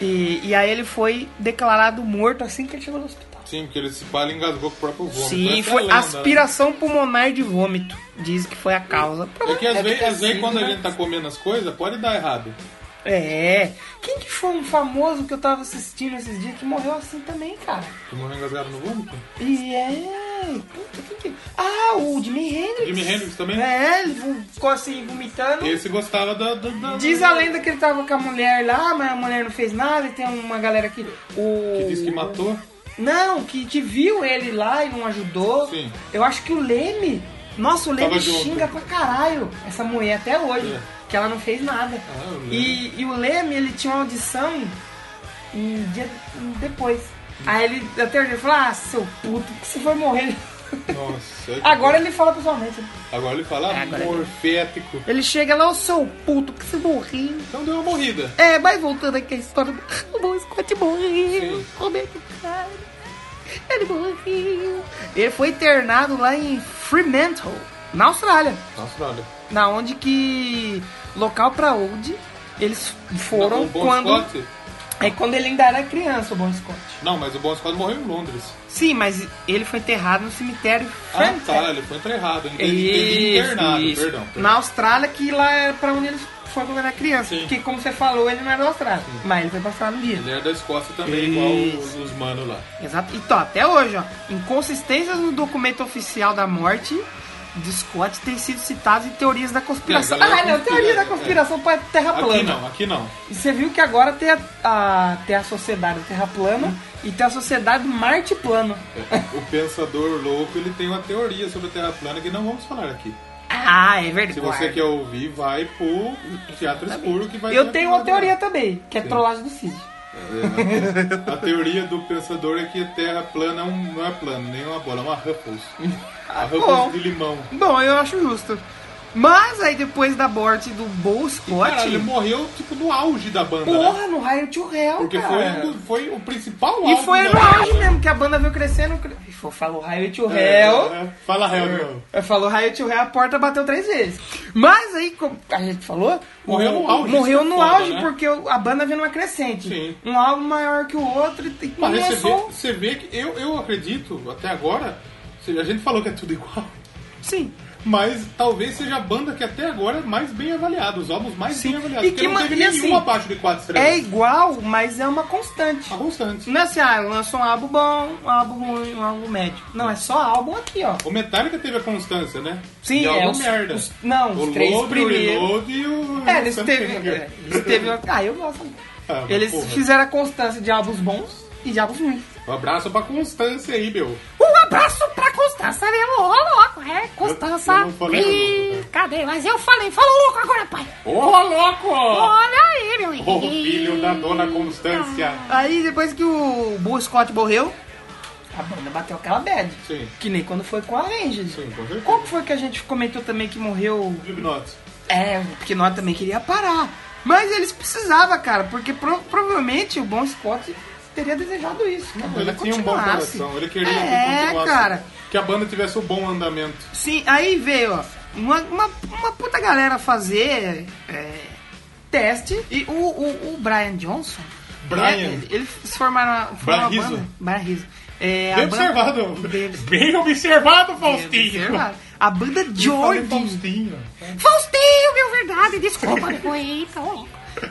Speaker 1: E, e aí ele foi declarado morto assim que ele chegou no hospital.
Speaker 3: Sim, porque ele se bala e engasgou com o próprio vômito.
Speaker 1: Sim,
Speaker 3: Essa é a
Speaker 1: foi
Speaker 3: lenda, né?
Speaker 1: aspiração pulmonar de vômito. Diz que foi a causa.
Speaker 3: É que às
Speaker 1: Deve
Speaker 3: vezes,
Speaker 1: ter
Speaker 3: às vezes
Speaker 1: sido,
Speaker 3: quando a
Speaker 1: né?
Speaker 3: gente tá comendo as coisas, pode dar errado.
Speaker 1: É. Quem que foi um famoso que eu tava assistindo esses dias que morreu assim também, cara?
Speaker 3: Tu morreu engasgado no vômito?
Speaker 1: E é. Puta, quem que. Ah, o Jimi Hendrix.
Speaker 3: Jimi Hendrix também?
Speaker 1: É, ele vo- ficou assim vomitando.
Speaker 3: Esse gostava da. da, da-
Speaker 1: Diz a lenda que ele tava com a mulher lá, mas a mulher não fez nada. E tem uma galera que. O...
Speaker 3: Que disse que matou.
Speaker 1: Não, que, que viu ele lá e não ajudou.
Speaker 3: Sim.
Speaker 1: Eu acho que o Leme. Nossa, o Leme
Speaker 3: Tava junto.
Speaker 1: xinga pra caralho essa mulher até hoje.
Speaker 3: É.
Speaker 1: Que ela não fez nada.
Speaker 3: Ah, o Leme.
Speaker 1: e, e o Leme, ele tinha uma audição um dia depois. Aí ele até hoje ele falou: Ah, seu puto, que você foi morrer.
Speaker 3: Nossa. é que-
Speaker 1: Agora ele fala pessoalmente.
Speaker 3: Agora ele fala
Speaker 1: É, agora ele-
Speaker 3: morfético.
Speaker 1: Ele chega lá, o seu puto, que você morreu.
Speaker 3: Então deu uma morrida.
Speaker 1: É, mas voltando aqui a história do o Bom Scott morreu.
Speaker 3: Sim.
Speaker 1: Roberto Carlos. Ele morreu. Ele foi internado lá em Fremantle, na Austrália.
Speaker 3: Nossa, olha.
Speaker 1: Na onde que. Local pra onde eles foram
Speaker 3: o Bon
Speaker 1: quando.
Speaker 3: Scott.
Speaker 1: É quando ele ainda era criança, o Bon Scott.
Speaker 3: Não, mas o Bon Scott morreu em Londres.
Speaker 1: Sim, mas ele foi enterrado no cemitério
Speaker 3: Ah,
Speaker 1: Fremantle.
Speaker 3: tá, ele foi enterrado. Ele teve- teve
Speaker 1: Isso,
Speaker 3: internado,
Speaker 1: isso.
Speaker 3: perdão.
Speaker 1: Na Austrália, que lá é pra onde ele foi quando era criança.
Speaker 3: Sim.
Speaker 1: Porque, como você falou, ele não era da Austrália. Mas ele foi pra Austrália um dia.
Speaker 3: Ele era da Escócia também, igual os, os manos lá.
Speaker 1: Exato. E tô, até hoje, ó. Inconsistências no documento oficial da morte de Scott têm sido citadas em teorias da conspiração.
Speaker 3: É, a galera
Speaker 1: ah, não,
Speaker 3: conspira,
Speaker 1: teoria da
Speaker 3: é.
Speaker 1: conspiração para Terra Tá plana.
Speaker 3: Aqui não, aqui não.
Speaker 1: E você viu que agora tem a, a- tem a sociedade Terra plana
Speaker 3: Hum.
Speaker 1: e tem a sociedade Marte plano.
Speaker 3: É, O pensador louco, ele tem uma teoria sobre a Terra plana que não vamos falar aqui.
Speaker 1: Ah, é
Speaker 3: Se
Speaker 1: verdade.
Speaker 3: você quer ouvir, vai pro Teatro Escuro que vai ter
Speaker 1: Eu
Speaker 3: a
Speaker 1: tenho uma
Speaker 3: primeira.
Speaker 1: teoria também, que é trollagem do Cid.
Speaker 3: A teoria do pensador é que a Terra plana é um- não é plana, nem uma bola, é uma Ruffles. A
Speaker 1: Ah, bom.
Speaker 3: Ruffles de limão.
Speaker 1: Bom, eu acho justo. Mas aí depois da morte do Bo Scott.
Speaker 3: Cara, ele morreu tipo no auge da banda, né?
Speaker 1: Porra, no raio to Hell,
Speaker 3: Porque foi,
Speaker 1: cara.
Speaker 3: um do- foi o principal
Speaker 1: E
Speaker 3: álbum
Speaker 1: foi
Speaker 3: da
Speaker 1: no auge né?
Speaker 3: banda.
Speaker 1: mesmo, que a banda veio crescendo. cre- E foi- Falou Raio to
Speaker 3: É,
Speaker 1: Hell.
Speaker 3: é, é. Fala réu, meu.
Speaker 1: É, Falou Raio to Hell, a porta bateu três vezes. Mas aí, como a gente falou.
Speaker 3: Morreu
Speaker 1: o-
Speaker 3: no auge,
Speaker 1: Morreu
Speaker 3: isso é
Speaker 1: no
Speaker 3: foda,
Speaker 1: auge,
Speaker 3: né?
Speaker 1: porque o- a banda veio numa crescente.
Speaker 3: Sim.
Speaker 1: Um álbum maior que o outro e- e
Speaker 3: Mas você vê,
Speaker 1: começou.
Speaker 3: você vê que eu, eu acredito, até agora, a gente falou que é tudo igual,
Speaker 1: Sim.
Speaker 3: mas talvez seja a banda que até agora é mais bem avaliada, os álbuns mais
Speaker 1: Sim.
Speaker 3: bem avaliados,
Speaker 1: E
Speaker 3: porque
Speaker 1: que
Speaker 3: não
Speaker 1: ma-
Speaker 3: teve
Speaker 1: e
Speaker 3: nenhum
Speaker 1: assim,
Speaker 3: abaixo de 4
Speaker 1: É
Speaker 3: estrelas.
Speaker 1: igual, mas é uma constante.
Speaker 3: A constante.
Speaker 1: Não é assim, ah, lançou um álbum bom, um álbum ruim, um álbum médio. Não, é só álbum aqui, ó.
Speaker 3: O Metallica teve a constância, né?
Speaker 1: Sim,
Speaker 3: de
Speaker 1: é,
Speaker 3: álbum
Speaker 1: os-
Speaker 3: merda.
Speaker 1: os- não, os
Speaker 3: o
Speaker 1: três
Speaker 3: Load,
Speaker 1: primeiros.
Speaker 3: O Reload e o...
Speaker 1: É, eles teve.
Speaker 3: Something.
Speaker 1: é, Eles teve. Ah, eu gosto.
Speaker 3: Ah, mas
Speaker 1: eles
Speaker 3: porra.
Speaker 1: fizeram a constância de álbuns bons e de álbuns ruins.
Speaker 3: Um abraço pra Constância aí, meu.
Speaker 4: Um abraço pra Constança mesmo, ô louco, é, Constança.
Speaker 3: Eu- eu não falei ô louco,
Speaker 4: Ih, cadê? Mas eu falei, fala ô louco agora, pai.
Speaker 3: Ô, louco!
Speaker 4: Olha aí, meu
Speaker 3: Ô, filho da dona Constância.
Speaker 1: Aí depois que o Bull Scott morreu, a banda bateu aquela bad.
Speaker 3: Sim.
Speaker 1: Que nem quando foi com a Avenged.
Speaker 3: Sim, com certeza.
Speaker 1: Como foi que a gente comentou também que morreu?
Speaker 3: Slipknot.
Speaker 1: É, porque nós também queria parar. Mas eles precisavam, cara, porque pro- provavelmente o Bom Scott teria desejado isso. que a
Speaker 3: Ele
Speaker 1: banda
Speaker 3: tinha um bom
Speaker 1: continuasse.
Speaker 3: coração, ele queria que
Speaker 1: É,
Speaker 3: continuasse.
Speaker 1: cara.
Speaker 3: Que a banda tivesse um bom andamento.
Speaker 1: Sim, aí veio, ó, uma, uma, uma puta galera fazer é, teste. E o, o, o Brian Johnson.
Speaker 3: Brian.
Speaker 1: É, ele- eles se formaram, formaram uma
Speaker 3: Brian Rizzo.
Speaker 1: banda. Brian Rizzo. É,
Speaker 3: Bem
Speaker 1: a banda-
Speaker 3: observado.
Speaker 1: Bem-
Speaker 3: Bem observado,
Speaker 1: bem
Speaker 3: Faustinho.
Speaker 1: observado. A banda
Speaker 3: Falei
Speaker 1: Jordi.
Speaker 3: Faustinho.
Speaker 1: Faustinho, meu verdade.
Speaker 4: Verdade, desculpa, foi então.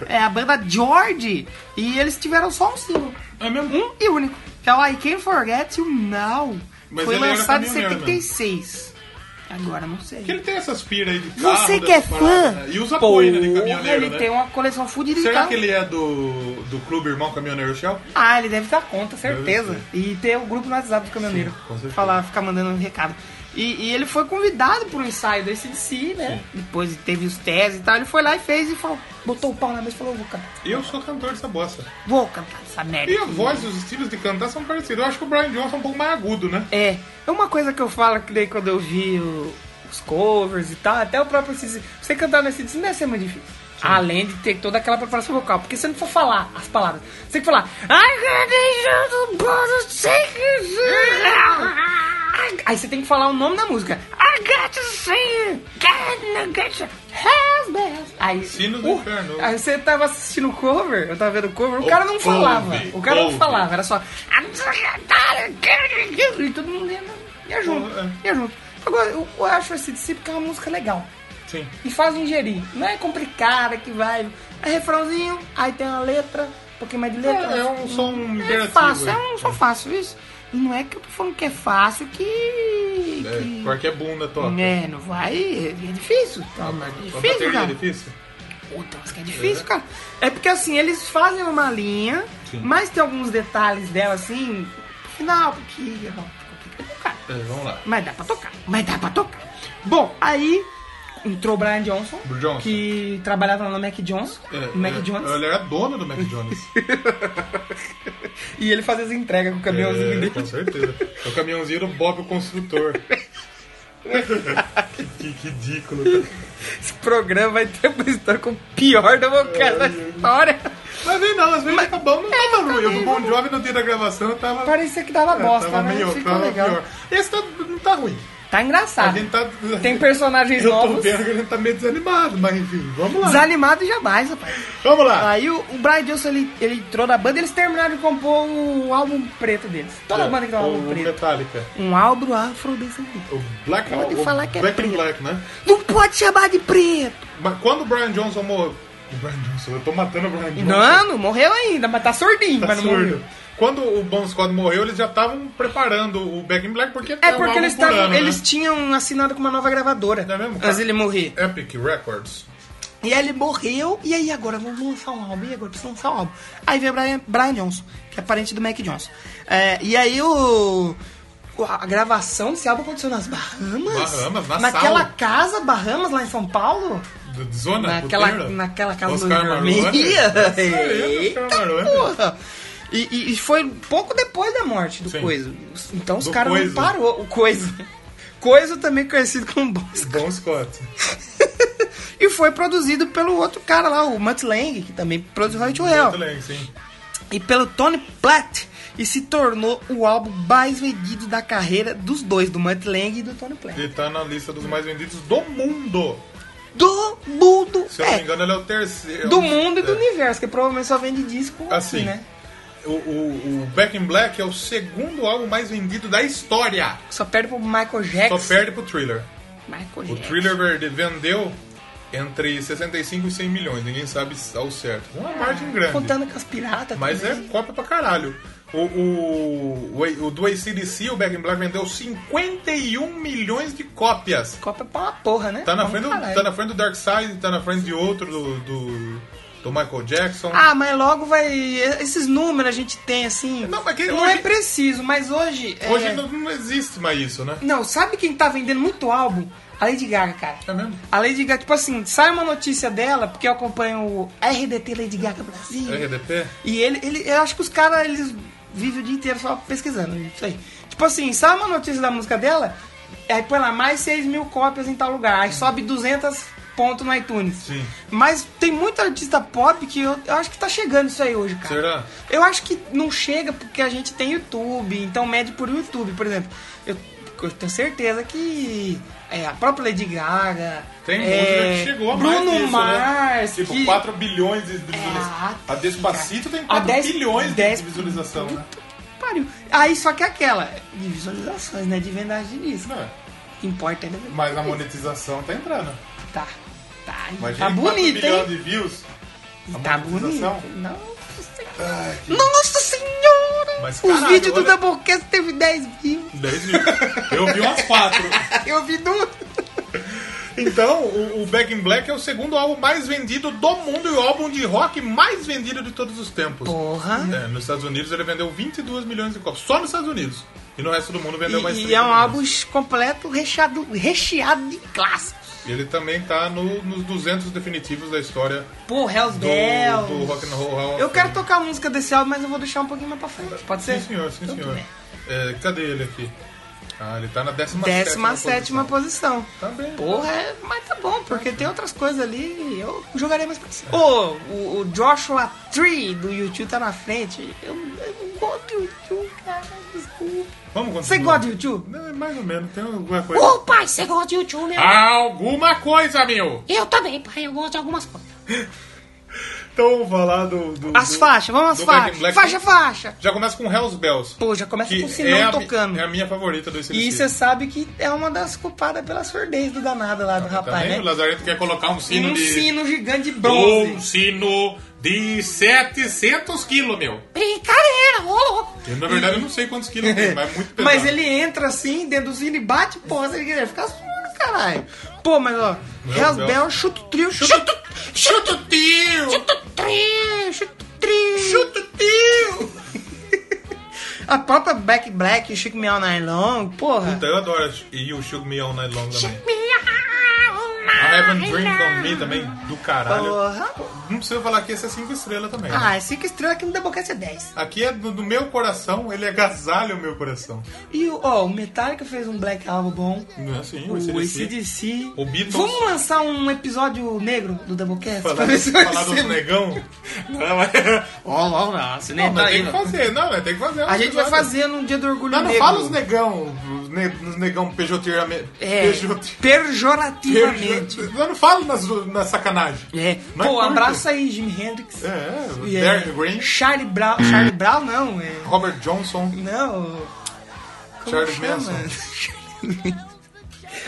Speaker 1: É a banda Jordi. E eles tiveram só um single.
Speaker 3: É mesmo?
Speaker 1: Um e único. Que é o I Can't Forget You Now.
Speaker 3: Mas
Speaker 1: Foi
Speaker 3: ele era
Speaker 1: lançado em
Speaker 3: caminhoneiro
Speaker 1: 76. Agora não sei.
Speaker 3: Que ele tem essas piras aí de carro.
Speaker 1: Você que é fã.
Speaker 3: dessas paradas, né? E usa
Speaker 1: Porra,
Speaker 3: boina de caminhoneiro,
Speaker 1: Ele
Speaker 3: né?
Speaker 1: tem uma coleção então fodida de
Speaker 3: Será
Speaker 1: carro.
Speaker 3: que ele é do, do clube Irmão Caminhoneiro Shell?
Speaker 1: Ah, ele deve dar conta, certeza.
Speaker 3: Deve
Speaker 1: E ter o grupo no WhatsApp do caminhoneiro.
Speaker 3: Sim, com certeza.
Speaker 1: falar, ficar mandando um recado. E, e ele foi convidado para um ensaio do ACDC, né? Depois teve os teses e tal. Ele foi lá e fez e falou, botou o pau na mesa e falou, vou cantar.
Speaker 3: Eu sou cantor dessa bosta.
Speaker 1: Vou cantar essa merda.
Speaker 3: E a voz, os estilos de cantar são parecidos. Eu acho que o Brian Johnson é um pouco mais agudo, né?
Speaker 1: É, é uma coisa que eu falo que daí quando eu vi o- os covers e tal, até o próprio ACDC. Você cantar no ACDC não deve ser muito difícil. Além de ter toda aquela preparação vocal, porque se não for falar as palavras, você tem que falar. Aí você tem que falar o nome da música. I got to sing, God, I got you. Has been. Aí, uh,
Speaker 3: Sino do inferno.
Speaker 1: aí você tava assistindo o cover, eu tava vendo o cover, o cara não falava.
Speaker 3: Ouve,
Speaker 1: O cara não
Speaker 3: ouve.
Speaker 1: falava, era só. E todo mundo ia, ia junto.
Speaker 3: é.
Speaker 1: Ia junto. Agora, eu, eu acho esse de si porque é uma música legal.
Speaker 3: Sim.
Speaker 1: E faz ingerir. Não é complicada que vai. É refrãozinho, aí tem uma letra, um pouquinho mais de letra.
Speaker 3: É, é um som
Speaker 1: É
Speaker 3: imperativo.
Speaker 1: fácil,
Speaker 3: aí.
Speaker 1: é um só fácil, isso. E não é que eu tô falando que é fácil que.
Speaker 3: É,
Speaker 1: um que-
Speaker 3: qualquer bunda toca.
Speaker 1: É, não vai. É difícil. Tá, mas é
Speaker 3: A
Speaker 1: difícil,
Speaker 3: bateria é
Speaker 1: cara.
Speaker 3: difícil?
Speaker 1: Puta, mas que é difícil, cara. É porque assim, eles fazem uma linha,
Speaker 3: Sim.
Speaker 1: mas tem alguns detalhes dela assim, pro final, porque ó, fica complicado, cara.
Speaker 3: É, vamos lá.
Speaker 1: Mas dá pra tocar, mas dá pra tocar. Bom, aí entrou o Brian Johnson,
Speaker 3: Johnson.
Speaker 1: que trabalhava lá no Mac Johnson,
Speaker 3: É,
Speaker 1: Mac
Speaker 3: é,
Speaker 1: Jones,
Speaker 3: Ele era dono do Mac Jones.
Speaker 1: e ele fazia as entregas com o caminhãozinho
Speaker 3: É,
Speaker 1: dele.
Speaker 3: com certeza. É o caminhãozinho do Bob o Construtor. que, que ridículo. cara.
Speaker 1: Esse programa vai ter uma história com o pior da vocal
Speaker 3: É.
Speaker 1: da história.
Speaker 3: Mas nem não, às vezes acabamos. Não tava ruim. O
Speaker 1: é, também, né?
Speaker 3: do Bon Jovi no dia da gravação eu tava.
Speaker 1: Parecia que dava
Speaker 3: é,
Speaker 1: bosta,
Speaker 3: tava
Speaker 1: né?
Speaker 3: meio,
Speaker 1: Ficou
Speaker 3: tava
Speaker 1: legal.
Speaker 3: pior. Esse tá, não tá ruim.
Speaker 1: Tá
Speaker 3: A
Speaker 1: engraçado.
Speaker 3: gente tá.
Speaker 1: Tem personagens
Speaker 3: Eu tô
Speaker 1: novos.
Speaker 3: vendo que a gente tá meio desanimado, mas enfim, vamos lá.
Speaker 1: Desanimado jamais, rapaz.
Speaker 3: Vamos lá.
Speaker 1: Aí o, o Brian Johnson ele, ele entrou na banda e eles terminaram de compor o álbum preto deles. Toda
Speaker 3: É,
Speaker 1: banda que tem um
Speaker 3: o
Speaker 1: álbum preto.
Speaker 3: Metallica.
Speaker 1: Um álbum afrodescendente.
Speaker 3: O Black
Speaker 1: Pode
Speaker 3: o
Speaker 1: falar que é
Speaker 3: Black in
Speaker 1: preto.
Speaker 3: Black, né?
Speaker 1: Não pode chamar de preto!
Speaker 3: Mas quando o Brian Johnson morreu. O Brian Johnson, eu tô matando o Brian Johnson.
Speaker 1: Não, não morreu ainda, mas tá surdinho,
Speaker 3: Tá
Speaker 1: mas não
Speaker 3: surdo.
Speaker 1: morreu.
Speaker 3: Quando o Bon Scott morreu, eles já estavam preparando o Back in Black porque
Speaker 1: É
Speaker 3: tava
Speaker 1: porque
Speaker 3: um
Speaker 1: eles,
Speaker 3: por
Speaker 1: tavam-
Speaker 3: ano, né?
Speaker 1: eles tinham assinado com uma nova gravadora
Speaker 3: É mesmo, cara?
Speaker 1: antes ele morrer.
Speaker 3: Epic Records.
Speaker 1: E aí ele morreu, e aí agora vamos lançar um álbum, e agora precisa lançar um álbum. Aí veio o Brian, Brian Johnson, que é parente do Mac Johnson. É, e aí o. o- A gravação desse álbum aconteceu nas Bahamas.
Speaker 3: Bahamas, na
Speaker 1: Naquela
Speaker 3: sala.
Speaker 1: casa Bahamas, lá em São Paulo.
Speaker 3: Do- de Zona?
Speaker 1: naquela,
Speaker 3: puteira?
Speaker 1: naquela casa
Speaker 3: Oscar
Speaker 1: do
Speaker 3: Marone. Isso aí,
Speaker 1: Eita
Speaker 3: é, Oscar Marone.
Speaker 1: porra! E, e- e foi pouco depois da morte do
Speaker 3: Sim.
Speaker 1: Coiso. Então os
Speaker 3: Do
Speaker 1: caras não
Speaker 3: Coiso.
Speaker 1: parou. O Coiso. Coiso também conhecido como Boss
Speaker 3: Bon Scott.
Speaker 1: e foi produzido pelo outro cara lá, o Mutt Lang, que também produziu Right to
Speaker 3: Muito
Speaker 1: Hell.
Speaker 3: legal, sim.
Speaker 1: E pelo Tony Platt. E se tornou o álbum mais vendido da carreira dos dois, do Mutt Lang e do Tony Platt.
Speaker 3: Ele tá na lista dos mais vendidos do mundo.
Speaker 1: Do mundo!
Speaker 3: Se eu não me
Speaker 1: É,
Speaker 3: engano, ele é o terceiro.
Speaker 1: do mundo e do
Speaker 3: É.
Speaker 1: universo, que provavelmente só vende disco assim,
Speaker 3: Assim,
Speaker 1: né?
Speaker 3: O, o, o Back in Black é o segundo álbum mais vendido da história.
Speaker 1: Só perde pro Michael Jackson.
Speaker 3: Só perde pro Thriller.
Speaker 1: Michael
Speaker 3: O
Speaker 1: Jackson.
Speaker 3: Thriller verde vendeu entre 65 e 100 milhões. Ninguém sabe ao certo. É uma margem grande.
Speaker 1: Ah, Contando com as piratas.
Speaker 3: Mas é
Speaker 1: também.
Speaker 3: cópia pra caralho. O, o, o, o do ACDC, o Back in Black, vendeu 51 milhões de cópias.
Speaker 1: Copa pra uma porra, né?
Speaker 3: Tá na,
Speaker 1: Pra um
Speaker 3: frente do,
Speaker 1: caralho.
Speaker 3: tá na frente do Dark Side, tá na frente de outro, do, do, do Michael Jackson.
Speaker 1: Ah, mas logo vai. Esses números a gente tem assim.
Speaker 3: Não, mas que
Speaker 1: não
Speaker 3: hoje-
Speaker 1: é preciso, mas hoje. é-
Speaker 3: Hoje não, não existe mais isso, né?
Speaker 1: Não, sabe quem tá vendendo muito álbum? A Lady Gaga, cara.
Speaker 3: É mesmo?
Speaker 1: A Lady Gaga, tipo assim, sai uma notícia dela, porque eu acompanho o RDT Lady Gaga Brasil.
Speaker 3: RDP?
Speaker 1: E ele, ele, eu acho que os caras, eles vivem o dia inteiro só pesquisando isso aí. Tipo assim, sai uma notícia da música dela, aí põe lá mais 6 mil cópias em tal lugar, aí sobe 200 pontos no iTunes.
Speaker 3: Sim.
Speaker 1: Mas tem muita artista pop que eu, eu acho que tá chegando isso aí hoje, cara.
Speaker 3: Será?
Speaker 1: Eu acho que não chega porque a gente tem YouTube, então mede por YouTube, por exemplo. Eu, eu tenho certeza que é, a própria Lady Gaga.
Speaker 3: Tem um
Speaker 1: é,
Speaker 3: música que chegou a mais
Speaker 1: Bruno
Speaker 3: disso,
Speaker 1: Mars.
Speaker 3: Né? Tipo,
Speaker 1: que-
Speaker 3: 4 bilhões de visualizações.
Speaker 1: Ah,
Speaker 3: É, a Despacito tem
Speaker 1: A
Speaker 3: 4
Speaker 1: 10
Speaker 3: bilhões
Speaker 1: 10
Speaker 3: de visualização, né?
Speaker 1: Pariu. Aí só que é aquela de visualizações, né? De vendagem de disco.
Speaker 3: Não, é.
Speaker 1: importa é DVD.
Speaker 3: Mas a monetização tá entrando.
Speaker 1: Tá. Tá,
Speaker 3: Imagina
Speaker 1: tá
Speaker 3: 4
Speaker 1: bonito,
Speaker 3: milhões
Speaker 1: hein?
Speaker 3: de views. A
Speaker 1: Tá bonito.
Speaker 3: monetização.
Speaker 1: Nossa senhora.
Speaker 3: Ai, que-
Speaker 1: Nossa senhora!
Speaker 3: Mas,
Speaker 1: o
Speaker 3: caralho,
Speaker 1: vídeo do
Speaker 3: olha-
Speaker 1: Doublecast teve 10 mil.
Speaker 3: 10 mil. Eu vi umas quatro.
Speaker 1: Eu vi duas.
Speaker 3: Então, o, o Back in Black é o segundo álbum mais vendido do mundo e o álbum de rock mais vendido de todos os tempos.
Speaker 1: Porra.
Speaker 3: É, nos Estados Unidos ele vendeu 22 milhões de cópias. Só nos Estados Unidos. E no resto do mundo vendeu mais
Speaker 1: E, e
Speaker 3: 30
Speaker 1: é um
Speaker 3: milhões.
Speaker 1: álbum completo recheado, recheado de clássicos.
Speaker 3: Ele também tá no- nos 200 definitivos da história
Speaker 1: Pô, Hell's
Speaker 3: do,
Speaker 1: Bells.
Speaker 3: do Rock and Roll Hall of
Speaker 1: é Eu quero
Speaker 3: Fame.
Speaker 1: tocar a música desse álbum, mas eu vou deixar um pouquinho mais pra frente. Pode ser?
Speaker 3: Sim, senhor, sim,
Speaker 1: Então,
Speaker 3: senhor.
Speaker 1: tudo bem.
Speaker 3: É, cadê ele aqui? Ah, ele tá na 17
Speaker 1: 17 posição.
Speaker 3: Tá bem.
Speaker 1: Porra, é- mas tá bom, porque tem outras coisas ali. Eu jogarei mais pra cima. Ô, o, o Joshua Tree do YouTube tá na frente. Eu, eu não gosto do YouTube, cara. Desculpa.
Speaker 3: Vamos continuar.
Speaker 1: Você gosta do YouTube?
Speaker 3: Não, é mais ou menos, tem alguma coisa.
Speaker 4: Ô, pai, você gosta de YouTube,
Speaker 3: Ah.
Speaker 4: meu?
Speaker 3: Alguma coisa, meu!
Speaker 4: Eu também, pai, eu gosto de algumas coisas.
Speaker 3: Então vamos falar do. do-
Speaker 1: As
Speaker 3: do-
Speaker 1: faixas, vamos às
Speaker 3: do Back
Speaker 1: faixas.
Speaker 3: in Black.
Speaker 1: Faixa, faixa.
Speaker 3: Já começa com Hells Bells.
Speaker 1: Pô, já começa com o sinão
Speaker 3: é a, mi-
Speaker 1: tocando.
Speaker 3: É a minha favorita do
Speaker 1: E
Speaker 3: ICDC.
Speaker 1: você sabe que é uma das culpadas pela surdez do danado lá
Speaker 3: Tá
Speaker 1: do rapaz,
Speaker 3: Também o
Speaker 1: né?
Speaker 3: Lazarento quer colocar um sino
Speaker 1: Um
Speaker 3: de.
Speaker 1: sino gigante de
Speaker 3: Um
Speaker 1: bronze.
Speaker 3: sino de 700 quilos, meu.
Speaker 4: Brincadeira, ô louco.
Speaker 3: Eu, na verdade, eu não sei quantos quilos tem, mas é muito pesado.
Speaker 1: Mas ele entra assim, dentro do sino e bate, porra, ele quer ficar surdo, caralho. Pô, mas ó,
Speaker 3: Meu
Speaker 1: Hells
Speaker 3: Deus.
Speaker 1: Bell chuta o trio,
Speaker 3: Chuta, chuta o tio!
Speaker 4: Chuta tri, chuta tri.
Speaker 3: Chuta o tio!
Speaker 1: A própria Back Black, Chic Me All Night Long, porra.
Speaker 3: Puta, eu adoro. E o Shook Me All Night Long também. I
Speaker 4: I
Speaker 3: Have a Drink on Me também, do caralho.
Speaker 1: Porra.
Speaker 3: Não precisa falar que esse é 5 estrelas também. né?
Speaker 1: Ah, é 5 estrelas aqui no Doublecast é 10.
Speaker 3: Aqui é do, do meu coração, ele agasalha o meu coração.
Speaker 1: E o, ó, o Metallica fez um Black Album bom.
Speaker 3: Não é assim, o
Speaker 1: O
Speaker 3: AC/DC.
Speaker 1: ACDC.
Speaker 3: O Beatles.
Speaker 1: Vamos lançar um episódio negro do Doublecast?
Speaker 3: Falar,
Speaker 1: pra ver se vai
Speaker 3: falar
Speaker 1: ser-
Speaker 3: dos negão. Não, mas...
Speaker 1: Ó, ó, ó, se
Speaker 3: não,
Speaker 1: nem
Speaker 3: mas
Speaker 1: tá aí,
Speaker 3: tem que
Speaker 1: ó.
Speaker 3: fazer, não, mas tem que fazer. um
Speaker 1: A gente vai
Speaker 3: episódio.
Speaker 1: fazer no Dia do Orgulho
Speaker 3: Não, não
Speaker 1: Negro.
Speaker 3: fala os negão, os ne- os negão pejotiramente.
Speaker 1: É,
Speaker 3: Pejoti-
Speaker 1: pejorativamente.
Speaker 3: pejoti- Não, não fala nas, na sacanagem.
Speaker 1: É.
Speaker 3: Não é
Speaker 1: Pô,
Speaker 3: curto.
Speaker 1: abraça aí Jimi Hendrix.
Speaker 3: É, é,
Speaker 1: E, é,
Speaker 3: Derek Green,
Speaker 1: Charlie Brown. Charlie Brown não, é...
Speaker 3: Robert Johnson.
Speaker 1: Não. Como
Speaker 3: Charles
Speaker 1: chama?
Speaker 3: Manson.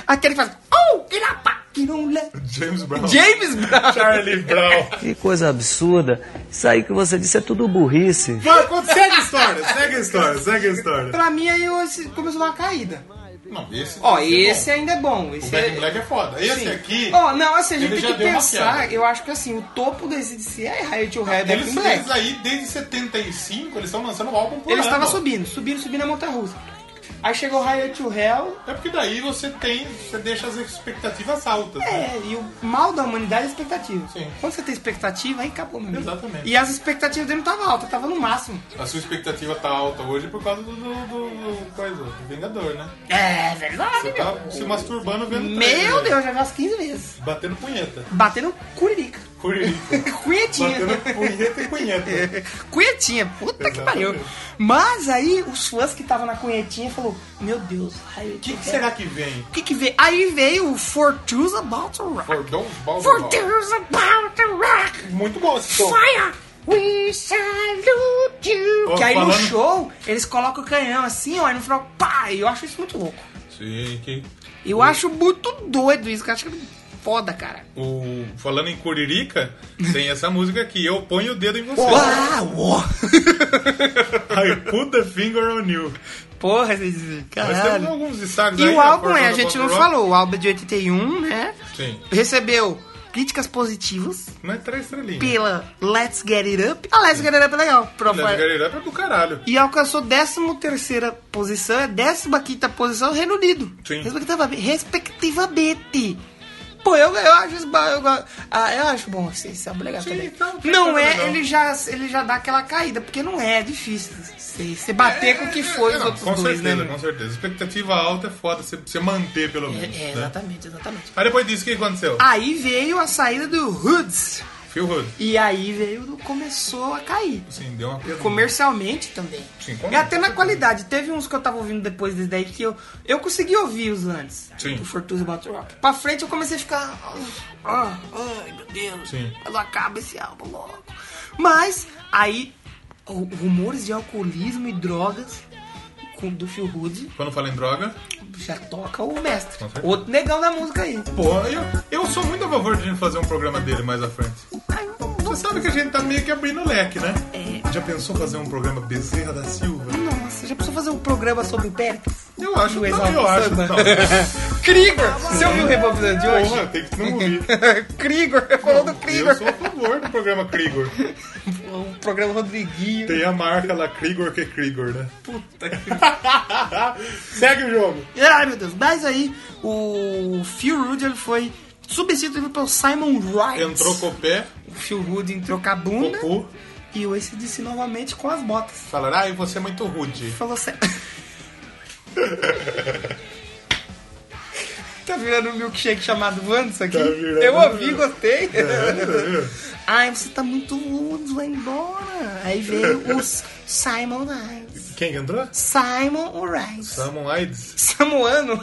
Speaker 1: Aquele que faz. Oh, get up! You don't let-
Speaker 3: James Brown.
Speaker 1: James Brown!
Speaker 3: Charlie Brown.
Speaker 7: Que coisa absurda. Isso aí que você disse é tudo burrice.
Speaker 3: Vai, conta- segue a história, segue a história, segue a história.
Speaker 1: Pra mim aí eu- esse começou uma caída.
Speaker 3: Não, esse.
Speaker 1: Ó,
Speaker 3: esse é
Speaker 1: esse ainda é bom.
Speaker 3: bom.
Speaker 1: Esse
Speaker 3: O Back
Speaker 1: é-
Speaker 3: in Black é foda. Esse
Speaker 1: Sim.
Speaker 3: aqui.
Speaker 1: Ó, não, assim, a
Speaker 3: ele
Speaker 1: gente
Speaker 3: já
Speaker 1: tem que
Speaker 3: deu uma
Speaker 1: pensar.
Speaker 3: piada.
Speaker 1: Eu acho que assim, o topo desse DC é Riot to Hell Back
Speaker 3: Eles,
Speaker 1: in Black.
Speaker 3: eles aí, desde 75, eles estão lançando um álbum por
Speaker 1: Ele
Speaker 3: ano.
Speaker 1: estava subindo, subindo, subindo a montanha russa. Aí chegou Riot to Hell.
Speaker 3: É porque daí você tem, você deixa as expectativas altas. né?
Speaker 1: É, e o mal da humanidade é expectativa.
Speaker 3: Sim.
Speaker 1: Quando você tem expectativa, aí acabou, meu amigo.
Speaker 3: Exatamente.
Speaker 1: E as expectativas dele não estavam altas, tava no máximo.
Speaker 3: A sua expectativa tá alta hoje por causa do, do, do- do- coisa, do Vingador, né?
Speaker 1: É verdade.
Speaker 3: Você tá se masturbando vendo o trailer,
Speaker 1: Meu
Speaker 3: né?
Speaker 1: Deus, já vi umas 15 vezes.
Speaker 3: Batendo punheta.
Speaker 1: Batendo curirica.
Speaker 3: Punheta.
Speaker 1: Cunhetinha.
Speaker 3: Batendo punheta e punheta.
Speaker 1: Cunhetinha, puta que pariu.
Speaker 3: Exatamente.
Speaker 1: Mas aí os fãs que estavam na cunhetinha falou, meu Deus, Riot
Speaker 3: O que, que será que vem?
Speaker 1: O que que veio? Aí veio o Fortune's About to Rock.
Speaker 3: Cordão
Speaker 4: For there's about to rock.
Speaker 3: Muito bom esse som.
Speaker 4: Fire. We salute you.
Speaker 3: Ó,
Speaker 1: Que aí no
Speaker 3: falando-
Speaker 1: show, eles colocam o canhão assim, ó, e no final, pá, eu acho isso muito louco.
Speaker 3: Sim, que...
Speaker 1: Eu acho muito doido isso, que eu acho que é foda, cara.
Speaker 3: O, falando em Curirica, tem essa música aqui, Eu Ponho o Dedo em Você.
Speaker 1: Uau!
Speaker 3: I put the finger on you.
Speaker 1: Porra, vocês-
Speaker 3: Mas temos
Speaker 1: caralho.
Speaker 3: alguns destaques
Speaker 1: E
Speaker 3: aí,
Speaker 1: o
Speaker 3: né?
Speaker 1: álbum é,
Speaker 3: Porta
Speaker 1: a
Speaker 3: do
Speaker 1: gente não
Speaker 3: Rock.
Speaker 1: falou, o álbum é de 81, né?
Speaker 3: Sim,
Speaker 1: Recebeu críticas positivas
Speaker 3: mas é três estrelinhas.
Speaker 1: pela Let's Get It Up. A Let's Get It Up é legal. pro-
Speaker 3: Let's Get It Up é do caralho.
Speaker 1: E alcançou 13ª posição, é 15ª posição Reino Unido.
Speaker 3: Sim.
Speaker 1: Respectivamente. respectivamente. Pô, eu, eu acho isso ba- eu, go- ah, eu acho bom esse, esse álbum legal
Speaker 3: Sim,
Speaker 1: também.
Speaker 3: então, tá
Speaker 1: não
Speaker 3: legal.
Speaker 1: é, ele já, ele já dá aquela caída, porque não é, é difícil você você bater com o que foi
Speaker 3: É,
Speaker 1: os
Speaker 3: não,
Speaker 1: outros
Speaker 3: com
Speaker 1: dois,
Speaker 3: certeza,
Speaker 1: né?
Speaker 3: Com certeza, Expectativa alta é foda você, você manter, pelo
Speaker 1: É,
Speaker 3: menos.
Speaker 1: é,
Speaker 3: né?
Speaker 1: exatamente, Ah. exatamente.
Speaker 3: Aí depois disso, o que aconteceu?
Speaker 1: Aí veio a saída do Hoods.
Speaker 3: Phil Hood.
Speaker 1: E aí veio, começou a cair.
Speaker 3: Sim, deu uma...
Speaker 1: Comercialmente também.
Speaker 3: Sim, com
Speaker 1: e até na qualidade. Teve uns que eu tava ouvindo depois desse daí que eu, eu consegui ouvir os antes.
Speaker 3: Sim.
Speaker 1: Do Fortunes Battle Rock. Pra frente eu comecei a ficar. Ah, ai meu Deus.
Speaker 3: Sim.
Speaker 1: Quando acaba esse álbum logo. Mas aí, ru- rumores de alcoolismo e drogas com do Phil Hood,
Speaker 3: Quando fala em droga,
Speaker 1: já toca o mestre.
Speaker 3: Com certeza.
Speaker 1: Outro negão da música aí.
Speaker 3: pô, eu, eu sou muito a favor de a gente fazer um programa dele mais à frente.
Speaker 1: Ai, não-
Speaker 3: Você sabe que a gente tá meio que abrindo o leque, né?
Speaker 1: É.
Speaker 3: Já pensou fazer um programa Bezerra da Silva?
Speaker 1: Nossa, já precisou fazer um programa sobre o Péricles?
Speaker 3: Eu acho,
Speaker 1: Do
Speaker 3: não,
Speaker 1: Exalta
Speaker 3: eu acho.
Speaker 1: Samba.
Speaker 3: Não.
Speaker 1: Krieger! Você ouviu o Rebobinando de hoje?
Speaker 3: Porra, tem que não ouvir.
Speaker 1: Krieger, eu falou do
Speaker 3: Eu
Speaker 1: Krieger.
Speaker 3: sou a favor do programa Krigor.
Speaker 1: O programa Rodriguinho.
Speaker 3: Tem a marca lá, Krigor que é Krigor, né?
Speaker 1: Puta
Speaker 3: Segue o jogo.
Speaker 1: Ai, meu Deus. Mas aí, o Phil Rudd ele foi substituído pelo Simon Wright.
Speaker 3: Entrou com o pé,
Speaker 1: O Phil Rudd entrou com a
Speaker 3: com
Speaker 1: bunda
Speaker 3: o cu,
Speaker 1: e o ACDC novamente com as botas.
Speaker 3: falaram, ai, você é muito rude.
Speaker 1: Falou sério. tá virando um milkshake chamado voando isso aqui?
Speaker 3: Tá virando.
Speaker 1: Eu ouvi, gostei. Ai, você tá muito rude, vai embora. Aí veio os Simon Wright.
Speaker 3: Quem que entrou?
Speaker 1: Simon Wright.
Speaker 3: Samon Aids.
Speaker 1: Samuano.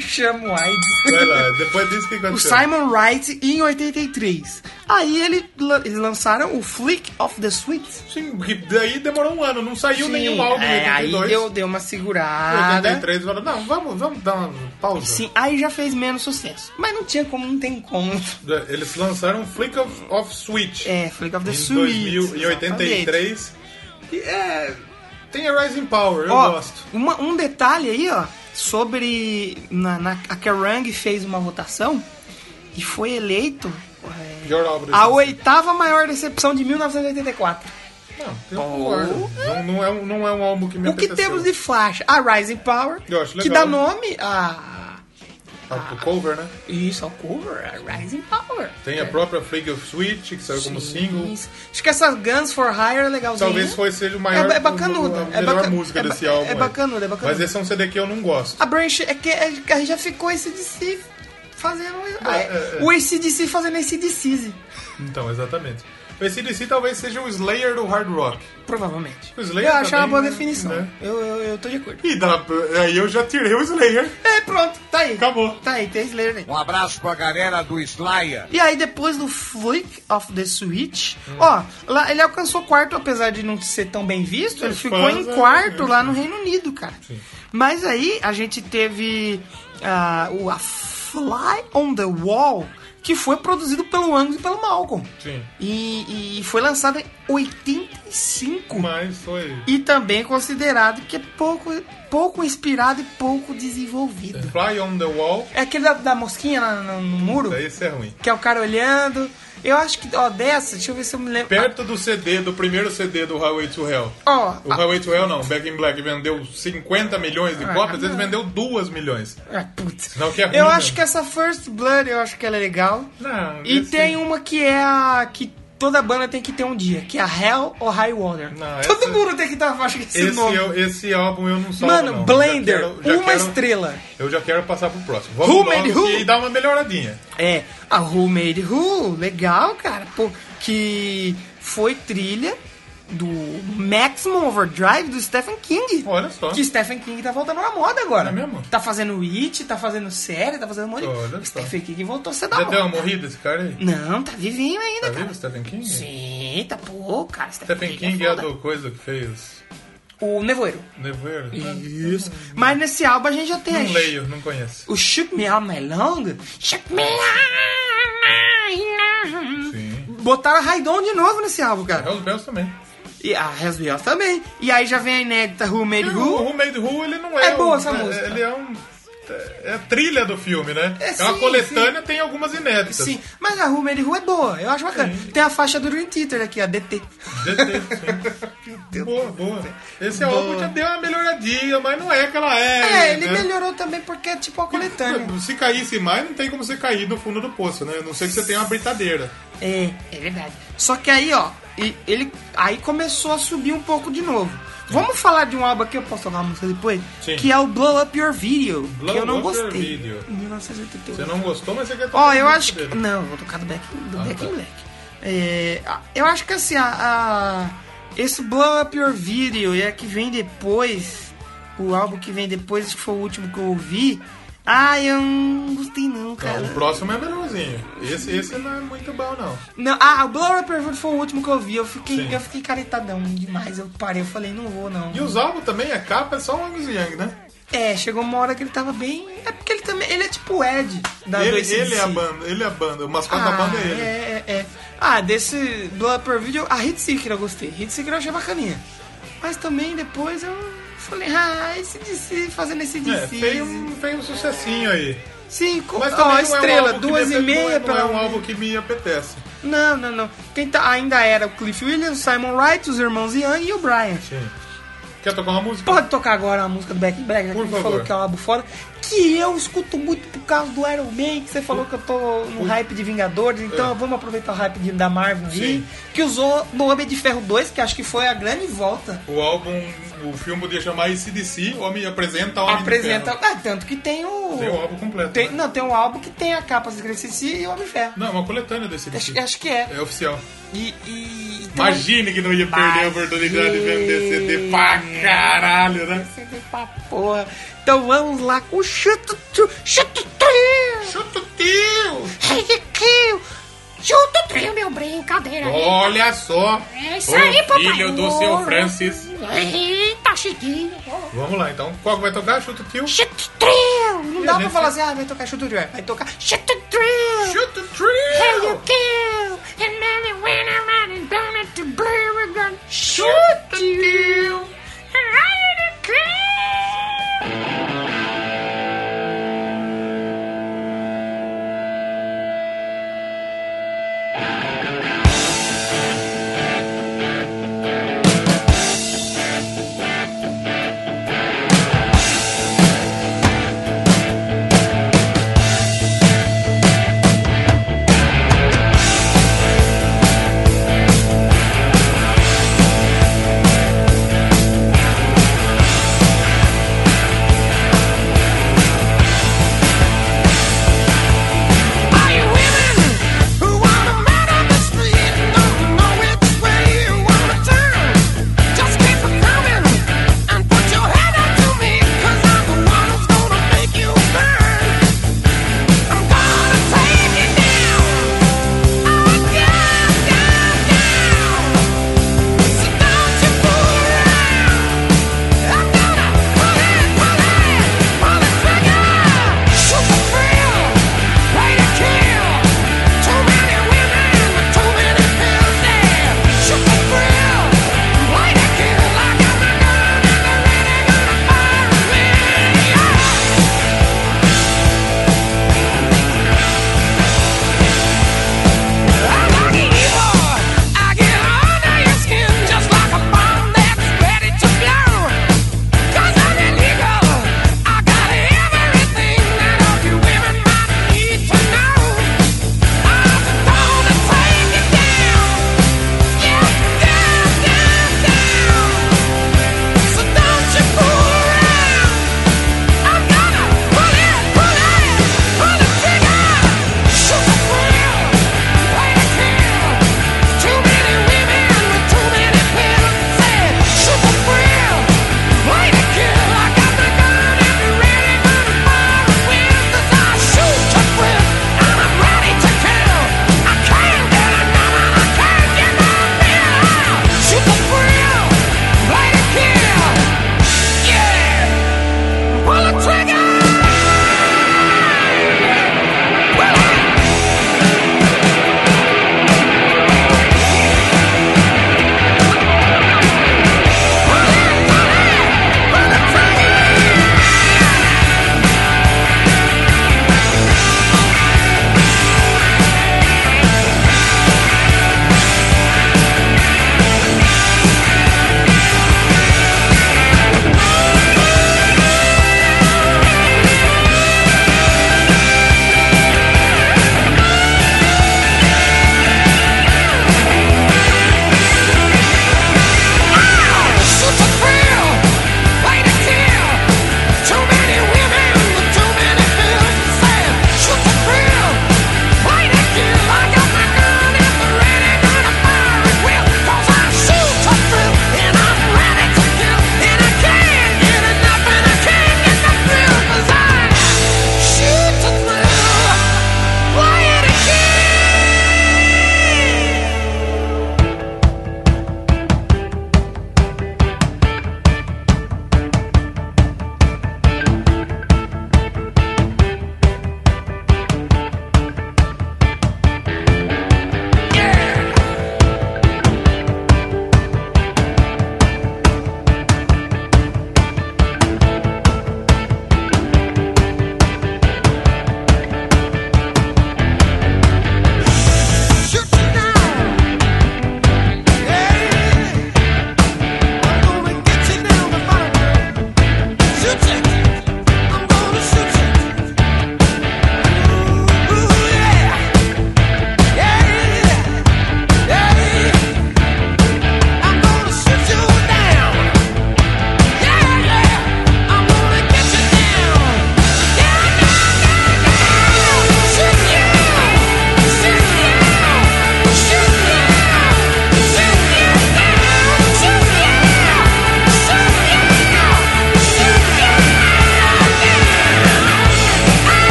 Speaker 1: Chamo AIDS.
Speaker 3: Vai lá, depois disso o que
Speaker 1: O
Speaker 3: aconteceu.
Speaker 1: Simon Wright em 83. Aí ele, lan- eles lançaram o Flick of the Sweet.
Speaker 3: Sim, que daí demorou um ano, não saiu nenhum álbum em
Speaker 1: é, aí
Speaker 3: 82.
Speaker 1: deu, deu uma
Speaker 3: Em
Speaker 1: segurada.
Speaker 3: 83 falaram, não, vamos, vamos dar uma pausa.
Speaker 1: Sim, aí já fez menos sucesso. Mas não tinha como, não tem como.
Speaker 3: Eles lançaram Flick of, of Switch
Speaker 1: É, Flick of the
Speaker 3: em
Speaker 1: Sweet.
Speaker 3: 2083. E é. Tem a Rising Power, eu
Speaker 1: Ó,
Speaker 3: gosto.
Speaker 1: uma- um detalhe aí, ó, sobre. Na, na- a Kerrang fez uma votação e foi eleito é,
Speaker 3: Pior obra.
Speaker 1: a oitava maior decepção de 1984.
Speaker 3: Não, um eu concordo. Não, não, é, um- não é um álbum que me
Speaker 1: O que
Speaker 3: apeteceu.
Speaker 1: temos de flash? A Rising Power,
Speaker 3: Eu acho
Speaker 1: que
Speaker 3: legal.
Speaker 1: dá nome a.
Speaker 3: A, o cover, né?
Speaker 1: Isso, ao cover, a Rising Power.
Speaker 3: Tem a própria Flick of Switch, que saiu como single.
Speaker 1: Isso. Acho que essa Guns for Hire é legalzinha.
Speaker 3: Talvez foi seja o
Speaker 1: É,
Speaker 3: maior.
Speaker 1: ba- é bacanuda.
Speaker 3: A
Speaker 1: é
Speaker 3: melhor
Speaker 1: baca-
Speaker 3: música
Speaker 1: é ba-
Speaker 3: desse álbum.
Speaker 1: É bacanuda, é bacanuda.
Speaker 3: Mas esse é um CD que eu não gosto.
Speaker 1: A Branch é que é, que já ficou esse DC fazendo. ah, é,
Speaker 3: é, é.
Speaker 1: O ACDC fazendo esse DC,
Speaker 3: Então, exatamente. O ACDC talvez seja o Slayer do hard rock.
Speaker 1: provavelmente.
Speaker 3: O Slayer
Speaker 1: Eu acho
Speaker 3: também,
Speaker 1: uma boa
Speaker 3: né,
Speaker 1: definição.
Speaker 3: né?
Speaker 1: Eu, eu, eu tô de acordo.
Speaker 3: E dá, aí eu já tirei o Slayer.
Speaker 1: É, pronto, tá aí.
Speaker 3: Acabou.
Speaker 1: Tá aí, tem Slayer aí.
Speaker 8: Um abraço pra galera do Slayer.
Speaker 1: E aí, depois do Flick of the Switch, ó, lá, ele alcançou quarto, apesar de não ser tão bem visto, ele ficou
Speaker 3: fãs,
Speaker 1: em
Speaker 3: é,
Speaker 1: quarto
Speaker 3: é,
Speaker 1: lá no Reino Unido, cara. Mas aí a gente teve ah, o a Fly on the Wall, que foi produzido pelo Angus e pelo Malcolm.
Speaker 3: Sim.
Speaker 1: E, e foi lançado em 85.
Speaker 3: Mas foi.
Speaker 1: E também considerado que é pouco, pouco inspirado e pouco desenvolvido.
Speaker 3: Fly on the Wall.
Speaker 1: É aquele da, da mosquinha lá no, no muro?
Speaker 3: Daí isso é ruim.
Speaker 1: Que é o cara olhando. Eu acho que, ó, dessa, deixa eu ver se eu me lembro.
Speaker 3: Perto do CD, do primeiro CD do Highway to Hell.
Speaker 1: Ó, ah,
Speaker 3: O Highway to Hell não, Back in Black vendeu 50 milhões de cópias, eles vendeu 2 milhões.
Speaker 1: ah, putz.
Speaker 3: Não, que é ruim,
Speaker 1: eu
Speaker 3: né?
Speaker 1: acho que essa First Blood, eu acho que ela é legal.
Speaker 3: Não,
Speaker 1: e
Speaker 3: esse-
Speaker 1: tem uma que é a. que toda banda tem que ter um dia, que é a Hell or High Water.
Speaker 3: Não,
Speaker 1: Todo
Speaker 3: essa-
Speaker 1: mundo tem que ter uma faixa com esse,
Speaker 3: Esse,
Speaker 1: nome.
Speaker 3: eu- esse álbum eu não salvo
Speaker 1: Mano,
Speaker 3: não.
Speaker 1: Blender,
Speaker 3: Já quero- já
Speaker 1: uma
Speaker 3: quero-
Speaker 1: estrela.
Speaker 3: Eu já quero passar pro próximo.
Speaker 1: Who
Speaker 3: Vamos
Speaker 1: made
Speaker 3: logo
Speaker 1: who?
Speaker 3: e dar uma melhoradinha.
Speaker 1: É, a Who Made Who, legal, cara. Pô, que foi trilha do Maximum Overdrive do Stephen King.
Speaker 3: Olha só.
Speaker 1: Que Stephen King tá voltando à moda agora.
Speaker 3: É mesmo?
Speaker 1: Tá fazendo It, tá fazendo série, tá fazendo um monte de-
Speaker 3: Olha só.
Speaker 1: Stephen King voltou a ser da
Speaker 3: Já deu
Speaker 1: moda.
Speaker 3: uma morrida esse cara aí?
Speaker 1: Não, tá vivinho ainda,
Speaker 3: Tá
Speaker 1: cara.
Speaker 3: vivo, Stephen King?
Speaker 1: Sim, tá pô, cara.
Speaker 3: Stephen King é
Speaker 1: foda.
Speaker 3: do coisa que fez
Speaker 1: O Nevoeiro.
Speaker 3: Nevoeiro. né?
Speaker 1: Isso. Mas nesse álbum a gente já tem
Speaker 3: Não
Speaker 1: as-
Speaker 3: leio, não conheço.
Speaker 1: o Shoot Me All Night Long. Shoot Me All Night Long.
Speaker 3: Sim.
Speaker 1: Botaram a Raidon de novo nesse álbum, cara.
Speaker 3: Hells Bells É também.
Speaker 1: E a Hasbell também. E aí já vem a inédita Who Made
Speaker 3: O
Speaker 1: Who.
Speaker 3: Who Made Who, ele não é.
Speaker 1: É boa
Speaker 3: um-
Speaker 1: essa música.
Speaker 3: Ele é um. É a trilha do filme, né?
Speaker 1: É,
Speaker 3: É, uma
Speaker 1: sim,
Speaker 3: coletânea, tem algumas inéditas.
Speaker 1: Sim, mas a Who Made Who é boa, eu acho bacana. Tem a faixa do Dream Theater aqui, a DT.
Speaker 3: sim. boa, boa. Esse álbum já deu uma melhoradinha, mas não é aquela é.
Speaker 1: É, ele
Speaker 3: né?
Speaker 1: melhorou também porque é tipo a coletânea.
Speaker 3: Se caísse mais, não tem como você cair no fundo do poço, né? A não ser que você tenha uma britadeira.
Speaker 1: É, é verdade. Só que aí, ó, e- ele aí começou a subir um pouco de novo. Vamos falar de um álbum aqui, eu posso tocar uma música depois?
Speaker 3: Sim.
Speaker 1: Que é o Blow Up Your Video,
Speaker 3: Blow
Speaker 1: que eu não
Speaker 3: Up Your
Speaker 1: gostei.
Speaker 3: Video.
Speaker 1: 1988.
Speaker 3: Você não gostou, mas você quer um
Speaker 1: Ó,
Speaker 3: tocar
Speaker 1: eu
Speaker 3: no
Speaker 1: acho que.
Speaker 3: dele.
Speaker 1: Não, vou tocar do Back, do
Speaker 3: né? Ah,
Speaker 1: Back
Speaker 3: tá.
Speaker 1: in Black. É, a- eu acho que assim, a, a- esse Blow Up Your Video é a que vem depois. O álbum que vem depois, acho que foi o último que eu ouvi. Ai, eu não gostei não, cara.
Speaker 3: Então, o próximo é melhorzinho. Esse, esse não é muito bom, não.
Speaker 1: Não, ah, o Blower Perfect foi o último que eu vi. Eu fiquei,
Speaker 3: Sim.
Speaker 1: eu fiquei caretadão demais. Eu parei, eu falei, não vou não.
Speaker 3: E os álbuns também, a capa é só o Angus Young, né?
Speaker 1: É, chegou uma hora que ele tava bem. É porque ele também. Ele é tipo o Ed da
Speaker 3: Ele,
Speaker 1: 2CC.
Speaker 3: ele é a banda, ele é a banda. O mascote
Speaker 1: Ah,
Speaker 3: da banda é ele.
Speaker 1: É, é, é. Ah, desse Blood per Video, a Hit Seeker eu gostei. Hit Seeker eu achei bacaninha. Mas também depois eu falei, ah, esse DC, fazendo esse
Speaker 3: É,
Speaker 1: DC.
Speaker 3: fez, um, fez um sucessinho aí.
Speaker 1: Sim, co-
Speaker 3: Mas
Speaker 1: ó,
Speaker 3: também não é um
Speaker 1: estrela,
Speaker 3: álbum que
Speaker 1: duas
Speaker 3: me
Speaker 1: e
Speaker 3: apete-
Speaker 1: meia
Speaker 3: não, é-
Speaker 1: pela.
Speaker 3: não é um álbum que me apetece.
Speaker 1: Não, não, não. Quem tá, ainda era o Cliff Williams, o Simon Wright, os irmãos Ian e o Brian.
Speaker 3: Sim. Quer tocar uma música?
Speaker 1: Pode tocar agora a música do Back in Black, já que
Speaker 3: Por
Speaker 1: você
Speaker 3: favor.
Speaker 1: falou que é um álbum foda, que eu escuto muito por causa do Iron Man, que você falou que eu tô no hype de Vingadores, então vamos aproveitar o hype de- da Marvel aí,
Speaker 3: É. Sim.
Speaker 1: que usou no Homem de Ferro 2, que acho que foi a grande volta.
Speaker 3: O álbum, o filme podia chamar ICDC, Homem Apresenta Homem de
Speaker 1: Apresenta.
Speaker 3: Ferro.
Speaker 1: Ah, tanto que tem o.
Speaker 3: Tem o álbum completo,
Speaker 1: Tem-
Speaker 3: né?
Speaker 1: Não, tem um álbum que tem a capa de Gracie e o Homem de Ferro.
Speaker 3: Não, é uma coletânea desse
Speaker 1: Acho, acho que é.
Speaker 3: É oficial.
Speaker 1: E. e então-
Speaker 3: Imagine que não ia perder a oportunidade de vender CD pra caralho, né?
Speaker 1: CD pra porra. Então vamos lá com o Chuto Trio. Chuto Trio!
Speaker 3: Chuta o tio!
Speaker 4: Riquinho! Chuta o trio, meu brincadeira. hein?
Speaker 3: Olha só!
Speaker 4: É isso aí,
Speaker 3: o
Speaker 4: papai.
Speaker 3: filho do seu Francis.
Speaker 4: Eita, chiquinho.
Speaker 3: Vamos lá então. Qual que vai tocar? Chuta o tio.
Speaker 4: Chuta o trio.
Speaker 1: Não
Speaker 3: E a
Speaker 1: dá pra
Speaker 3: gente-
Speaker 1: falar assim, ah, vai tocar Chuto Trio. é, Vai tocar
Speaker 4: Chuta o trio.
Speaker 3: Chuta o
Speaker 4: Hey, you
Speaker 3: trio!
Speaker 4: kill. And then it went around and down at the blue again. Shoot the deal. And I didn't care.
Speaker 6: Thank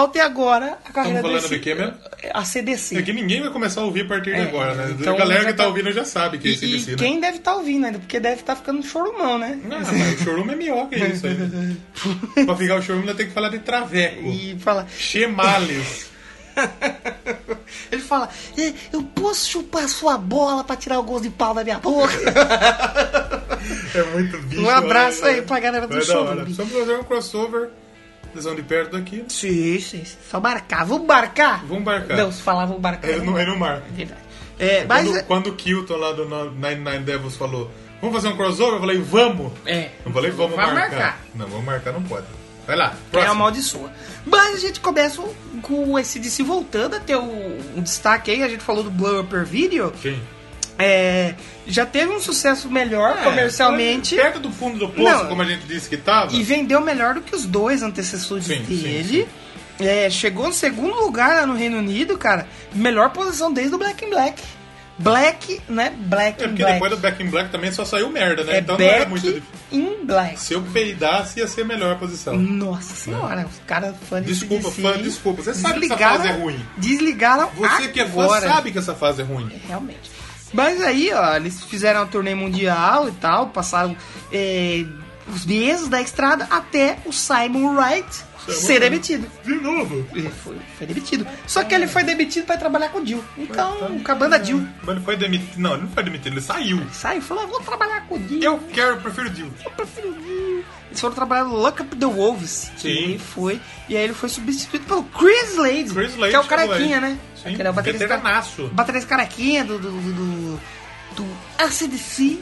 Speaker 1: Então, agora a carreira
Speaker 3: falando
Speaker 1: desse-
Speaker 3: de quê mesmo?
Speaker 1: A CDC.
Speaker 3: É que ninguém vai começar a ouvir a partir de
Speaker 1: É,
Speaker 3: agora, né?
Speaker 1: então
Speaker 3: a galera
Speaker 1: já
Speaker 3: que tá
Speaker 1: tá-
Speaker 3: ouvindo já sabe que é
Speaker 1: E,
Speaker 3: esse
Speaker 1: e
Speaker 3: DC, né?
Speaker 1: quem deve estar ouvindo ainda, porque deve estar ficando chorumão, né?
Speaker 3: Não, mas o chorume é minhoca é isso aí. né? pra ficar o chorume, ainda tem que falar de traveco.
Speaker 1: E fala.
Speaker 3: Chemales.
Speaker 1: Ele fala, "É, eu posso chupar sua bola pra tirar o gosto de pau da minha boca.
Speaker 3: É muito bicho.
Speaker 1: Um abraço
Speaker 3: olha,
Speaker 1: aí pra galera do
Speaker 3: Vai da
Speaker 1: chorume.
Speaker 3: hora. Precisamos fazer um crossover. Eles vão de perto daqui.
Speaker 1: sim, sim. Só barcar. Vamos barcar?
Speaker 3: Vamos barcar.
Speaker 1: Deus falava vamos barcar.
Speaker 3: Eles não, eles não marcam.
Speaker 1: Verdade. É, mas.
Speaker 3: quando, quando o Kilton lá do No- Nine Nine Devils falou, vamos fazer um crossover? Eu falei, vamos.
Speaker 1: É.
Speaker 3: Não falei, vamos
Speaker 1: Vai
Speaker 3: marcar.
Speaker 1: marcar.
Speaker 3: Não, vamos marcar, não pode. Vai lá,
Speaker 1: É
Speaker 3: próximo.
Speaker 1: uma maldição. Mas a gente começa com esse DC voltando a ter um, um destaque aí. A gente falou do Blow Up Your Video.
Speaker 3: Quem?
Speaker 1: É, já teve um sucesso melhor comercialmente.
Speaker 3: É, foi Perto do fundo do poço,
Speaker 1: Não.
Speaker 3: como a gente disse que tava.
Speaker 1: E vendeu melhor do que os dois antecessores
Speaker 3: Sim,
Speaker 1: dele. É, chegou no segundo lugar lá no Reino Unido, cara. Melhor posição desde o Black in Black. Black, né? Black
Speaker 3: É
Speaker 1: in
Speaker 3: porque
Speaker 1: Black.
Speaker 3: depois do Back in Black também só saiu merda, né?
Speaker 1: É
Speaker 3: então não é
Speaker 1: Back
Speaker 3: muito difícil.
Speaker 1: in Black.
Speaker 3: Se eu peidasse, ia ser a melhor posição.
Speaker 1: Nossa senhora, os caras fãs de
Speaker 3: Né? Desculpa,
Speaker 1: DC,
Speaker 3: fã, desculpa. Você sabe que essa fase é ruim.
Speaker 1: Desligaram
Speaker 3: Você que é fã
Speaker 1: agora.
Speaker 3: sabe que essa fase é ruim.
Speaker 1: Realmente. Mas aí, ó, eles fizeram a turnê mundial e tal, passaram é, os meses da estrada até o Simon Wright ser demitido.
Speaker 3: De novo.
Speaker 1: Ele foi, foi demitido. Só que ele foi demitido pra trabalhar com o Jill. Então, com a
Speaker 3: é.
Speaker 1: banda Jill.
Speaker 3: Mas ele foi demitido. Não, ele não foi demitido, ele saiu.
Speaker 1: Saiu e falou, eu vou trabalhar com o Jill.
Speaker 3: Eu quero, eu prefiro Dio.
Speaker 1: Eu prefiro o Jill. Eles foram trabalhar no Lock Up the Wolves. Que
Speaker 3: Sim.
Speaker 1: ele foi. E aí ele foi substituído pelo Chris Lade.
Speaker 3: Chris Lade,
Speaker 1: que é o
Speaker 3: Chris
Speaker 1: carequinha,
Speaker 3: Lade.
Speaker 1: né?
Speaker 3: Sim,
Speaker 1: Aquele é o baterista.
Speaker 3: veteranaço.
Speaker 1: Baterista carequinha do... do, do, do, do ACDC.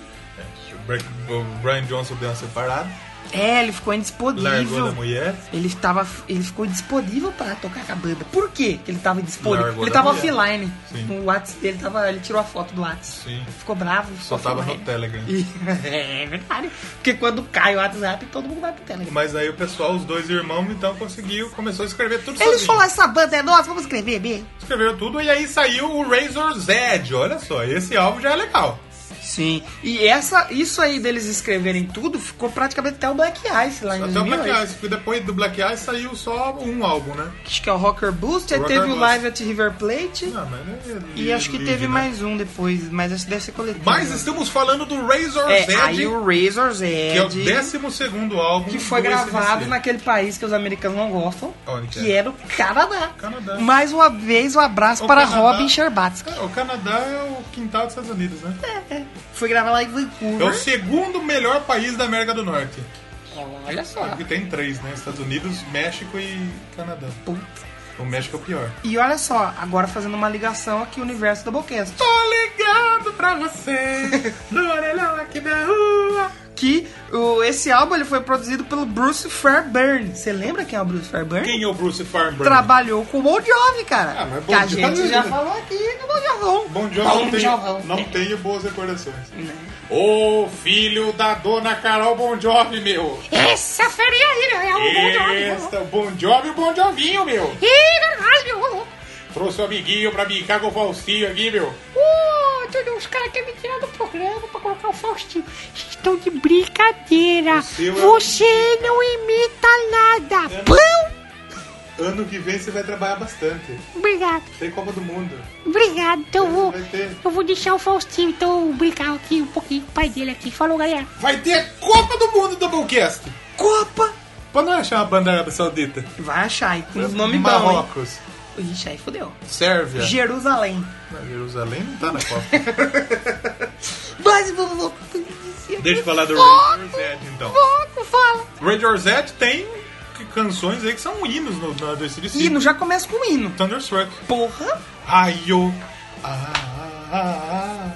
Speaker 3: O Bra- O Brian Johnson deu uma separada,
Speaker 1: É, ele ficou
Speaker 3: largou da
Speaker 1: indisponível.
Speaker 3: mulher.
Speaker 1: Ele, tava, ele ficou disponível pra tocar com a banda. Por quê que ele tava indisponível?
Speaker 3: Largou
Speaker 1: ele
Speaker 3: da
Speaker 1: tava
Speaker 3: mulher.
Speaker 1: offline.
Speaker 3: Sim.
Speaker 1: O WhatsApp dele tava. Ele tirou a foto do WhatsApp.
Speaker 3: Sim.
Speaker 1: Ficou bravo.
Speaker 3: Só
Speaker 1: ficou
Speaker 3: tava
Speaker 1: offline.
Speaker 3: no Telegram.
Speaker 1: E- é verdade. Porque quando cai o WhatsApp, todo mundo vai pro Telegram.
Speaker 3: Mas aí o pessoal, os dois irmãos, então conseguiu, começou a escrever tudo
Speaker 1: Eles
Speaker 3: sozinho.
Speaker 1: falaram, essa banda é nossa, vamos escrever mesmo?
Speaker 3: Escreveram tudo e aí saiu o Razor's Edge. Olha só, esse álbum já é legal.
Speaker 1: Sim. E essa, isso aí deles escreverem tudo ficou praticamente até o Black Ice lá em
Speaker 3: Até o Black
Speaker 1: 2008.
Speaker 3: Eyes, porque depois do Black Eyes saiu só um álbum, né?
Speaker 1: Acho que é o Rocker Boost, aí
Speaker 3: Rocker
Speaker 1: teve o
Speaker 3: Boost.
Speaker 1: Live at River Plate.
Speaker 3: Não, mas é
Speaker 1: E
Speaker 3: li-
Speaker 1: acho que
Speaker 3: lead,
Speaker 1: teve
Speaker 3: né?
Speaker 1: mais um depois, mas acho que deve ser coletivo.
Speaker 3: Mas
Speaker 1: né?
Speaker 3: estamos falando do Razor's
Speaker 1: É,
Speaker 3: Edge,
Speaker 1: aí o Razor's
Speaker 3: que é o
Speaker 1: Edge,
Speaker 3: 12 álbum.
Speaker 1: que foi
Speaker 3: do
Speaker 1: gravado
Speaker 3: AC/DC.
Speaker 1: naquele país que os americanos não gostam,
Speaker 3: Onde que
Speaker 1: que
Speaker 3: é?
Speaker 1: era o Canadá.
Speaker 3: Canadá.
Speaker 1: Mais uma vez, um abraço
Speaker 3: O
Speaker 1: para
Speaker 3: Canadá-
Speaker 1: Robin Sherbatsky.
Speaker 3: É, O Canadá é o quintal dos Estados Unidos, né?
Speaker 1: Foi gravar lá em
Speaker 3: É o
Speaker 1: Vancouver.
Speaker 3: segundo melhor país da América do Norte.
Speaker 1: Olha só.
Speaker 3: Porque tem três, né? Estados Unidos, México e Canadá.
Speaker 1: Puta.
Speaker 3: O México é o pior.
Speaker 1: E olha só, agora fazendo uma ligação aqui, o universo da Boquete.
Speaker 3: Tô ligando pra você, no orelhão aqui da rua.
Speaker 1: Que o, esse álbum ele foi produzido pelo Bruce Fairburn. Você lembra quem é o Bruce Fairburn?
Speaker 3: Quem é o Bruce Farnborough?
Speaker 1: Trabalhou com o Bon Jovi, cara.
Speaker 3: Ah, mas
Speaker 1: que a
Speaker 3: Bon
Speaker 1: gente
Speaker 3: Jovi-
Speaker 1: já falou aqui no Bon Né. Jovão.
Speaker 3: Bom Jovi não, tenho,
Speaker 1: Jovão.
Speaker 3: não tenho boas recordações. Ô filho da dona Carol Bon Jovi, meu!
Speaker 4: Essa feria aí é
Speaker 1: Ah,
Speaker 4: um bom
Speaker 1: tá
Speaker 4: jogo.
Speaker 3: Esta, Bon Jovi e o Bon Jovinho, meu!
Speaker 4: Ih, caralho.
Speaker 3: Trouxe o amiguinho pra brincar com o Falsinho aqui, meu!
Speaker 4: Uh, tudo, os caras querem me tirar do programa pra colocar o Faustinho. Estão de brincadeira.
Speaker 3: seu é um-
Speaker 4: Você não imita nada. Pão.
Speaker 3: Ano que vem você vai trabalhar bastante.
Speaker 4: Obrigado,
Speaker 3: Tem Copa do Mundo.
Speaker 4: obrigado. Então eu vou,
Speaker 3: Vai ter.
Speaker 4: eu vou deixar o Faustinho, então brincar aqui um pouquinho com o pai dele aqui. Falou, galera.
Speaker 3: Vai ter Copa do Mundo Doublecast!
Speaker 1: Copa.
Speaker 3: Pra não achar uma banda Arábia Saudita.
Speaker 1: Vai achar aí, com os nomes bons, hein?
Speaker 3: Marrocos,
Speaker 1: Ixi, aí fodeu.
Speaker 3: Sérvia.
Speaker 1: Jerusalém.
Speaker 3: Não, Jerusalém não tá na Copa.
Speaker 1: Mas vamos lá.
Speaker 3: Deixa eu falar do Rangers Edge então.
Speaker 4: Pouco, fala.
Speaker 3: Rangers Edge tem canções aí que são hinos no, no, do ACDC.
Speaker 1: Hino, já começa com hino.
Speaker 3: Thunderstruck.
Speaker 1: Porra.
Speaker 3: Raio. Ah, ah, ah,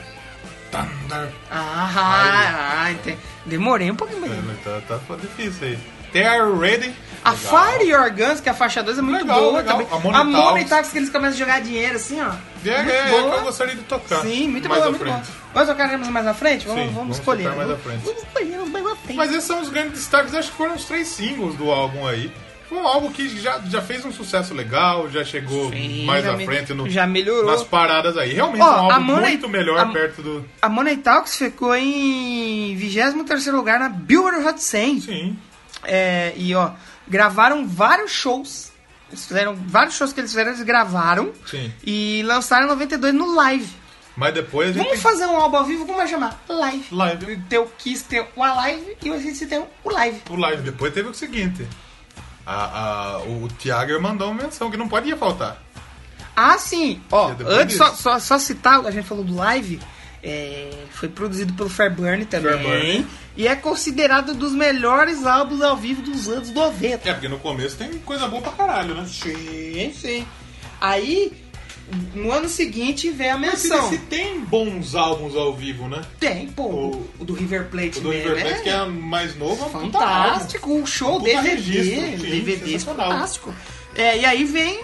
Speaker 3: Thunder.
Speaker 1: Ah, ah entendi. demorei um pouquinho.
Speaker 3: É,
Speaker 1: Mas...
Speaker 3: mas tá, tá foda- difícil aí. They are ready.
Speaker 1: A
Speaker 3: Legal.
Speaker 1: Fire Your Guns, que é a faixa 2, é muito
Speaker 3: Legal,
Speaker 1: boa
Speaker 3: legal.
Speaker 1: também.
Speaker 3: A Money
Speaker 1: A Money
Speaker 3: Talks.
Speaker 1: Talks, que eles começam a jogar dinheiro assim, ó.
Speaker 3: É,
Speaker 1: muito
Speaker 3: é, é que eu
Speaker 1: boa.
Speaker 3: gostaria de tocar.
Speaker 1: Sim, muito
Speaker 3: mais
Speaker 1: boa,
Speaker 3: à
Speaker 1: muito boa.
Speaker 3: frente.
Speaker 1: Nós tocaremos mais à frente? Vamos,
Speaker 3: Sim,
Speaker 1: vamos,
Speaker 3: vamos
Speaker 1: escolher.
Speaker 3: tocar mais
Speaker 1: vamos-
Speaker 3: à frente.
Speaker 1: Vamos escolher os mais à frente.
Speaker 3: Mas esses são os grandes destaques, acho que foram os três singles do álbum aí. Foi um álbum que já, já fez um sucesso legal, já chegou
Speaker 1: Sim,
Speaker 3: mais
Speaker 1: já
Speaker 3: à
Speaker 1: me-
Speaker 3: frente no,
Speaker 1: já melhorou.
Speaker 3: nas paradas aí. Realmente
Speaker 1: Ó,
Speaker 3: é um
Speaker 1: a
Speaker 3: álbum
Speaker 1: Money-
Speaker 3: muito melhor
Speaker 1: a-
Speaker 3: perto do.
Speaker 1: A Money Talks ficou em 23 lugar na Billboard Hot 100.
Speaker 3: Sim.
Speaker 1: É, e ó, gravaram vários shows Eles fizeram vários shows que eles fizeram, eles gravaram
Speaker 3: Sim.
Speaker 1: e lançaram em 92 no live.
Speaker 3: Mas depois a gente.
Speaker 1: Vamos fazer um álbum ao vivo, como vai chamar? Live.
Speaker 3: Live.
Speaker 1: Tem o Kiss, tem o Alive e o Oasis tem o Live.
Speaker 3: O live depois teve o seguinte. A, a- o Tiago mandou uma menção que não podia faltar.
Speaker 1: Ah, sim. Ó,
Speaker 3: É depois
Speaker 1: antes, só,
Speaker 3: disso.
Speaker 1: só, só citar, a gente falou do Live, é, foi produzido pelo Fairburn também.
Speaker 3: Fairburn.
Speaker 1: E é considerado um dos melhores álbuns ao vivo dos anos 90.
Speaker 3: É, porque no começo tem coisa boa pra caralho, né?
Speaker 1: Sim, sim. Aí, no ano seguinte, vem a menção.
Speaker 3: Se tem bons álbuns ao vivo, né?
Speaker 1: Tem, pô.
Speaker 3: O-
Speaker 1: O do River Plate
Speaker 3: O do
Speaker 1: mesmo,
Speaker 3: River Plate,
Speaker 1: é-
Speaker 3: que é mais novo, é um puta
Speaker 1: Fantástico, um show,
Speaker 3: Um puta
Speaker 1: DVD,
Speaker 3: registro, sim,
Speaker 1: DVD
Speaker 3: sensacional.
Speaker 1: fantástico. É, e aí vem,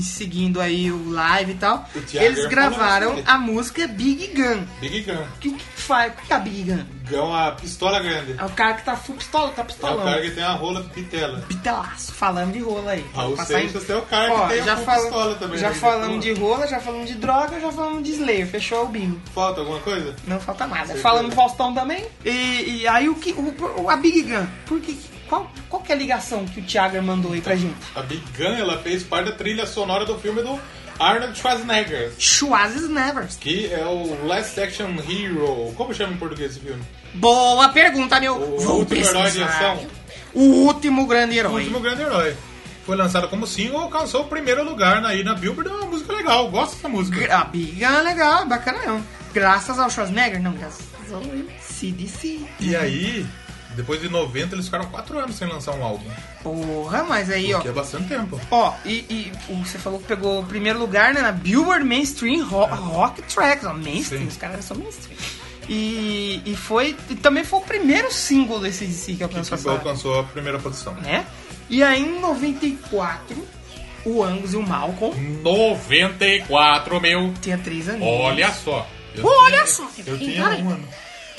Speaker 1: seguindo aí o live e tal,
Speaker 3: O Thiago é
Speaker 1: eles
Speaker 3: Herculano
Speaker 1: gravaram
Speaker 3: Sonic.
Speaker 1: a música Big Gun.
Speaker 3: álbum. Big Gun.
Speaker 1: Que o que faz? O que é a Big Gun?
Speaker 3: Gun é a pistola grande.
Speaker 1: É o cara que tá full pistola, tá
Speaker 3: É o
Speaker 1: pistolão.
Speaker 3: cara que tem a rola pitela.
Speaker 1: Pitelaço, falando de rola aí.
Speaker 3: Raul
Speaker 1: Passar em-
Speaker 3: Seixas é o cara que
Speaker 1: Ó,
Speaker 3: tem a
Speaker 1: já
Speaker 3: full
Speaker 1: fala-
Speaker 3: pistola também.
Speaker 1: Já
Speaker 3: né?
Speaker 1: falamos de rola, já falamos de droga, já falamos de Slayer. Fechou o bingo.
Speaker 3: Falta alguma coisa?
Speaker 1: Não falta nada.
Speaker 3: Certeza.
Speaker 1: Falando do Faustão também. E, e aí o que. o- o- a Big Gun. Por que, qual, qual que é a ligação que o Thiago mandou aí pra gente?
Speaker 3: A Big Gun, ela fez parte da trilha sonora do filme do Arnold Schwarzenegger.
Speaker 1: Schwarzenegger.
Speaker 3: Que é o Last Action Hero. Como chama em português esse filme?
Speaker 1: Boa pergunta, meu.
Speaker 3: O
Speaker 1: Vou
Speaker 3: último herói de
Speaker 1: pesquisar.
Speaker 3: ação.
Speaker 1: O último grande
Speaker 3: O
Speaker 1: herói.
Speaker 3: último grande herói. Foi lançado como single, alcançou o primeiro lugar na, aí na Billboard. É uma música legal, gosto dessa música.
Speaker 1: A Big Gun é legal, bacana não. Graças ao Schwarzenegger, não, graças ao CDC.
Speaker 3: E é- aí, depois de 90, eles ficaram 4 anos sem lançar um álbum.
Speaker 1: Porra, mas aí, ó.
Speaker 3: Que é bastante tempo.
Speaker 1: Ó, e, e o- você falou que pegou o primeiro lugar né, na Billboard Mainstream Ro- Rock Tracks, ó, mainstream,
Speaker 3: É. Sim.
Speaker 1: os caras são mainstream. E, e foi, e também foi o primeiro single desse DC que
Speaker 3: Que
Speaker 1: alcançou essa,
Speaker 3: Tipo, alcançou a primeira posição.
Speaker 1: né? E aí em 94, o Angus e o Malcolm
Speaker 3: 94 mil.
Speaker 1: tinha três anos.
Speaker 3: Olha só. Eu
Speaker 1: Olha
Speaker 3: tinha-
Speaker 1: só,
Speaker 3: Eu
Speaker 1: tem
Speaker 3: tinha
Speaker 1: cara aí.
Speaker 3: um ano.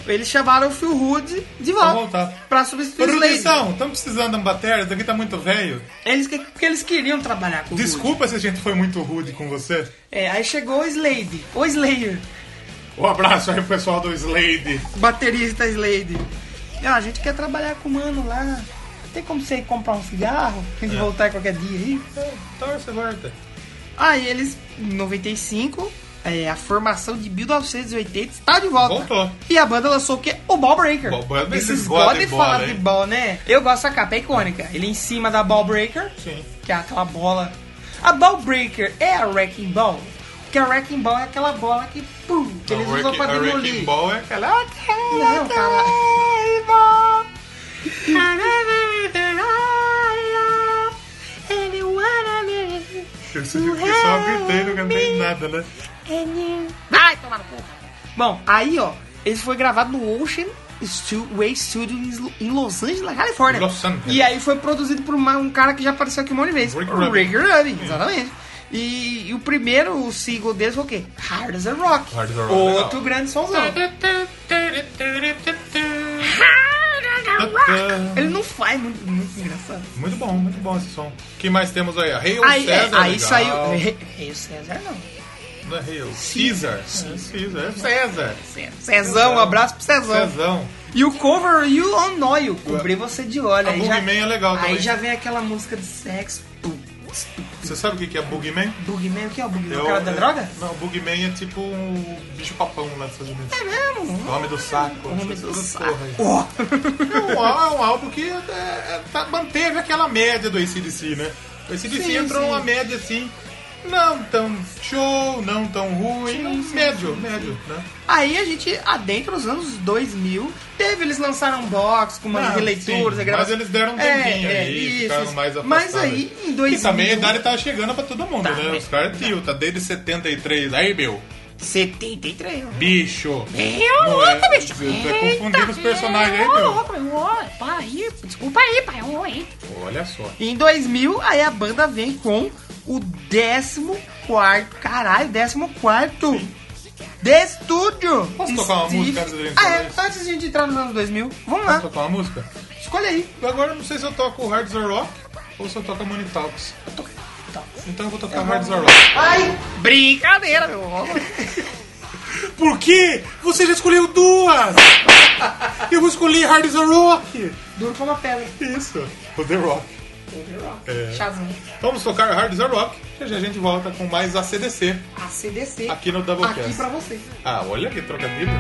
Speaker 1: Eles chamaram o Phil Hood de
Speaker 3: Vou
Speaker 1: volta
Speaker 3: voltar.
Speaker 1: pra substituir o Slayer.
Speaker 3: Produção, estamos precisando de uma bateria, isso aqui tá muito velho.
Speaker 1: Eles que, porque eles queriam trabalhar com o Hood.
Speaker 3: Desculpa se a gente foi muito rude com você.
Speaker 1: É, aí chegou o Slade, o Slayer.
Speaker 3: Um abraço aí pro pessoal do Slade.
Speaker 1: baterista Slade. Ah, a gente quer trabalhar com o mano lá. Tem como você ir comprar um cigarro? A
Speaker 3: É.
Speaker 1: gente voltar qualquer dia aí? Então,
Speaker 3: Torce, volta.
Speaker 1: Aí eles, em 95, é, a formação de 1980 está de volta.
Speaker 3: Voltou.
Speaker 1: E a banda lançou o quê? O Ball Breaker.
Speaker 3: Ball Breaker,
Speaker 1: Esses
Speaker 3: eles gostam
Speaker 1: podem
Speaker 3: de bola,
Speaker 1: falar
Speaker 3: hein?
Speaker 1: de ball, né? Eu gosto da capa, é icônica. Ele em cima da Ball Breaker,
Speaker 3: Sim.
Speaker 1: que é aquela bola. A Ball Breaker é a Wrecking Ball? Porque a Wrecking Ball é aquela bola que, pum, que eles usam pra
Speaker 3: a
Speaker 1: demolir.
Speaker 3: Wrecking Ball é aquela.
Speaker 1: Não, cara.
Speaker 4: é
Speaker 3: Eu só gritei, não cantei nada, né?
Speaker 4: é
Speaker 1: Vai tomar no cu. Bom, aí, ó, ele foi gravado no Ocean Stu- Way Studio em Lo- em Los Angeles, na Califórnia.
Speaker 3: Los Angeles.
Speaker 1: E aí foi produzido por uma- um cara que já apareceu aqui um monte de vezes.
Speaker 3: Rick
Speaker 1: o
Speaker 3: Rubin.
Speaker 1: Rick Rubin, exatamente. E, e o primeiro single deles foi o quê? Hard as a Rock.
Speaker 3: Hard as a Rock,
Speaker 1: Outro
Speaker 3: legal.
Speaker 1: grande somzão. Ele não faz muito, muito engraçado.
Speaker 3: Tá, Muito bom, muito bom esse som. O que mais temos aí? Hail
Speaker 1: Aí, é,
Speaker 3: César.
Speaker 1: aí
Speaker 3: legal.
Speaker 1: saiu. Rei César não.
Speaker 3: Não é Hail. Caesar. Caesar. é César.
Speaker 1: Cezão, um abraço pro Cezão.
Speaker 3: Cezão.
Speaker 1: E o cover You on Oil, cobrir você de óleo.
Speaker 3: A
Speaker 1: Aí já,
Speaker 3: Boogeyman é legal
Speaker 1: aí
Speaker 3: também.
Speaker 1: já vem aquela música de sexo. Pum.
Speaker 3: Você sabe o que que é Boogeyman?
Speaker 1: Boogeyman, o que é o Boogeyman?
Speaker 3: É
Speaker 1: O cara da droga?
Speaker 3: Não, Boogeyman é tipo um bicho-papão lá dos Estados Unidos.
Speaker 1: É mesmo.
Speaker 3: O homem do saco.
Speaker 1: O nome
Speaker 3: essas
Speaker 1: do
Speaker 3: coisas,
Speaker 1: saco.
Speaker 3: porra.
Speaker 1: Ó.
Speaker 3: É um, á- é um álbum que é, é, tá- manteve aquela média do ACDC, né? O ACDC
Speaker 1: Sim,
Speaker 3: entrou
Speaker 1: sim.
Speaker 3: numa média assim, não tão show, não tão ruim, um médio, médio, né?
Speaker 1: Aí a gente adentra os anos 2000. Teve, eles lançaram um box com umas
Speaker 3: Ah,
Speaker 1: releituras,
Speaker 3: sim,
Speaker 1: gravações.
Speaker 3: mas eles deram um
Speaker 1: É,
Speaker 3: tempinho
Speaker 1: é,
Speaker 3: aí,
Speaker 1: isso,
Speaker 3: ficaram
Speaker 1: isso.
Speaker 3: mais afastados.
Speaker 1: Mas aí, em 2000.
Speaker 3: E também a idade tava chegando pra todo mundo,
Speaker 1: Tá,
Speaker 3: né?
Speaker 1: mas-
Speaker 3: Os caras tio, tá desde 73. Aí, meu,
Speaker 1: 73. ó.
Speaker 3: bicho.
Speaker 4: Eu,
Speaker 3: Não é,
Speaker 4: louco, bicho.
Speaker 3: Tá
Speaker 4: Eita,
Speaker 3: confundindo os personagens aí,
Speaker 4: Ô,
Speaker 3: meu.
Speaker 4: louco, ô, para aí, desculpa aí, pai, ô, hein.
Speaker 3: Olha só.
Speaker 1: Em 2000, aí a banda vem com o 14. Caralho, 14. De estúdio.
Speaker 3: Posso tocar uma música antes da gente
Speaker 1: Ah,
Speaker 3: falar
Speaker 1: é,
Speaker 3: isso?
Speaker 1: antes de a gente entrar nos anos 2000. Vamos
Speaker 3: Posso
Speaker 1: lá,
Speaker 3: tocar uma música?
Speaker 1: escolha aí.
Speaker 3: Agora eu não sei se eu toco o Hard Rock ou se eu toco a Money Talks. Então eu vou tocar Hard Rock.
Speaker 1: É Ai, brincadeira, meu. Vamos lá.
Speaker 2: Por quê? Você já escolheu duas! Eu vou escolher Hard as a Rock!
Speaker 1: Duro como a pedra.
Speaker 3: Isso, o The Rock.
Speaker 1: Hard Rock.
Speaker 6: É.
Speaker 1: Shazam.
Speaker 6: Vamos tocar Hard as a Rock, já já a gente volta com mais ACDC.
Speaker 1: ACDC.
Speaker 6: Aqui no Doublecast.
Speaker 1: Aqui pra você.
Speaker 6: Ah, olha que trocadilho.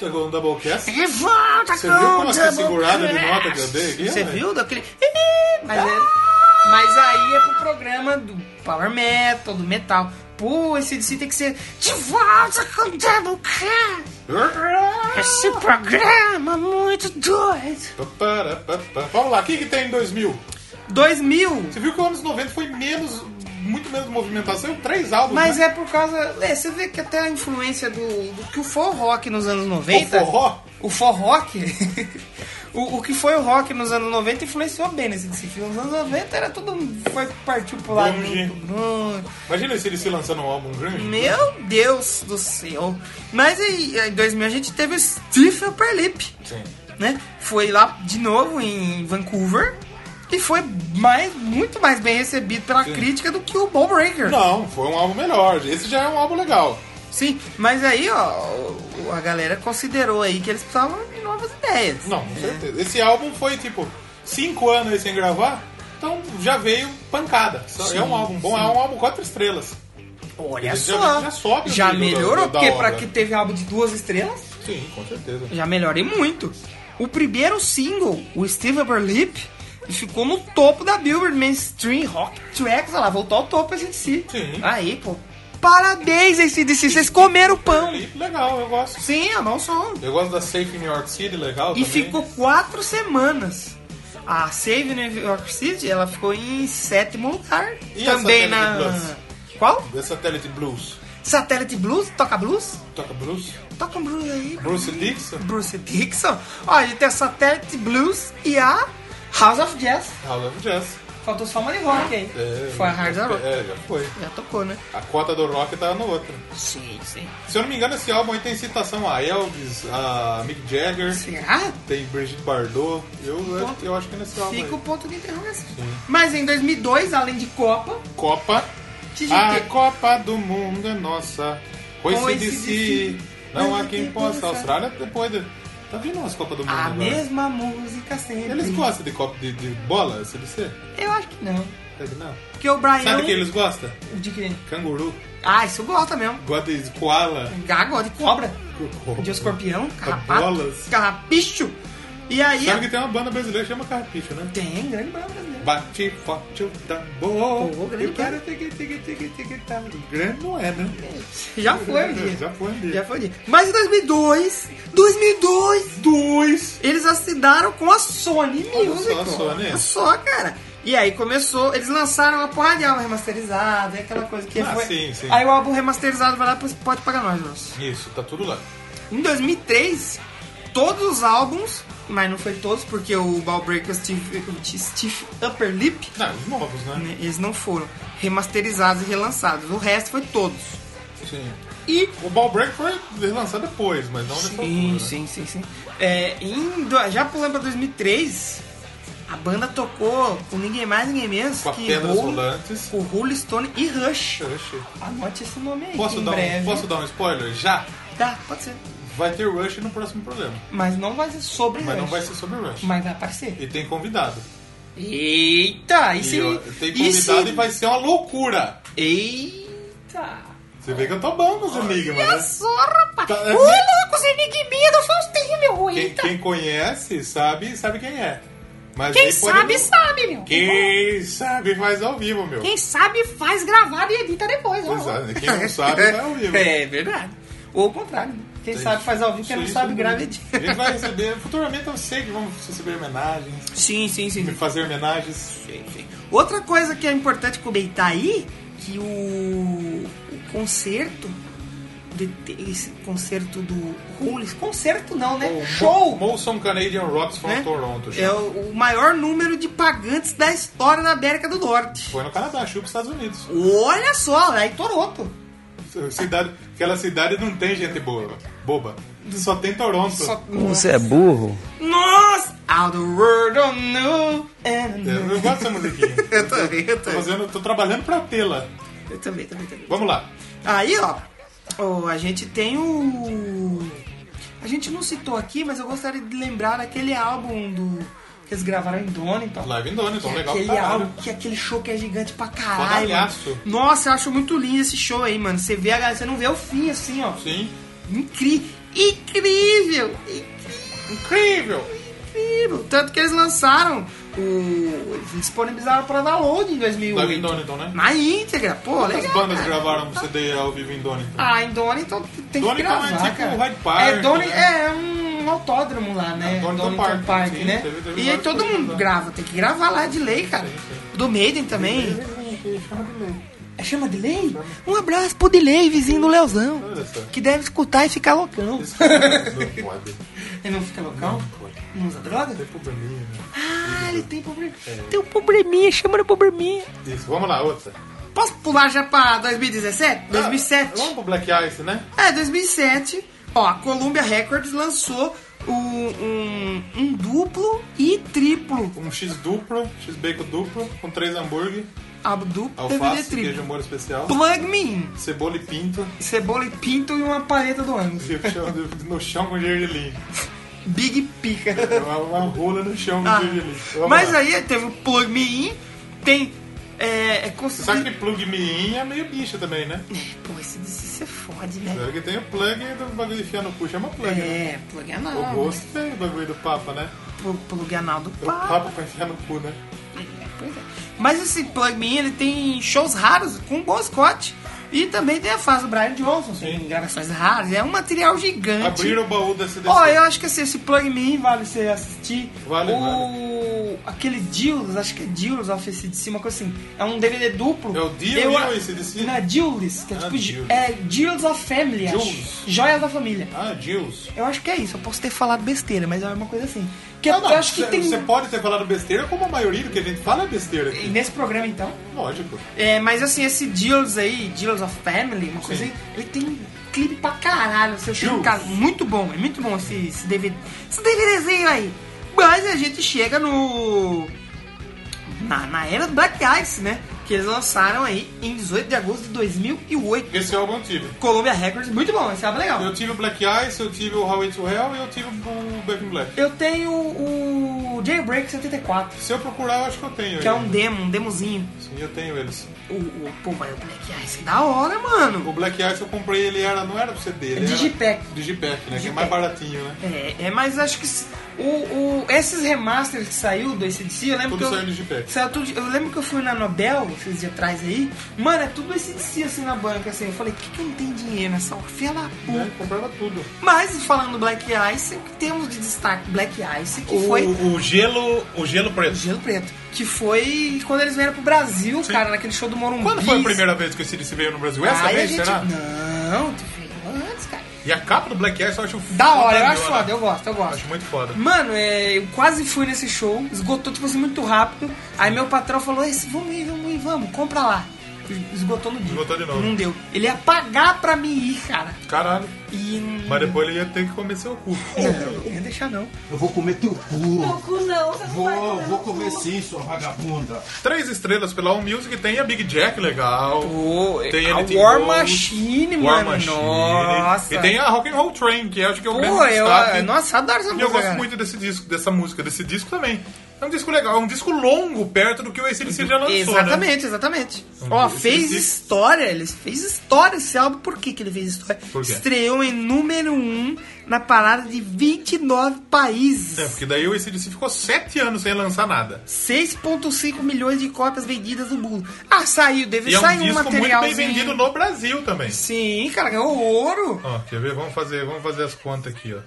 Speaker 6: Volta com o
Speaker 3: assim.
Speaker 6: Doublecast.
Speaker 1: E volta
Speaker 6: Você
Speaker 1: com
Speaker 6: viu como essa
Speaker 1: Double
Speaker 6: segurada de
Speaker 1: Crash.
Speaker 6: nota que eu dei aqui,
Speaker 1: Você
Speaker 6: né?
Speaker 1: viu daquele... Ih, Mas, é- mas aí é pro programa do Power Metal, do Metal. Pô, esse DC tem que ser... De volta com o Double Crash. Esse programa é muito doido.
Speaker 6: Paparapapá. Vamos lá, o que, que tem em 2000?
Speaker 1: 2000.
Speaker 3: Você viu que os anos 90 foi menos, muito menos movimentação, três álbuns.
Speaker 1: Mas
Speaker 3: né?
Speaker 1: é por causa. É, você vê que até a influência do, do que o for rock nos anos 90.
Speaker 3: O forró?
Speaker 1: O for rock. o, o que foi o rock nos anos 90 influenciou bem nesse desse filme. Nos anos 90 era tudo. um- Foi partiu pro lado.
Speaker 3: Grunge.
Speaker 1: do grunge.
Speaker 3: Imagina se ele se lançando um álbum grande.
Speaker 1: Meu Deus do céu. Mas aí, em 2000 a gente teve o Steve Perlip.
Speaker 3: Sim.
Speaker 1: né? Foi lá de novo em Vancouver e foi mais, muito mais bem recebido pela crítica do que o Ball Breaker.
Speaker 3: Não, foi um álbum melhor. Esse já é um álbum legal.
Speaker 1: Sim, mas aí, ó, o- a galera considerou aí que eles precisavam de novas ideias.
Speaker 3: Não, com certeza. Esse álbum foi tipo cinco anos aí sem gravar, então já veio pancada. Só- é um álbum bom, é um álbum quatro estrelas.
Speaker 1: Olha
Speaker 3: Ele já-
Speaker 1: só.
Speaker 3: já sobe o
Speaker 1: Já
Speaker 3: nível da-
Speaker 1: melhorou,
Speaker 3: da
Speaker 1: porque
Speaker 3: obra.
Speaker 1: pra que teve álbum de duas estrelas,
Speaker 3: Sim, com certeza.
Speaker 1: já melhorei muito. O primeiro single, o Steve Aberlip, ficou no topo da Billboard Mainstream Rock Tracks, olha lá, voltou ao topo a gente se.
Speaker 3: Sim.
Speaker 1: Aí, pô. Parabéns, ACDC, vocês comeram o pão.
Speaker 3: Aí, Legal, eu gosto.
Speaker 1: Sim, é mau som.
Speaker 3: Eu gosto da Safe in New York City, legal
Speaker 1: E
Speaker 3: também.
Speaker 1: ficou quatro semanas. A Save New York City, ela ficou em sétimo lugar.
Speaker 3: E a
Speaker 1: também
Speaker 3: Satellite
Speaker 1: na. Qual?
Speaker 3: The Satellite Blues.
Speaker 1: Satellite Blues? Toca blues?
Speaker 3: Toca Blues?
Speaker 1: Toca um blues aí.
Speaker 3: Bruce Dixon?
Speaker 1: Bruce Dixon. Ó, a gente tem a Satellite Blues e a House of Jazz.
Speaker 3: House of Jazz.
Speaker 1: Faltou só uma de rock aí.
Speaker 3: É,
Speaker 1: Foi a Hard Rock.
Speaker 3: É, já foi.
Speaker 1: Já tocou, né?
Speaker 3: A cota do rock tava no outro.
Speaker 1: Sim, sim.
Speaker 3: Se eu não me engano, esse álbum aí tem citação a Elvis, a Mick Jagger,
Speaker 1: Será?
Speaker 3: tem Brigitte Bardot. Eu, eu, eu acho que é nesse álbum
Speaker 1: Fica o
Speaker 3: aí.
Speaker 1: ponto de interrogação. Mas em 2002, além de Copa,
Speaker 3: Copa.
Speaker 1: TGT.
Speaker 3: A Ah, Copa do Mundo é nossa. Pois
Speaker 1: Com
Speaker 3: se
Speaker 1: esse
Speaker 3: disse, não há quem possa. A
Speaker 1: possa.
Speaker 3: Austrália depois. de- Tá vindo umas Copas do Mundo
Speaker 1: a
Speaker 3: agora.
Speaker 1: mesma música sempre.
Speaker 3: Eles gostam de Copa de, de bola, CDC?
Speaker 1: Eu acho que não.
Speaker 3: Sabe Não.
Speaker 1: Porque o Brian.
Speaker 3: Sabe o que eles gostam?
Speaker 1: De quê?
Speaker 3: Canguru.
Speaker 1: Ah, isso gosta mesmo.
Speaker 3: Gosta de koala.
Speaker 1: Gago, de cobra, de escorpião, carrapato,
Speaker 3: Bolas.
Speaker 1: carrapicho. E aí.
Speaker 3: Sabe que tem uma banda brasileira que chama Carrapicho, né?
Speaker 1: Tem grande banda brasileira.
Speaker 3: Bate forte o tambor.
Speaker 1: Pô, grande
Speaker 3: e o cara tigui, tigui, tigui, tigui, tá. Grande não é, né?
Speaker 1: Já foi, um gente.
Speaker 3: Já foi um ali.
Speaker 1: Já foi. gente. Mas em 2002, 2002,
Speaker 3: Dois.
Speaker 1: eles assinaram com a Sony
Speaker 3: Olha
Speaker 1: Music.
Speaker 3: só, a Sony.
Speaker 1: Olha Só, cara. E aí começou, eles lançaram uma porra de álbum remasterizado, é aquela coisa que
Speaker 3: Ah,
Speaker 1: foi.
Speaker 3: sim, sim.
Speaker 1: Aí o álbum remasterizado vai lá, e pode pagar nós, Jonas.
Speaker 3: Isso, tá tudo lá.
Speaker 1: Em 2003, todos os álbuns, mas não foi todos, porque o Ballbreaker Steve, Steve Upper Lip,
Speaker 3: Não, os novos, né?
Speaker 1: né, eles não foram remasterizados e relançados. O resto foi todos.
Speaker 3: Sim.
Speaker 1: E.
Speaker 3: O Ball Break foi relançado depois, Né? mas não nessa altura.
Speaker 1: sim, sim, sim. É, em, do- já pulando pra 2003, a banda tocou com ninguém mais, ninguém menos
Speaker 3: Com a
Speaker 1: que
Speaker 3: Pedra
Speaker 1: Rolling-
Speaker 3: Solantes.
Speaker 1: o Rolling Stone e Rush.
Speaker 3: Rush.
Speaker 1: Anote esse nome aí. que
Speaker 3: Posso
Speaker 1: em
Speaker 3: dar, um,
Speaker 1: breve.
Speaker 3: posso dar um spoiler? Já?
Speaker 1: Tá, pode ser.
Speaker 3: Vai ter Rush no próximo programa.
Speaker 1: Mas não vai ser sobre
Speaker 3: Mas
Speaker 1: Rush.
Speaker 3: não vai ser sobre Rush.
Speaker 1: Mas vai aparecer.
Speaker 3: E tem convidado.
Speaker 1: Eita, e
Speaker 3: E,
Speaker 1: se...
Speaker 3: ó, tem
Speaker 1: e se-
Speaker 3: convidado e, vai ser uma loucura.
Speaker 1: Eita.
Speaker 3: Você vê que eu tô bom nos enigmas, né?
Speaker 4: Só, rapaz.
Speaker 3: Tá,
Speaker 4: Ô,
Speaker 3: é-
Speaker 4: louco, os enigminhas do Faustinho, meu.
Speaker 3: Quem,
Speaker 4: Eita.
Speaker 3: quem conhece sabe, sabe quem é. Mas
Speaker 4: Quem
Speaker 3: aí pode-
Speaker 4: sabe, sabe, meu.
Speaker 1: é?
Speaker 3: Quem sabe faz ao vivo, meu.
Speaker 4: Quem sabe faz gravado e edita depois. ó.
Speaker 3: Exato. Quem não sabe faz ao vivo.
Speaker 1: É verdade. Ou ao contrário. né? Quem sabe faz ao vivo, quem não
Speaker 3: Isso
Speaker 1: sabe
Speaker 3: mesmo.
Speaker 1: grava de...
Speaker 3: A gente vai receber, futuramente eu sei que vamos receber homenagens,
Speaker 1: Sim, sim, sim.
Speaker 3: fazer homenagens.
Speaker 1: Outra coisa que é importante comentar aí, que o, o concerto, de- de- esse concerto do Rolling, concerto não, né?
Speaker 7: Oh,
Speaker 3: O Mo-
Speaker 1: Show!
Speaker 3: Molson Canadian Rocks from
Speaker 1: né?
Speaker 3: Toronto.
Speaker 1: É o, o maior número de pagantes da história na América do Norte.
Speaker 3: Foi no Canadá, chupa os Estados Unidos.
Speaker 1: Olha só, lá em Toronto.
Speaker 3: Cidade, aquela cidade não tem gente boa, boba. Só tem Toronto.
Speaker 1: Só-
Speaker 7: Você é burro?
Speaker 1: Nossa! All the world don't know.
Speaker 3: É,
Speaker 1: And...
Speaker 3: Eu gosto dessa musiquinha.
Speaker 1: Eu também, eu
Speaker 3: tô,
Speaker 1: também.
Speaker 3: fazendo, tô trabalhando pra tê-la.
Speaker 1: Eu também, também, também.
Speaker 3: Vamos lá.
Speaker 1: Aí, ó, ó, a gente tem o. A gente não citou aqui, mas eu gostaria de lembrar daquele álbum do. que eles gravaram em Donington.
Speaker 3: Live in Donington, legal pra
Speaker 1: Aquele
Speaker 3: caralho.
Speaker 1: álbum, que é aquele show que é gigante pra caralho.
Speaker 3: Fodalhaço.
Speaker 1: mano. Nossa, eu acho muito lindo esse show aí, mano. Você vê a galera, você não vê o fim assim, ó.
Speaker 3: Sim.
Speaker 1: Incri- Incrível!
Speaker 3: Incrível!
Speaker 1: Incrível! Tanto que eles lançaram o. Eles disponibilizaram pra download em
Speaker 3: Live in
Speaker 1: 2008.
Speaker 3: Donington, né?
Speaker 1: Na íntegra, pô,
Speaker 3: As
Speaker 1: legal.
Speaker 3: bandas gravaram um CD ao vivo em então. Donington.
Speaker 1: Ah, em Donington tem
Speaker 3: Donington
Speaker 1: que gravar,
Speaker 3: é tipo
Speaker 1: cara.
Speaker 3: o Hyde Park,
Speaker 1: é, Donington
Speaker 3: né?
Speaker 1: é um um autódromo lá, né?
Speaker 3: Donington
Speaker 1: Donington
Speaker 3: Park,
Speaker 1: Park,
Speaker 3: sim,
Speaker 1: né?
Speaker 3: teve-
Speaker 1: E
Speaker 3: teve
Speaker 1: aí
Speaker 3: vários
Speaker 1: todo
Speaker 3: programas
Speaker 1: mundo
Speaker 3: lá.
Speaker 1: grava, tem que gravar lá de lei, cara. Do Maiden também. É chama de lei? Um abraço pro Delay, vizinho do Leozão.
Speaker 3: Olha só.
Speaker 1: Que deve escutar e ficar loucão.
Speaker 3: Não pode.
Speaker 1: Ele não fica loucão? Não usa droga?
Speaker 3: Tem probleminha, né?
Speaker 1: Ah, ele tem problema.
Speaker 3: É.
Speaker 1: Tem um probleminha, chama de probleminha.
Speaker 3: Isso, vamos lá, outra.
Speaker 1: Posso pular já pra 2017? 2007?
Speaker 3: Ah, vamos pro Black Ice, né?
Speaker 1: É, 2007. Ó, a Columbia Records lançou um, um, um duplo e triplo.
Speaker 3: Um X duplo, X bacon duplo, com três hambúrguer,
Speaker 1: Ah, duplo DVD
Speaker 3: alface, queijo
Speaker 1: triplo.
Speaker 3: molho especial,
Speaker 1: Plug me in.
Speaker 3: cebola e pinto,
Speaker 1: Cebola e pinto e uma paleta do ânus.
Speaker 3: e o chão- no chão com gergelim. É
Speaker 1: Big pica.
Speaker 3: Uma, uma rola no chão com
Speaker 1: Ah,
Speaker 3: gergelim. Vamos
Speaker 1: Mas
Speaker 3: lá.
Speaker 1: aí teve o Plug Me In, tem. É, é consegui-
Speaker 3: Só que plug me in é meio bicho também, né?
Speaker 1: Pô, esse DC você fode, né?
Speaker 3: Só que tem o plug do bagulho de enfiar no cu, chama plug, né?
Speaker 1: É, plug anal.
Speaker 3: O gosto tem o bagulho do papa, né?
Speaker 1: Pl- Plug anal do
Speaker 3: O
Speaker 1: papo.
Speaker 3: papa pra enfiar no cu, né?
Speaker 1: Pois é. Mas esse Plug Me In, ele tem shows raros com o Bon Scott. E também tem a fase do Brian Johnson, tem gravações raras. É um material gigante.
Speaker 3: Abrir o baú da CDC.
Speaker 1: Ó, eu acho que assim, esse Plug Me In vale você assistir.
Speaker 3: Vale,
Speaker 1: o... Aquele Deals, acho que é Deals of ACDC, uma coisa assim. É um DVD duplo.
Speaker 3: É o Deal
Speaker 1: Eu
Speaker 3: e o
Speaker 1: a-
Speaker 3: AC/DC?
Speaker 1: Não, é Deals, que é
Speaker 3: Ah,
Speaker 1: tipo... Ju-
Speaker 3: Deals.
Speaker 1: É Deals of Family,
Speaker 3: Deals.
Speaker 1: acho. Joias da Família.
Speaker 3: Ah, Deus.
Speaker 1: Eu acho que é isso. Eu posso ter falado besteira, mas é uma coisa assim. Que
Speaker 3: Ah,
Speaker 1: eu
Speaker 3: não,
Speaker 1: acho que
Speaker 3: cê-
Speaker 1: tem...
Speaker 3: Você pode ter falado besteira, como a maioria do que a gente fala é besteira. aqui.
Speaker 1: Nesse programa, então...
Speaker 3: Lógico.
Speaker 1: É, mas assim, esse Deals aí, Deals of Family, uma coisa
Speaker 3: Sim.
Speaker 1: aí, ele tem um clipe pra caralho. Você tem um
Speaker 3: Deals.
Speaker 1: cara muito bom, é muito bom esse, esse DVD. Esse DVDzinho aí. Mas a gente chega no. Na, na era do Black Ice, né? Que eles lançaram aí em 18 de agosto de 2008.
Speaker 3: Esse álbum eu tive.
Speaker 1: Columbia Records, muito bom, esse álbum é legal.
Speaker 3: Eu tive o Black Ice, eu tive o Highway to Hell e eu tive o Back in Black.
Speaker 1: Eu tenho o Jailbreak 74,
Speaker 3: Se eu procurar, eu acho que eu tenho.
Speaker 1: que é
Speaker 3: ele.
Speaker 1: um demo, um demozinho.
Speaker 3: Sim, eu tenho eles.
Speaker 1: O, o, pô, mas o Black Ice é da hora, mano.
Speaker 3: O Black Ice eu comprei, ele era, não era pro CD, ele era...
Speaker 1: É Digipack.
Speaker 3: Digipack, né? Que é
Speaker 1: Digipack.
Speaker 3: mais baratinho, né?
Speaker 1: É, é, mas acho que s- o, o- esses remasters que saiu do ACDC, eu lembro
Speaker 3: Tudo
Speaker 1: que eu,
Speaker 3: saiu no Digipack.
Speaker 1: saiu tudo- eu lembro que eu fui na Nobel esses dias atrás aí, mano, é tudo ACDC assim na banca, assim, eu falei, por que, que não tem dinheiro nessa hora? Filha da puta.
Speaker 3: Né? Comprava tudo.
Speaker 1: Mas falando do Black Ice, o que temos de destaque Black Ice, que foi
Speaker 3: gelo, o gelo
Speaker 1: o
Speaker 3: preto.
Speaker 1: Gelo Preto, que foi quando eles vieram pro Brasil, cara, naquele show do Morumbi.
Speaker 3: Quando foi a primeira vez que o CDC veio no Brasil? Essa
Speaker 1: Aí a
Speaker 3: vez,
Speaker 1: gente...
Speaker 3: será?
Speaker 1: Não, tu veio antes, cara.
Speaker 3: E a capa do Black Ice eu acho
Speaker 1: Da hora, eu acho
Speaker 3: fodona.
Speaker 1: foda, eu gosto, eu gosto.
Speaker 3: Acho muito foda.
Speaker 1: Mano, é, eu quase fui nesse show, esgotou, tipo assim, muito rápido. Aí meu patrão falou, "Esse, vamos ir, vamos ir, vamos, compra lá. Esgotou no dia.
Speaker 3: Esgotou de novo.
Speaker 1: Não deu. Ele ia pagar pra mim ir, cara.
Speaker 3: Caralho.
Speaker 1: E...
Speaker 3: Mas depois ele ia ter que comer seu cu.
Speaker 1: Não, não ia deixar não.
Speaker 8: Eu vou comer teu cu.
Speaker 9: Meu cu não, você não vai
Speaker 8: Vou,
Speaker 9: comer
Speaker 8: vou
Speaker 9: meu
Speaker 8: comer
Speaker 9: cu.
Speaker 8: sim, sua vagabunda.
Speaker 3: Três estrelas pela All Music tem a Big Jack, legal. Tem
Speaker 1: a
Speaker 3: Anything
Speaker 1: é, War
Speaker 3: Goes,
Speaker 1: Machine,
Speaker 3: War
Speaker 1: mano.
Speaker 3: Machine.
Speaker 1: Nossa.
Speaker 3: E tem a Rock and Roll Train, que eu acho que é o
Speaker 1: Pô,
Speaker 3: grande
Speaker 1: eu,
Speaker 3: destaque.
Speaker 1: nossa, adoro essa
Speaker 3: E
Speaker 1: música.
Speaker 3: eu gosto
Speaker 1: cara.
Speaker 3: muito desse disco, dessa música, desse disco também. É um disco legal, é um disco longo, perto do que o ACDC já lançou, né?
Speaker 1: Exatamente, exatamente. Ó,
Speaker 3: dois,
Speaker 1: fez
Speaker 3: três.
Speaker 1: história, ele fez história esse álbum. Por que, que ele fez história?
Speaker 3: Por quê?
Speaker 1: Estreou em número 1 na parada de 29 países.
Speaker 3: É, porque daí o ACDC ficou sete anos sem lançar nada.
Speaker 1: 6,5 milhões de cópias vendidas no mundo. Ah, saiu, deve
Speaker 3: E é um
Speaker 1: sair um
Speaker 3: disco muito bem
Speaker 1: materialzinho.
Speaker 3: vendido no Brasil também.
Speaker 1: Sim, cara, ganhou ouro.
Speaker 3: Ó, quer ver? Vamos fazer, vamos fazer as contas aqui, ó.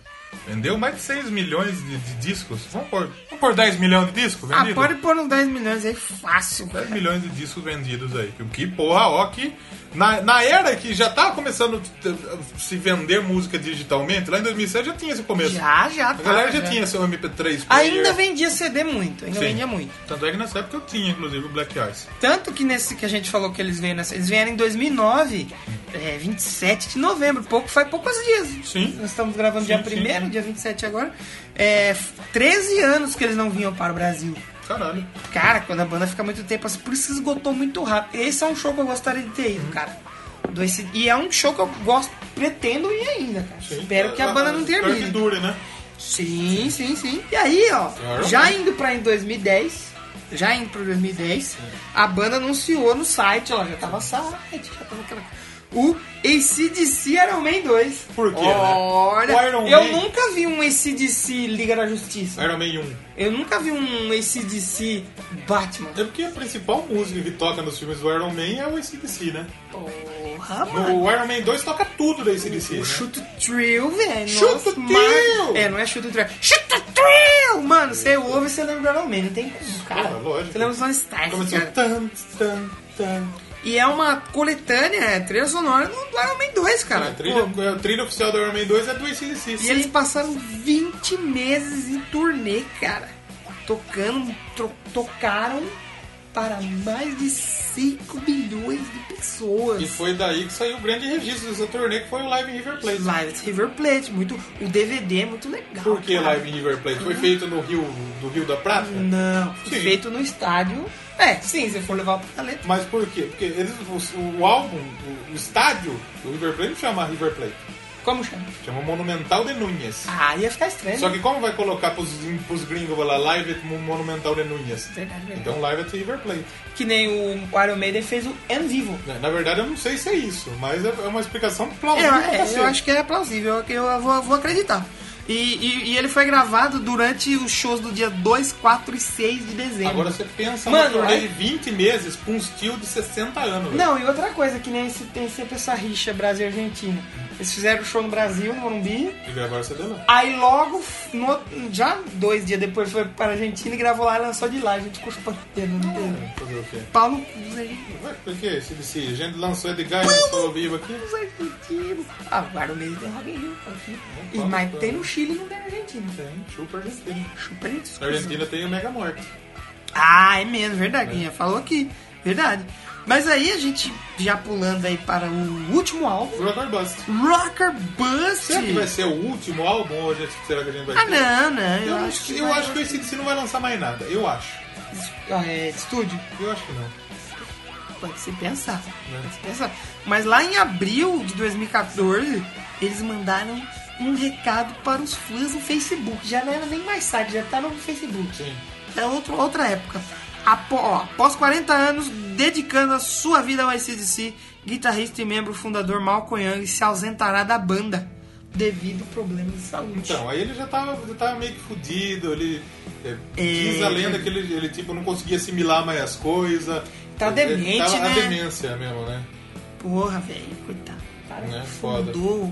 Speaker 3: Vendeu mais de 6 milhões de, de discos. Vamos pôr, vamos pôr 10 milhões de discos
Speaker 1: Ah,
Speaker 3: vendidos?
Speaker 1: pode pôr uns 10 milhões aí, fácil.
Speaker 3: 10
Speaker 1: Cara.
Speaker 3: milhões de discos vendidos aí. Que, que porra, ó, que. Na, na era que já tava começando a t- t- se vender música digitalmente, lá em 2007 já tinha esse começo.
Speaker 1: Já, já,
Speaker 3: A
Speaker 1: tá.
Speaker 3: galera já, tinha seu MP3 player.
Speaker 1: Ainda vendia CD muito, ainda
Speaker 3: Sim.
Speaker 1: vendia muito.
Speaker 3: Tanto é que nessa época eu tinha, inclusive, o Black Ice.
Speaker 1: Tanto que nesse que a gente falou que eles vieram, nessa- eles vieram em 2009, é, 27 de novembro, pouco, faz poucos dias.
Speaker 3: Sim.
Speaker 1: Nós estamos gravando dia
Speaker 3: Sim, sim.
Speaker 1: 1 dia 27 agora. É, 13 anos que eles não vinham para o Brasil.
Speaker 3: Caralho.
Speaker 1: Cara, quando a banda fica muito tempo assim, por isso que esgotou muito rápido. Esse é um show que eu gostaria de ter
Speaker 3: Uhum.
Speaker 1: ido, cara. Do esse- e é um show que eu gosto, pretendo ir ainda, cara. Espero que a banda não
Speaker 3: Ah, Espero que
Speaker 1: termine.
Speaker 3: dure, né?
Speaker 1: Sim, sim, sim. E aí, ó,
Speaker 3: Claro.
Speaker 1: já indo pra em 2010, já indo pra 2010, a banda anunciou no site, ó, já tava site, já tava aquela... O ACDC Iron Man 2.
Speaker 3: Por quê, né?
Speaker 1: Olha,
Speaker 3: O Iron
Speaker 1: eu
Speaker 3: Man-
Speaker 1: nunca vi um ACDC Liga da Justiça.
Speaker 3: Iron Man 1.
Speaker 1: Eu nunca vi um ACDC Batman.
Speaker 3: É porque a principal música que toca nos filmes do Iron Man é o ACDC, né?
Speaker 1: Porra, mano.
Speaker 3: No Iron Man 2 toca tudo da ACDC. Né?
Speaker 1: Chuto Trill, velho.
Speaker 3: Chuta
Speaker 1: Nossa,
Speaker 3: o
Speaker 1: mar-
Speaker 3: Thrill!
Speaker 1: É, não é Chuto Trill. Chuto Trill! Mano, você ouve e você lembra do Iron Man. Não tem como, cara.
Speaker 3: Porra, lógico.
Speaker 1: Você lembra dos Stark,
Speaker 3: Começou.
Speaker 1: cara.
Speaker 3: Tan, tan, tan.
Speaker 1: E é uma coletânea, é, trilha sonora do Iron Man 2, cara.
Speaker 3: A É, trilha,
Speaker 1: Pô,
Speaker 3: a trilha oficial do Iron Man 2 é do ACDC.
Speaker 1: E eles passaram 20 meses em turnê, cara. Tocando, tro- tocaram para mais de 5 bilhões de pessoas.
Speaker 3: E foi daí que saiu o grande registro dessa turnê, que foi o Live in River Plate.
Speaker 1: Live at River Plate, muito, o DVD é muito legal.
Speaker 3: Por que
Speaker 1: cara.
Speaker 3: Live in River Plate? Foi feito no Rio, do Rio da Prata?
Speaker 1: Não,
Speaker 3: Sim.
Speaker 1: feito no estádio. É, sim, se for levar pra letra.
Speaker 3: Mas por quê? Porque eles, o, o álbum, o, o estádio do River Plate não chama River Plate,
Speaker 1: Como chama?
Speaker 3: chama Monumental de Núñez.
Speaker 1: Ah, ia ficar estranho.
Speaker 3: Só que como vai colocar pros, pros gringos vai lá, Live at Mo- Monumental de Núñez?
Speaker 1: Verdade, verdade.
Speaker 3: Então Live at River Plate.
Speaker 1: Que nem o Iron Maiden fez o En Vivo.
Speaker 3: Né, Na verdade eu não sei se é isso, mas é é uma explicação
Speaker 1: É,
Speaker 3: plausível.
Speaker 1: eu,
Speaker 3: pra
Speaker 1: é,
Speaker 3: cacete.
Speaker 1: eu acho que é plausível, que eu vou, vou acreditar. E, e- e ele foi gravado durante os shows do dia 2, 4 e 6 de dezembro.
Speaker 3: Agora você pensa
Speaker 1: Mano,
Speaker 3: numa turnê
Speaker 1: é-
Speaker 3: de 20 meses pra uns tio de 60 anos. velho.
Speaker 1: Não, e outra coisa, que nem esse, tem sempre essa rixa Brasil e Argentina. Eles fizeram show no Brasil, no Morumbi,
Speaker 3: E gravaram CD lá.
Speaker 1: aí logo, no outro- já dois dias depois, foi para a Argentina e gravou lá e lançou de lá. A gente ficou chupando dedo, né? não teve.
Speaker 3: Fazer o quê?
Speaker 1: Pau no cu dos argentinos.
Speaker 3: Ué, Por que esse DC? A gente lançou Edgar e lançou ao vivo aqui.
Speaker 1: Os argentinos. Ah, o Iron Maiden tem Rock in Rio, tá aqui. E,
Speaker 3: fala,
Speaker 1: mas
Speaker 3: fala.
Speaker 1: tem no Chile e não tem na Argentina.
Speaker 3: Tem, chupa Argentina.
Speaker 1: Chupa isso.
Speaker 3: Na Argentina tem o Mega Morte.
Speaker 1: Ah, é mesmo, verdade. Quem já falou aqui. Verdade. Mas aí a gente já pulando aí para o último álbum,
Speaker 3: Rock or Bust.
Speaker 1: Rocker Bust.
Speaker 3: Será que vai ser o último álbum ou já- será que a gente vai
Speaker 1: Ah,
Speaker 3: ter?
Speaker 1: não, não. Eu,
Speaker 3: Eu, não-
Speaker 1: acho que
Speaker 3: eu
Speaker 1: vai-
Speaker 3: acho que o ACDC não vai lançar mais nada. Eu acho.
Speaker 1: Ah, é, estúdio.
Speaker 3: Eu acho que não.
Speaker 1: Pode se pensar. Pode se pensar. Mas lá em abril de 2014, eles mandaram um recado para os fãs no Facebook. Já não era nem mais site, já tá no Facebook.
Speaker 3: Sim.
Speaker 1: É outro, outra época. Apo- ó, após 40 anos dedicando a sua vida ao ICDC, guitarrista e membro fundador Malcolm Young se ausentará da banda devido a problemas de saúde.
Speaker 3: Então, aí ele já tava, já tava meio que fudido. Ele é,
Speaker 1: É.
Speaker 3: diz a lenda que ele, ele, tipo, não conseguia assimilar mais as coisas.
Speaker 1: Tá
Speaker 3: Ele- ele
Speaker 1: demente,
Speaker 3: tava
Speaker 1: né?
Speaker 3: A demência mesmo, né?
Speaker 1: Porra, velho, coitado. Cara,
Speaker 3: Né? Foda.
Speaker 1: fundou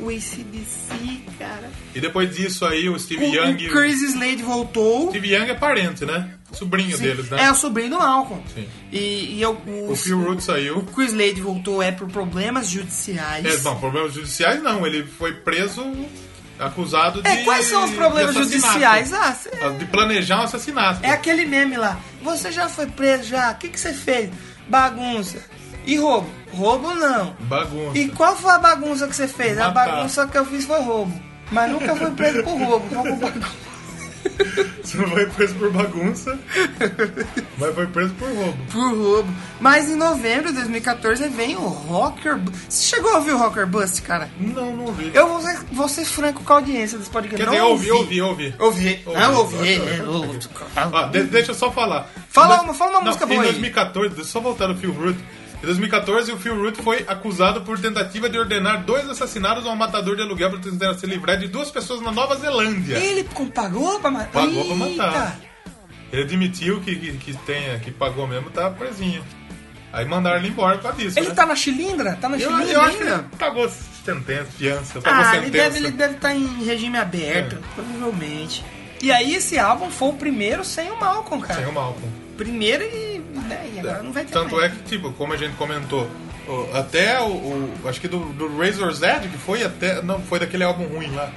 Speaker 1: o ACDC, cara.
Speaker 3: E depois disso aí, o Steve
Speaker 1: o,
Speaker 3: Young.
Speaker 1: o Chris Slade voltou.
Speaker 3: Steve Young é parente, né? Sobrinho deles, né?
Speaker 1: É o sobrinho do Malcolm.
Speaker 3: Sim.
Speaker 1: E, e eu-
Speaker 3: O Phil Root saiu.
Speaker 1: o Chris Slade voltou é por problemas judiciais.
Speaker 3: É, não, problemas judiciais não. Ele foi preso, acusado de.
Speaker 1: É, quais são os problemas
Speaker 3: de assassinato.
Speaker 1: judiciais? Ah, cê-
Speaker 3: Ah, De planejar um assassinato.
Speaker 1: É aquele meme lá. Você já foi preso já? O que, que você fez? Bagunça. E roubo? Roubo não.
Speaker 3: Bagunça.
Speaker 1: E qual foi a bagunça que você fez? A
Speaker 3: Matar.
Speaker 1: bagunça que eu fiz foi roubo. Mas nunca fui preso por roubo. Roubo bagunça.
Speaker 3: Você não foi preso por bagunça, mas foi preso por roubo.
Speaker 1: Por roubo. Mas em novembro de 2014 vem o Rocker Bu- Você chegou a ouvir o Rocker Bust, cara?
Speaker 3: Não, não ouvi.
Speaker 1: Eu vou ser, vou ser franco com a audiência desse podcast.
Speaker 3: Quer
Speaker 1: não
Speaker 3: dizer, eu ouvi,
Speaker 1: ouvi.
Speaker 3: ouvi, ouvi.
Speaker 1: Ouvi.
Speaker 3: Ouvi.
Speaker 1: Não, ouvi.
Speaker 3: Ouvi.
Speaker 1: é, ouvi.
Speaker 3: Ó, de- deixa eu só falar.
Speaker 1: Fala
Speaker 3: Em
Speaker 1: uma- fala uma
Speaker 3: não,
Speaker 1: música boa
Speaker 3: Em
Speaker 1: aí.
Speaker 3: 2014, deixa eu só voltar no Phil Root. Em 2014, o Phil Root foi acusado por tentativa de ordenar dois assassinatos a um matador de aluguel para tentar se livrar de duas pessoas na Nova Zelândia.
Speaker 1: Ele com- pagou pra matar?
Speaker 3: Pagou pra matar.
Speaker 1: Eita.
Speaker 3: Ele admitiu que, que, que tenha, que pagou mesmo, tá presinho. Aí mandaram ele embora pra isso.
Speaker 1: Ele
Speaker 3: né?
Speaker 1: tá na chilindra? Tá na
Speaker 3: eu,
Speaker 1: chilindra
Speaker 3: eu acho que é.
Speaker 1: ainda?
Speaker 3: ele pagou sentença, fiança, pagou
Speaker 1: Ah, ele
Speaker 3: sentença.
Speaker 1: deve estar ele deve tá em regime aberto,
Speaker 3: É.
Speaker 1: provavelmente. E aí esse álbum foi o primeiro sem o Malcolm, cara.
Speaker 3: Sem o Malcolm.
Speaker 1: Primeiro e, né, e agora não vai ter
Speaker 3: Tanto é
Speaker 1: mais.
Speaker 3: que, tipo, como a gente comentou, o- até o, o- Acho que do, do Razor's Edge, que foi até. Não, foi daquele álbum ruim lá.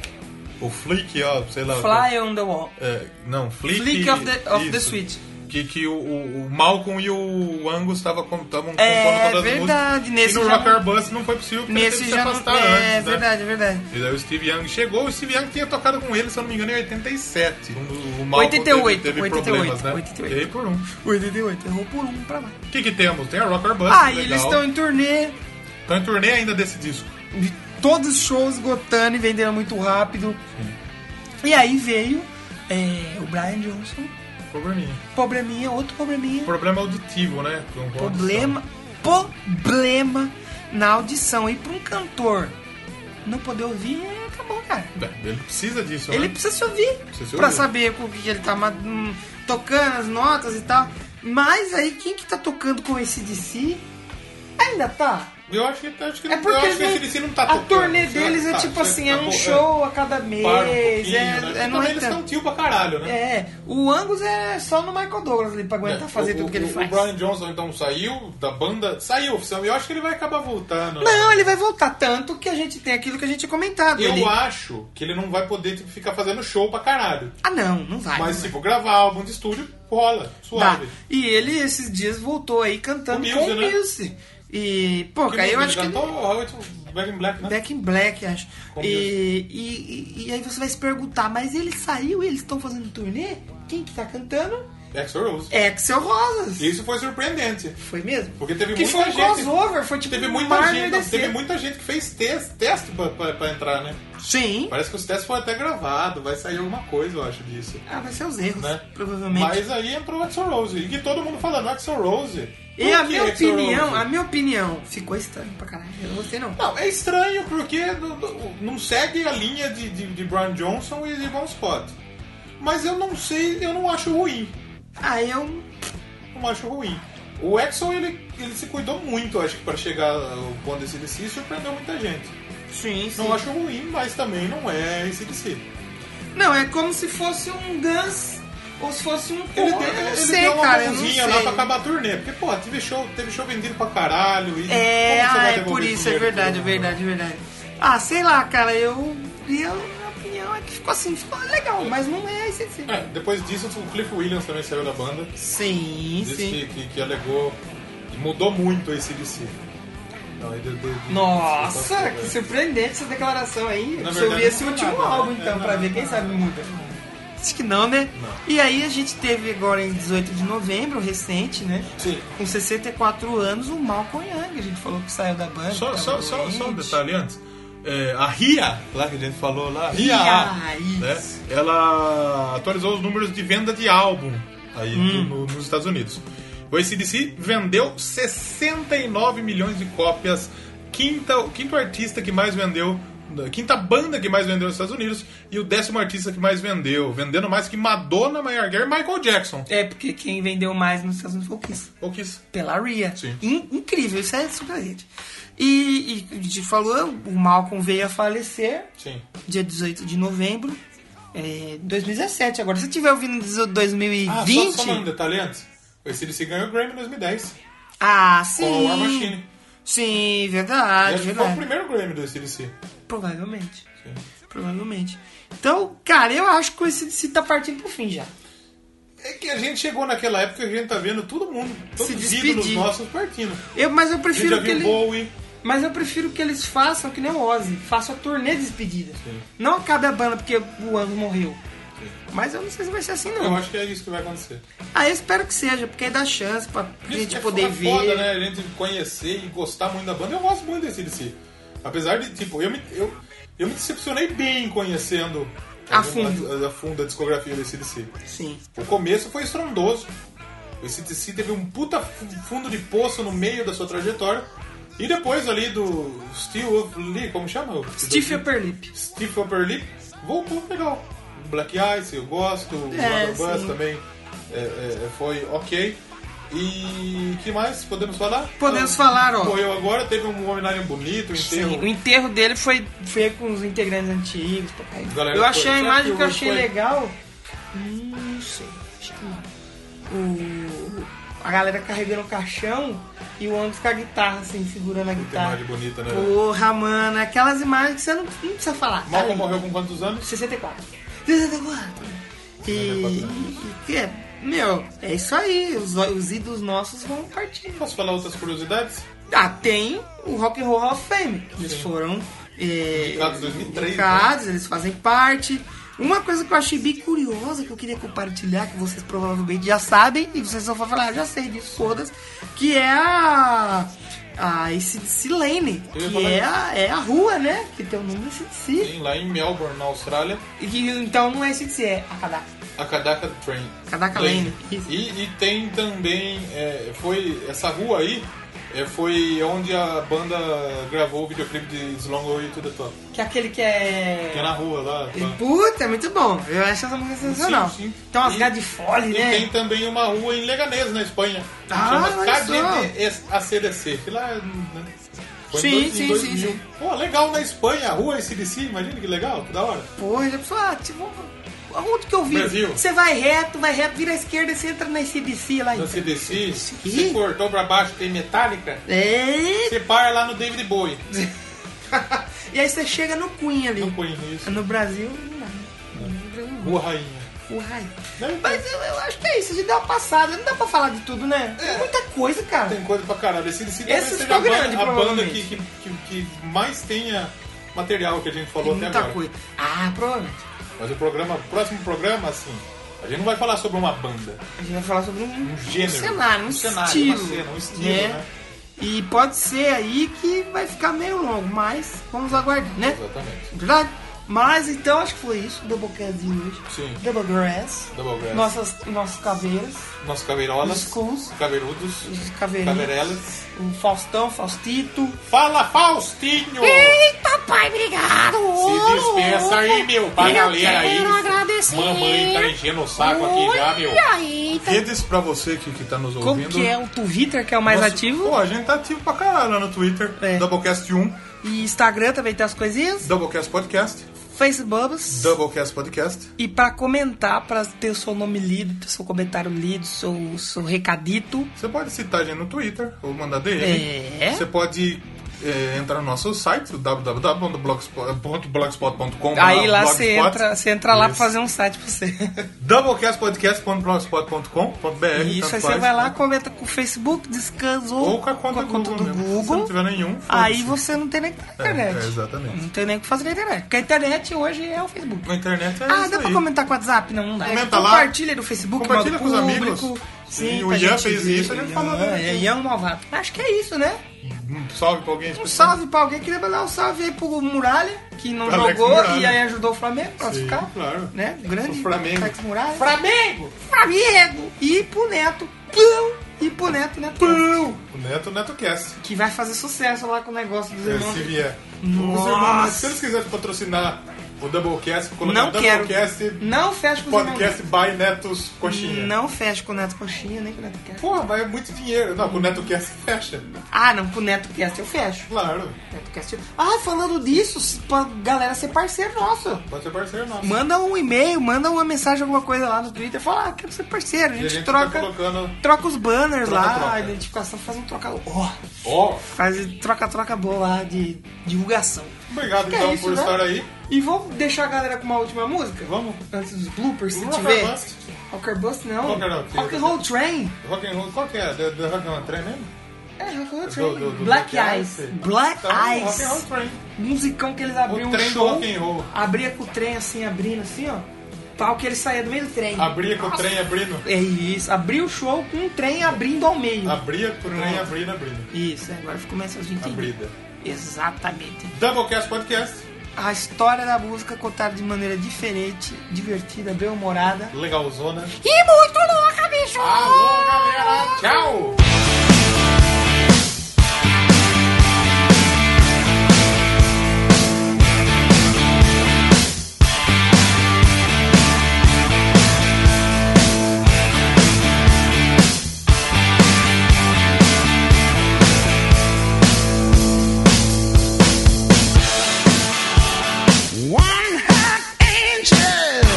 Speaker 3: O Flick, ó, sei lá.
Speaker 1: Fly on the Wall.
Speaker 3: É, não, Flick.
Speaker 1: Flick of the- of the
Speaker 3: isso.
Speaker 1: Switch.
Speaker 3: Que, que o, o- o Malcolm e o Angus estavam compondo
Speaker 1: É
Speaker 3: todas as
Speaker 1: verdade,
Speaker 3: músicas.
Speaker 1: nesse
Speaker 3: e no
Speaker 1: já
Speaker 3: Rock
Speaker 1: não-
Speaker 3: Our Bus não foi possível porque ele teve
Speaker 1: Nesse
Speaker 3: que
Speaker 1: já
Speaker 3: se
Speaker 1: não...
Speaker 3: afastar
Speaker 1: É,
Speaker 3: antes, né?
Speaker 1: verdade, é verdade.
Speaker 3: E daí o Steve Young chegou, o Steve Young tinha tocado com ele, se eu não me engano, em 87. Um, O, o Malcolm
Speaker 1: 88,
Speaker 3: teve, teve
Speaker 1: 88,
Speaker 3: problemas, né?
Speaker 1: 88.
Speaker 3: E aí por um.
Speaker 1: 88, errou por um pra lá.
Speaker 3: O que que temos? Tem a Rock Our Bus,
Speaker 1: Ah, e
Speaker 3: legal.
Speaker 1: eles estão em turnê,
Speaker 3: Estão em turnê Então, ainda desse disco.
Speaker 1: de todos os shows esgotando e vendendo muito rápido. E aí veio é, o Brian Johnson,
Speaker 3: Probleminha.
Speaker 1: probleminha, outro probleminha.
Speaker 3: Problema auditivo, né? Com- com
Speaker 1: problema, problema na audição. E pra um cantor não poder ouvir, é, acabou, cara.
Speaker 3: audição. Bem, É, Ele precisa disso,
Speaker 1: Ele
Speaker 3: né?
Speaker 1: precisa se ouvir
Speaker 3: Precisa se
Speaker 1: pra
Speaker 3: ouvir.
Speaker 1: saber com o que ele tá ma- hum, tocando, as notas e tal. Mas aí, quem que tá tocando com esse DC ainda tá
Speaker 3: Eu acho que, eu acho que,
Speaker 1: É porque
Speaker 3: eu acho
Speaker 1: eles
Speaker 3: que
Speaker 1: não-
Speaker 3: esse DC não tá
Speaker 1: a
Speaker 3: tocando.
Speaker 1: turnê
Speaker 3: Tá-
Speaker 1: deles é
Speaker 3: tá-
Speaker 1: tipo
Speaker 3: tá-
Speaker 1: assim, é
Speaker 3: tá
Speaker 1: um
Speaker 3: bom,
Speaker 1: show a cada mês.
Speaker 3: Para um pouquinho, né? Porque
Speaker 1: é, é, não
Speaker 3: também
Speaker 1: é tanto.
Speaker 3: eles estão tio pra caralho, né?
Speaker 1: É, o Angus é só no Michael Douglas ali pra aguentar fazer
Speaker 3: É, o,
Speaker 1: tudo que
Speaker 3: o-
Speaker 1: ele faz.
Speaker 3: O Brian Johnson então saiu da banda, saiu oficialmente. Eu acho que ele vai acabar voltando. né?
Speaker 1: Não, ele vai voltar tanto que a gente tem aquilo que a gente tinha comentado.
Speaker 3: Eu
Speaker 1: ele-
Speaker 3: acho que ele não vai poder tipo, ficar fazendo show pra caralho.
Speaker 1: Ah, não, não vai.
Speaker 3: Mas,
Speaker 1: não
Speaker 3: tipo, gravar álbum de estúdio, rola,
Speaker 1: vai.
Speaker 3: suave.
Speaker 1: Dá. E ele esses dias voltou aí cantando
Speaker 3: O
Speaker 1: com
Speaker 3: Muse,
Speaker 1: o
Speaker 3: né?
Speaker 1: Muse. E, pô,
Speaker 3: Porque
Speaker 1: cara, eu
Speaker 3: ele
Speaker 1: acho que.
Speaker 3: cantou How It- Back in Black, né?
Speaker 1: Back in Black, acho.
Speaker 3: Com
Speaker 1: E, e, e- e aí você vai se perguntar, mas ele saiu e eles estão fazendo turnê? Quem que tá cantando? É
Speaker 3: Axl Rose.
Speaker 1: Axel Rosas.
Speaker 3: Isso foi surpreendente.
Speaker 1: Foi mesmo?
Speaker 3: Porque teve
Speaker 1: que
Speaker 3: muita
Speaker 1: foi um
Speaker 3: gente-
Speaker 1: crossover, foi tipo
Speaker 3: Teve
Speaker 1: um
Speaker 3: muita,
Speaker 1: Marvel
Speaker 3: gente,
Speaker 1: e
Speaker 3: não,
Speaker 1: DC.
Speaker 3: teve muita gente que fez teste, teste pra, pra- pra entrar, né?
Speaker 1: Sim.
Speaker 3: Parece que os testes foram até gravados, vai sair alguma coisa, eu acho, disso.
Speaker 1: Ah, vai ser os erros,
Speaker 3: né?
Speaker 1: provavelmente.
Speaker 3: Mas aí entrou o Axel Rose. E que todo mundo falando, Axel Rose.
Speaker 1: E a
Speaker 3: Por que
Speaker 1: minha
Speaker 3: Axl
Speaker 1: opinião,
Speaker 3: Rose?
Speaker 1: a minha opinião, ficou estranho pra caralho. Eu não gostei não.
Speaker 3: Não, é estranho porque não, não- não segue a linha de, de, de Brian Johnson e de Bon Scott. Mas eu não sei, eu não acho ruim.
Speaker 1: Ah, eu.
Speaker 3: Não acho ruim. O Exxon, ele, ele se cuidou muito, acho que, para chegar ao ponto desse DC e surpreendeu muita gente.
Speaker 1: Sim, sim.
Speaker 3: Não acho ruim, mas também não é esse DC.
Speaker 1: Não, é como se fosse um Guns ou se fosse um.
Speaker 3: Ele,
Speaker 1: Korn,
Speaker 3: deu,
Speaker 1: eu não
Speaker 3: ele
Speaker 1: sei,
Speaker 3: deu uma
Speaker 1: cara, eu não
Speaker 3: mãozinha lá
Speaker 1: sei.
Speaker 3: pra acabar a turnê. Porque, pô, teve show, teve show vendido pra caralho. E
Speaker 1: É,
Speaker 3: como você
Speaker 1: ah,
Speaker 3: vai
Speaker 1: é
Speaker 3: devolver
Speaker 1: por
Speaker 3: esse
Speaker 1: isso, é
Speaker 3: dinheiro
Speaker 1: verdade, é
Speaker 3: todo?
Speaker 1: verdade, é verdade. Ah, sei lá, cara, eu. eu minha opinião é que ficou assim, ficou legal, mas não é esse. esse.
Speaker 3: É, depois disso, o Cliff Williams também saiu da banda.
Speaker 1: Sim,
Speaker 3: Diz
Speaker 1: sim.
Speaker 3: que, que, que alegou que mudou muito esse DC. Então, aí de- de- de-
Speaker 1: Nossa, que
Speaker 3: de-
Speaker 1: surpreendente essa declaração aí.
Speaker 3: Na
Speaker 1: Se eu
Speaker 3: verdade,
Speaker 1: vi esse
Speaker 3: não
Speaker 1: último
Speaker 3: nada, né?
Speaker 1: álbum, então,
Speaker 3: É,
Speaker 1: pra
Speaker 3: não,
Speaker 1: ver,
Speaker 3: não,
Speaker 1: quem
Speaker 3: não.
Speaker 1: sabe muda. Acho que não, né?
Speaker 3: Não.
Speaker 1: E aí a gente teve agora em 18 de novembro, recente, né?
Speaker 3: Sim.
Speaker 1: Com 64 anos, o Malcolm Young. A gente falou que saiu da banda.
Speaker 3: Só,
Speaker 1: tava
Speaker 3: só, só, só um
Speaker 1: doente.
Speaker 3: detalhe antes. É, a Ria, lá que a gente falou lá, a Ria,
Speaker 1: Ria, isso.
Speaker 3: né? ela atualizou os números de venda de álbum aí no- no- nos Estados Unidos. O ACDC vendeu 69 milhões de cópias, quinta, o quinto artista que mais vendeu, quinta banda que mais vendeu nos Estados Unidos e o décimo artista que mais vendeu, vendendo mais que Madonna, Mariah Carey e Michael Jackson.
Speaker 1: É, porque quem vendeu mais nos Estados Unidos foi o Kiss.
Speaker 3: Ou que isso?
Speaker 1: Pela Ria.
Speaker 3: Sim.
Speaker 1: In- incrível, isso é surpreendente. E, e a gente falou, o Malcolm veio a falecer.
Speaker 3: Sim.
Speaker 1: dia 18 de novembro. É, 2017 agora. Se estiver ouvindo em 18
Speaker 3: Ah,
Speaker 1: 2020.
Speaker 3: só, só um detalhe antes. O ACDC ganhou o Grammy em 2010.
Speaker 1: Ah, sim.
Speaker 3: Com a War Machine.
Speaker 1: Sim, verdade,
Speaker 3: Acho que foi o
Speaker 1: Ah, verdade.
Speaker 3: primeiro Grammy do ACDC.
Speaker 1: Provavelmente.
Speaker 3: Sim.
Speaker 1: Provavelmente. Então, cara, eu acho que esse DC tá partindo pro fim já.
Speaker 3: É que a gente chegou naquela época que a gente tá vendo todo mundo, todos os
Speaker 1: despedir.
Speaker 3: ídolos nossos partindo.
Speaker 1: Eu, mas eu
Speaker 3: A gente já
Speaker 1: prefiro que
Speaker 3: viu
Speaker 1: ele.
Speaker 3: Bowie,
Speaker 1: Mas eu prefiro que eles façam que nem o Ozzy, façam a turnê de despedida. Não acabe a banda porque o Ango morreu. Mas eu não sei se vai ser assim não.
Speaker 3: eu acho que é isso que vai acontecer.
Speaker 1: Ah, eu espero que seja, porque aí dá chance pra gente
Speaker 3: é
Speaker 1: poder
Speaker 3: foda,
Speaker 1: ver.
Speaker 3: foda, né? A gente conhecer e gostar muito da banda. Eu gosto muito desse DC. Apesar de, tipo, eu me, eu, eu me decepcionei bem conhecendo
Speaker 1: A
Speaker 3: alguma-
Speaker 1: fundo.
Speaker 3: a, a fundo a discografia desse DC.
Speaker 1: Sim.
Speaker 3: O começo foi estrondoso. O ACDC teve um puta fu- fundo de poço no meio da sua trajetória. E depois ali do Steve Upper Lip, como chama?
Speaker 1: Steve Upperlip.
Speaker 3: Steve Upper Lip voltou legal. Black Ice eu gosto, o
Speaker 1: É,
Speaker 3: Mother Bus
Speaker 1: sim.
Speaker 3: também é, é, é, foi ok. E que mais podemos falar?
Speaker 1: Podemos
Speaker 3: Ah,
Speaker 1: falar, ó.
Speaker 3: Morreu agora, teve uma homenagem bonita, um enterro.
Speaker 1: Sim, o enterro dele foi, foi com os integrantes antigos. pra caralho.
Speaker 3: Galera,
Speaker 1: eu achei
Speaker 3: foi-
Speaker 1: a
Speaker 3: será
Speaker 1: imagem
Speaker 3: que
Speaker 1: que eu
Speaker 3: o-
Speaker 1: achei
Speaker 3: foi-
Speaker 1: legal. Hum, Não sei, acho que não. O, a galera carregando o caixão e o Angus com a guitarra, assim, segurando a
Speaker 3: Tem
Speaker 1: guitarra.
Speaker 3: imagem bonita, né?
Speaker 1: Porra, mano, aquelas imagens que você não, não precisa falar. tá
Speaker 3: Malcolm
Speaker 1: ali.
Speaker 3: morreu com quantos anos?
Speaker 1: 64. 64. E,
Speaker 3: né?
Speaker 1: e é, meu, é isso aí. Os, os ídolos nossos vão partir.
Speaker 3: Posso falar outras curiosidades?
Speaker 1: Ah, tem o Rock and Roll Hall of Fame. Eles foram é,
Speaker 3: Indicados em 2003,
Speaker 1: indicados, eles fazem parte. Uma coisa que eu achei bem curiosa, que eu queria compartilhar, que vocês provavelmente já sabem, e vocês só vão falar, ah, já sei disso, todas, que é a. A ACDC Lane,
Speaker 3: Eu ia
Speaker 1: que
Speaker 3: falar
Speaker 1: é
Speaker 3: isso.
Speaker 1: a, é a rua, né? Que tem o nome ACDC.
Speaker 3: Sim, lá em Melbourne, na Austrália.
Speaker 1: E que, então não é ACDC, é a Kadaka.
Speaker 3: A Kadaka Train.
Speaker 1: Kadaka
Speaker 3: Train.
Speaker 1: Lane, isso.
Speaker 3: E, e tem também. é, foi essa rua aí é, foi onde a banda gravou o videoclipe de It's Long Way to the Top.
Speaker 1: Que é aquele que é.
Speaker 3: Que é na rua lá. tá?
Speaker 1: Puta, é muito bom. Eu acho essa música sensacional.
Speaker 3: sim.
Speaker 1: Tem umas
Speaker 3: E-
Speaker 1: gadfole,
Speaker 3: E
Speaker 1: né?
Speaker 3: tem também uma rua em Leganés, na Espanha.
Speaker 1: Ah,
Speaker 3: chama
Speaker 1: olha só.
Speaker 3: KDDS ACDC. Que lá. né? Foi
Speaker 1: Sim,
Speaker 3: em dois- em
Speaker 1: sim,
Speaker 3: 2000.
Speaker 1: sim, sim.
Speaker 3: Pô, legal na Espanha, a rua ACDC, imagina que legal, que da hora.
Speaker 1: Pô, já pensou, ah, tipo, aonde que eu vi?
Speaker 3: Brasil.
Speaker 1: Você vai reto, vai reto, vira à esquerda e você entra na ICBC lá.
Speaker 3: Na
Speaker 1: Então.
Speaker 3: CDC, você cortou pra baixo, tem metálica,
Speaker 1: É.
Speaker 3: você para lá no David Bowie.
Speaker 1: E aí você chega no Cunha ali.
Speaker 3: Não conheço isso.
Speaker 1: No Brasil, não.
Speaker 3: Rua Rainha.
Speaker 1: O raio.
Speaker 3: Deve ter.
Speaker 1: Mas eu, eu acho que é isso, a gente deu uma passada, não dá pra falar de tudo, né? Tem muita coisa, cara.
Speaker 3: É. Tem coisa pra caralho. Esse, esse talvez
Speaker 1: Esse
Speaker 3: seja
Speaker 1: ficou
Speaker 3: a banda,
Speaker 1: grande,
Speaker 3: a banda
Speaker 1: provavelmente.
Speaker 3: que, que, que, que mais tenha material que a gente falou
Speaker 1: Tem muita
Speaker 3: até agora.
Speaker 1: coisa. Ah, provavelmente.
Speaker 3: Mas o programa, o próximo programa, assim, a gente não vai falar sobre uma banda,
Speaker 1: A gente vai falar sobre um,
Speaker 3: um gênero.
Speaker 1: um cenário, um,
Speaker 3: cenário,
Speaker 1: estilo.
Speaker 3: uma cena, um estilo,
Speaker 1: né?
Speaker 3: né?
Speaker 1: E pode ser aí que vai ficar meio longo, mas vamos aguardar, né?
Speaker 3: Exatamente.
Speaker 1: Verdade? Mas então acho que foi isso, Doublecazinho hoje.
Speaker 3: Sim.
Speaker 1: Double Grass.
Speaker 3: Double Grass.
Speaker 1: Nossas, nossas caveiras,
Speaker 3: Nossos
Speaker 1: os
Speaker 3: caveirolas,
Speaker 1: cons,
Speaker 3: caveirudos,
Speaker 1: os caveirinhos,
Speaker 3: caveirelas.
Speaker 1: o Faustão, Faustito.
Speaker 3: Fala, Faustinho!
Speaker 4: Eita, pai, obrigado!
Speaker 3: Se dispensa aí, meu, pra
Speaker 4: Eu
Speaker 3: galera aí.
Speaker 4: quero
Speaker 1: é
Speaker 4: agradecer.
Speaker 3: Mamãe tá enchendo o saco aqui já, meu.
Speaker 4: Olha, tá eita,
Speaker 3: Redes pra você que, que tá nos
Speaker 1: Como que é o Twitter, que é o mais
Speaker 3: Nossa,
Speaker 1: ativo?
Speaker 3: Pô, a gente tá ativo pra caralho lá no Twitter.
Speaker 1: É.
Speaker 3: Doublecast 1,
Speaker 1: E Instagram também tem as coisinhas.
Speaker 3: Doublecast Podcast,
Speaker 1: Facebooks.
Speaker 3: Doublecast Podcast.
Speaker 1: E pra comentar, pra ter o seu nome lido, ter seu comentário lido, seu, seu recadito.
Speaker 3: Você pode citar a gente no Twitter ou mandar DM.
Speaker 1: É.
Speaker 3: Você pode é, entrar no nosso site, o www.blogspot.com.
Speaker 1: Aí lá
Speaker 3: blogspot.
Speaker 1: você entra, você entra lá pra
Speaker 3: Isso.
Speaker 1: fazer um site pra você.
Speaker 3: Doublecastpodcast.blogspot.com.br.
Speaker 1: Isso,
Speaker 3: É, tanto
Speaker 1: aí você
Speaker 3: faz,
Speaker 1: vai lá,
Speaker 3: né?
Speaker 1: comenta com o Facebook, descansa
Speaker 3: Ou com a conta,
Speaker 1: do
Speaker 3: mesmo.
Speaker 1: Google.
Speaker 3: Se não tiver nenhum,
Speaker 1: aí
Speaker 3: foda-se.
Speaker 1: você não tem nem que fazer na
Speaker 3: É, é,
Speaker 1: internet. Hum.
Speaker 3: exatamente.
Speaker 1: não tem nem o que fazer na internet. Porque a internet hoje é o Facebook.
Speaker 3: Na internet é
Speaker 1: ah,
Speaker 3: isso
Speaker 1: dá pra
Speaker 3: aí.
Speaker 1: comentar com o WhatsApp? Não, não dá. É
Speaker 3: Comenta lá.
Speaker 1: Compartilha no Facebook,
Speaker 3: Compartilha
Speaker 1: modo
Speaker 3: com os amigos.
Speaker 1: público.
Speaker 3: Sim,
Speaker 1: Sim,
Speaker 3: o
Speaker 1: pra
Speaker 3: Ian
Speaker 1: gente
Speaker 3: fez
Speaker 1: ver.
Speaker 3: isso, a gente falou, né?
Speaker 1: É, Ian Malvado. Acho que é isso, né?
Speaker 3: Um salve pra alguém
Speaker 1: Um
Speaker 3: especial.
Speaker 1: salve pra alguém. Queria mandar um salve aí pro Muralha, que não
Speaker 3: Alex
Speaker 1: jogou
Speaker 3: Muralha.
Speaker 1: e aí ajudou o Flamengo a
Speaker 3: Sim,
Speaker 1: classificar.
Speaker 3: claro.
Speaker 1: Né? Grande
Speaker 3: O Flamengo.
Speaker 1: Alex Muralha. Flamengo! Flamengo! E pro Neto. Pão! E pro Neto, né? Pão!
Speaker 3: O Neto, o NetoCast.
Speaker 1: Que vai fazer sucesso lá com o negócio dos
Speaker 3: É, se
Speaker 1: irmãos.
Speaker 3: vier.
Speaker 1: Nossa.
Speaker 3: Os irmãos, se eles quiserem patrocinar o Doublecast, colocar
Speaker 1: Não quero.
Speaker 3: Doublecast
Speaker 1: Não fecha com os
Speaker 3: Podcast by Netos Coxinha.
Speaker 1: irmãos. Não fecha com o Neto Coxinha, nem com o Neto Cast.
Speaker 3: Porra, mas é muito dinheiro. Não, com o NetoCast fecha.
Speaker 1: Ah, não, pro Neto Cast eu fecho.
Speaker 3: Claro.
Speaker 1: Neto Cast eu- Ah, falando disso, se- pra galera ser parceiro nosso.
Speaker 3: Pode ser parceiro nosso.
Speaker 1: Manda um e-mail, manda uma mensagem, alguma coisa lá no Twitter. Fala, ah, quero ser parceiro. A
Speaker 3: E
Speaker 1: gente,
Speaker 3: a gente
Speaker 1: troca,
Speaker 3: tá colocando-
Speaker 1: troca os banners
Speaker 3: Troca,
Speaker 1: lá,
Speaker 3: troca.
Speaker 1: a identificação, faz um troca... ó,
Speaker 3: Ó,
Speaker 1: faz troca-troca boa lá de divulgação.
Speaker 3: obrigado
Speaker 1: Acho que é
Speaker 3: então
Speaker 1: isso,
Speaker 3: por
Speaker 1: né?
Speaker 3: estar aí.
Speaker 1: E vamos deixar a galera com uma última música?
Speaker 3: Vamos.
Speaker 1: Antes dos bloopers, se
Speaker 3: Rock
Speaker 1: tiver.
Speaker 3: and Bust.
Speaker 1: Rocker Bust não.
Speaker 3: Rock and Roll,
Speaker 1: Rock and Roll Train.
Speaker 3: Rock and Roll, qual que é? The, the Rock and Roll Train mesmo?
Speaker 1: É, Rock and Roll Train.
Speaker 3: Do- do- do
Speaker 1: Black,
Speaker 3: Black
Speaker 1: Eyes.
Speaker 3: Eyes.
Speaker 1: Black
Speaker 3: Então, Rock and Roll
Speaker 1: Eyes.
Speaker 3: Train.
Speaker 1: Musicão que eles abriam
Speaker 3: O
Speaker 1: um
Speaker 3: trem do
Speaker 1: show.
Speaker 3: rock and roll.
Speaker 1: Abria com o trem assim, abrindo assim, ó. Pau que ele saía do meio do trem.
Speaker 3: Abria com o trem abrindo.
Speaker 1: É isso, abriu o show com um trem abrindo ao meio.
Speaker 3: Abria com o trem abrindo, abrindo.
Speaker 1: Isso, agora ficou mais fácil de entender.
Speaker 3: Abrida.
Speaker 1: Exatamente.
Speaker 3: Doublecast Podcast.
Speaker 1: A história da música contada de maneira diferente, divertida, bem humorada.
Speaker 3: Legalzona.
Speaker 4: e muito louca, bicho!
Speaker 3: Alô, galera. Tchau.
Speaker 6: One hot angel,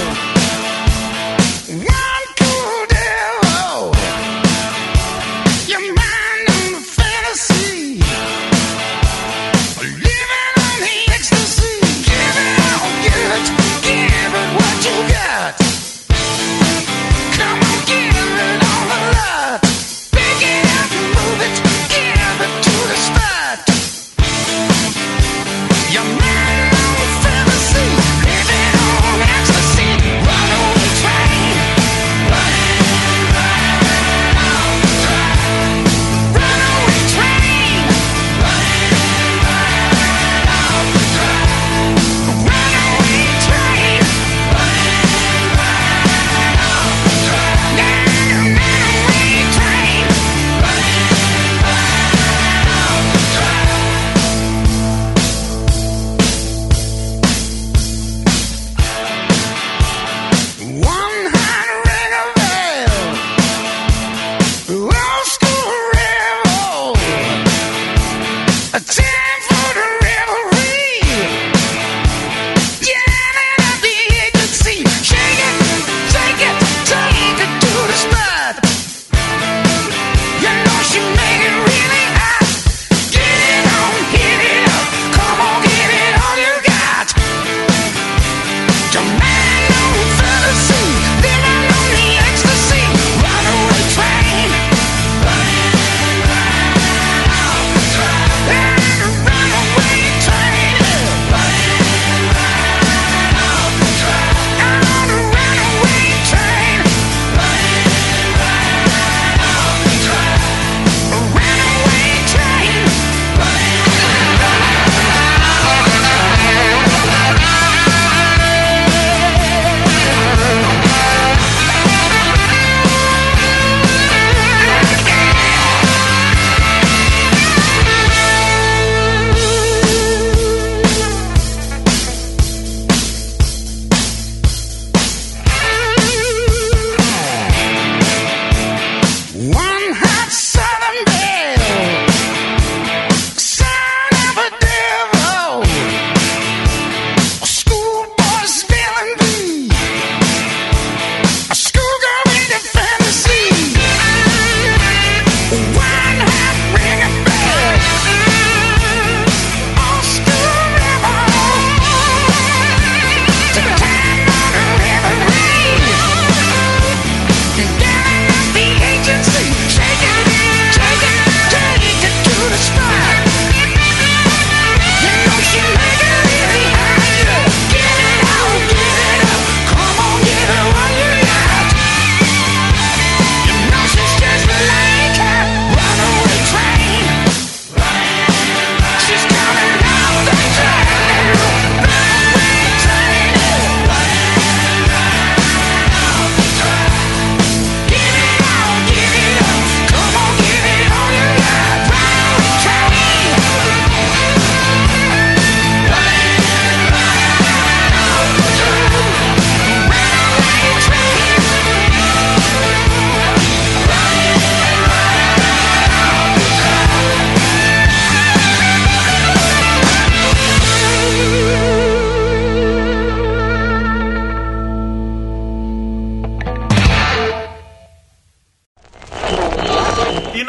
Speaker 6: one cool devil.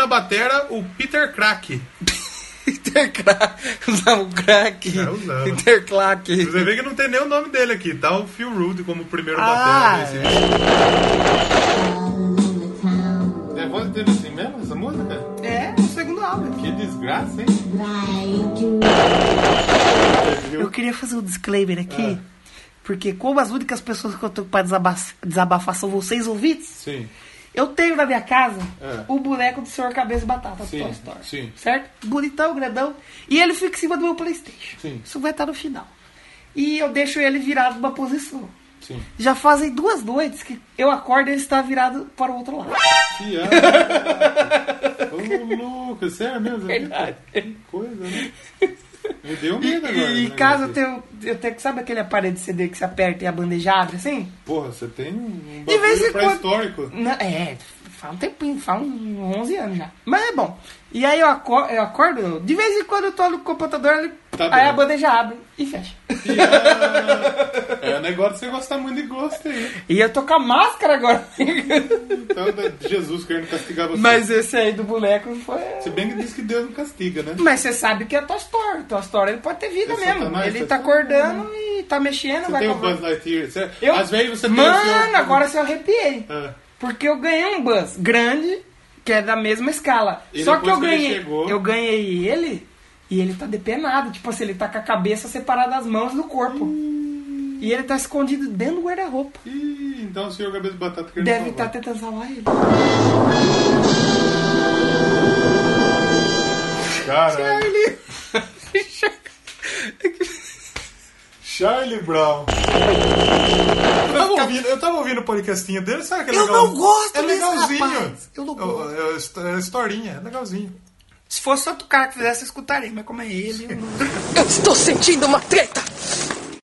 Speaker 3: batera o Peter Crack.
Speaker 1: Intercrack. Usava um crack.
Speaker 3: Já usava.
Speaker 1: Interclack.
Speaker 3: Você vê que não tem nem o nome dele aqui, tá? O Phil Rude como primeiro
Speaker 1: Ah,
Speaker 3: batera. desse-
Speaker 9: É voz dele assim mesmo, essa música?
Speaker 1: É, o segundo álbum.
Speaker 9: Que desgraça, hein?
Speaker 1: Eu queria fazer um disclaimer
Speaker 3: É.
Speaker 1: aqui. Porque como as únicas pessoas que eu tô pra desabaf- desabafar são vocês ouvintes,
Speaker 3: Sim.
Speaker 1: eu tenho na minha casa
Speaker 3: É.
Speaker 1: o boneco do Senhor Cabeça e Batata
Speaker 3: Sim,
Speaker 1: do Toy Story.
Speaker 3: sim.
Speaker 1: Certo? Bonitão, grandão. E ele fica em cima do meu Playstation.
Speaker 3: Sim.
Speaker 1: Isso vai estar no final. E eu deixo ele virado numa posição.
Speaker 3: Sim.
Speaker 1: Já fazem duas noites que eu acordo e ele está virado para o outro lado.
Speaker 9: Piada. Ô, louco, é sério mesmo?
Speaker 1: Verdade.
Speaker 9: Que coisa, né? Me deu
Speaker 1: E,
Speaker 9: medo agora.
Speaker 1: e
Speaker 9: né,
Speaker 1: caso eu
Speaker 9: Gabi?
Speaker 1: tenho, eu tenho. Sabe aquele aparelho de CD que você aperta e a bandeja abre assim?
Speaker 9: Porra, você tem um
Speaker 1: De vez em
Speaker 9: bagulho
Speaker 1: quando-
Speaker 9: pré-histórico.
Speaker 1: Não, é, faz um tempinho, faz uns 11 anos já. Mas é bom. E aí eu acordo, eu acordo de vez em quando eu tô no computador, ele-
Speaker 9: Tá
Speaker 1: aí
Speaker 9: bom.
Speaker 1: a bandeja abre e fecha.
Speaker 9: É um negócio que você gosta muito de gosto aí.
Speaker 1: E eu tô com a máscara agora.
Speaker 9: Então, da- Jesus querendo castigar você.
Speaker 1: Mas esse aí do boneco foi.
Speaker 9: Se bem que diz que Deus não castiga, né?
Speaker 1: Mas você sabe que é Toy Story. Toy Story ele pode ter vida
Speaker 9: É
Speaker 1: mesmo.
Speaker 9: Satanás,
Speaker 1: ele
Speaker 9: Toy
Speaker 1: tá
Speaker 9: Story.
Speaker 1: acordando e tá mexendo,
Speaker 9: Você
Speaker 1: vai
Speaker 9: tem o
Speaker 1: comprar-
Speaker 9: Buzz Lightyear. Você,
Speaker 1: Eu-
Speaker 9: Às vezes você
Speaker 1: Mano,
Speaker 9: tem um o seu...
Speaker 1: agora você arrepiei.
Speaker 9: Ah.
Speaker 1: Porque eu ganhei um bus grande, que é da mesma escala.
Speaker 9: E
Speaker 1: Só que
Speaker 9: depois
Speaker 1: eu
Speaker 9: que ele
Speaker 1: ganhei.
Speaker 9: chegou-
Speaker 1: Eu ganhei ele e ele tá depenado. Tipo assim, ele tá com a cabeça separada das mãos do corpo. E ele tá escondido dentro do guarda-roupa.
Speaker 9: Ih, então o senhor cabeça de batata querendo
Speaker 1: Deve estar
Speaker 9: salvar.
Speaker 1: tentando salvar ele. tá-
Speaker 9: Caralho.
Speaker 1: Ele-
Speaker 9: Charlie Brown.
Speaker 3: Eu tava, ouvindo, eu tava ouvindo o podcastinho dele, sabe que é
Speaker 1: Eu
Speaker 3: legal?
Speaker 1: não gosto
Speaker 3: É
Speaker 1: desse
Speaker 3: legalzinho.
Speaker 1: rapaz. Eu não gosto.
Speaker 3: É, é, é historinha, é legalzinho.
Speaker 1: Se fosse outro cara que fizesse, eu escutaria. Mas como é ele, eu não...
Speaker 5: Eu estou sentindo uma treta!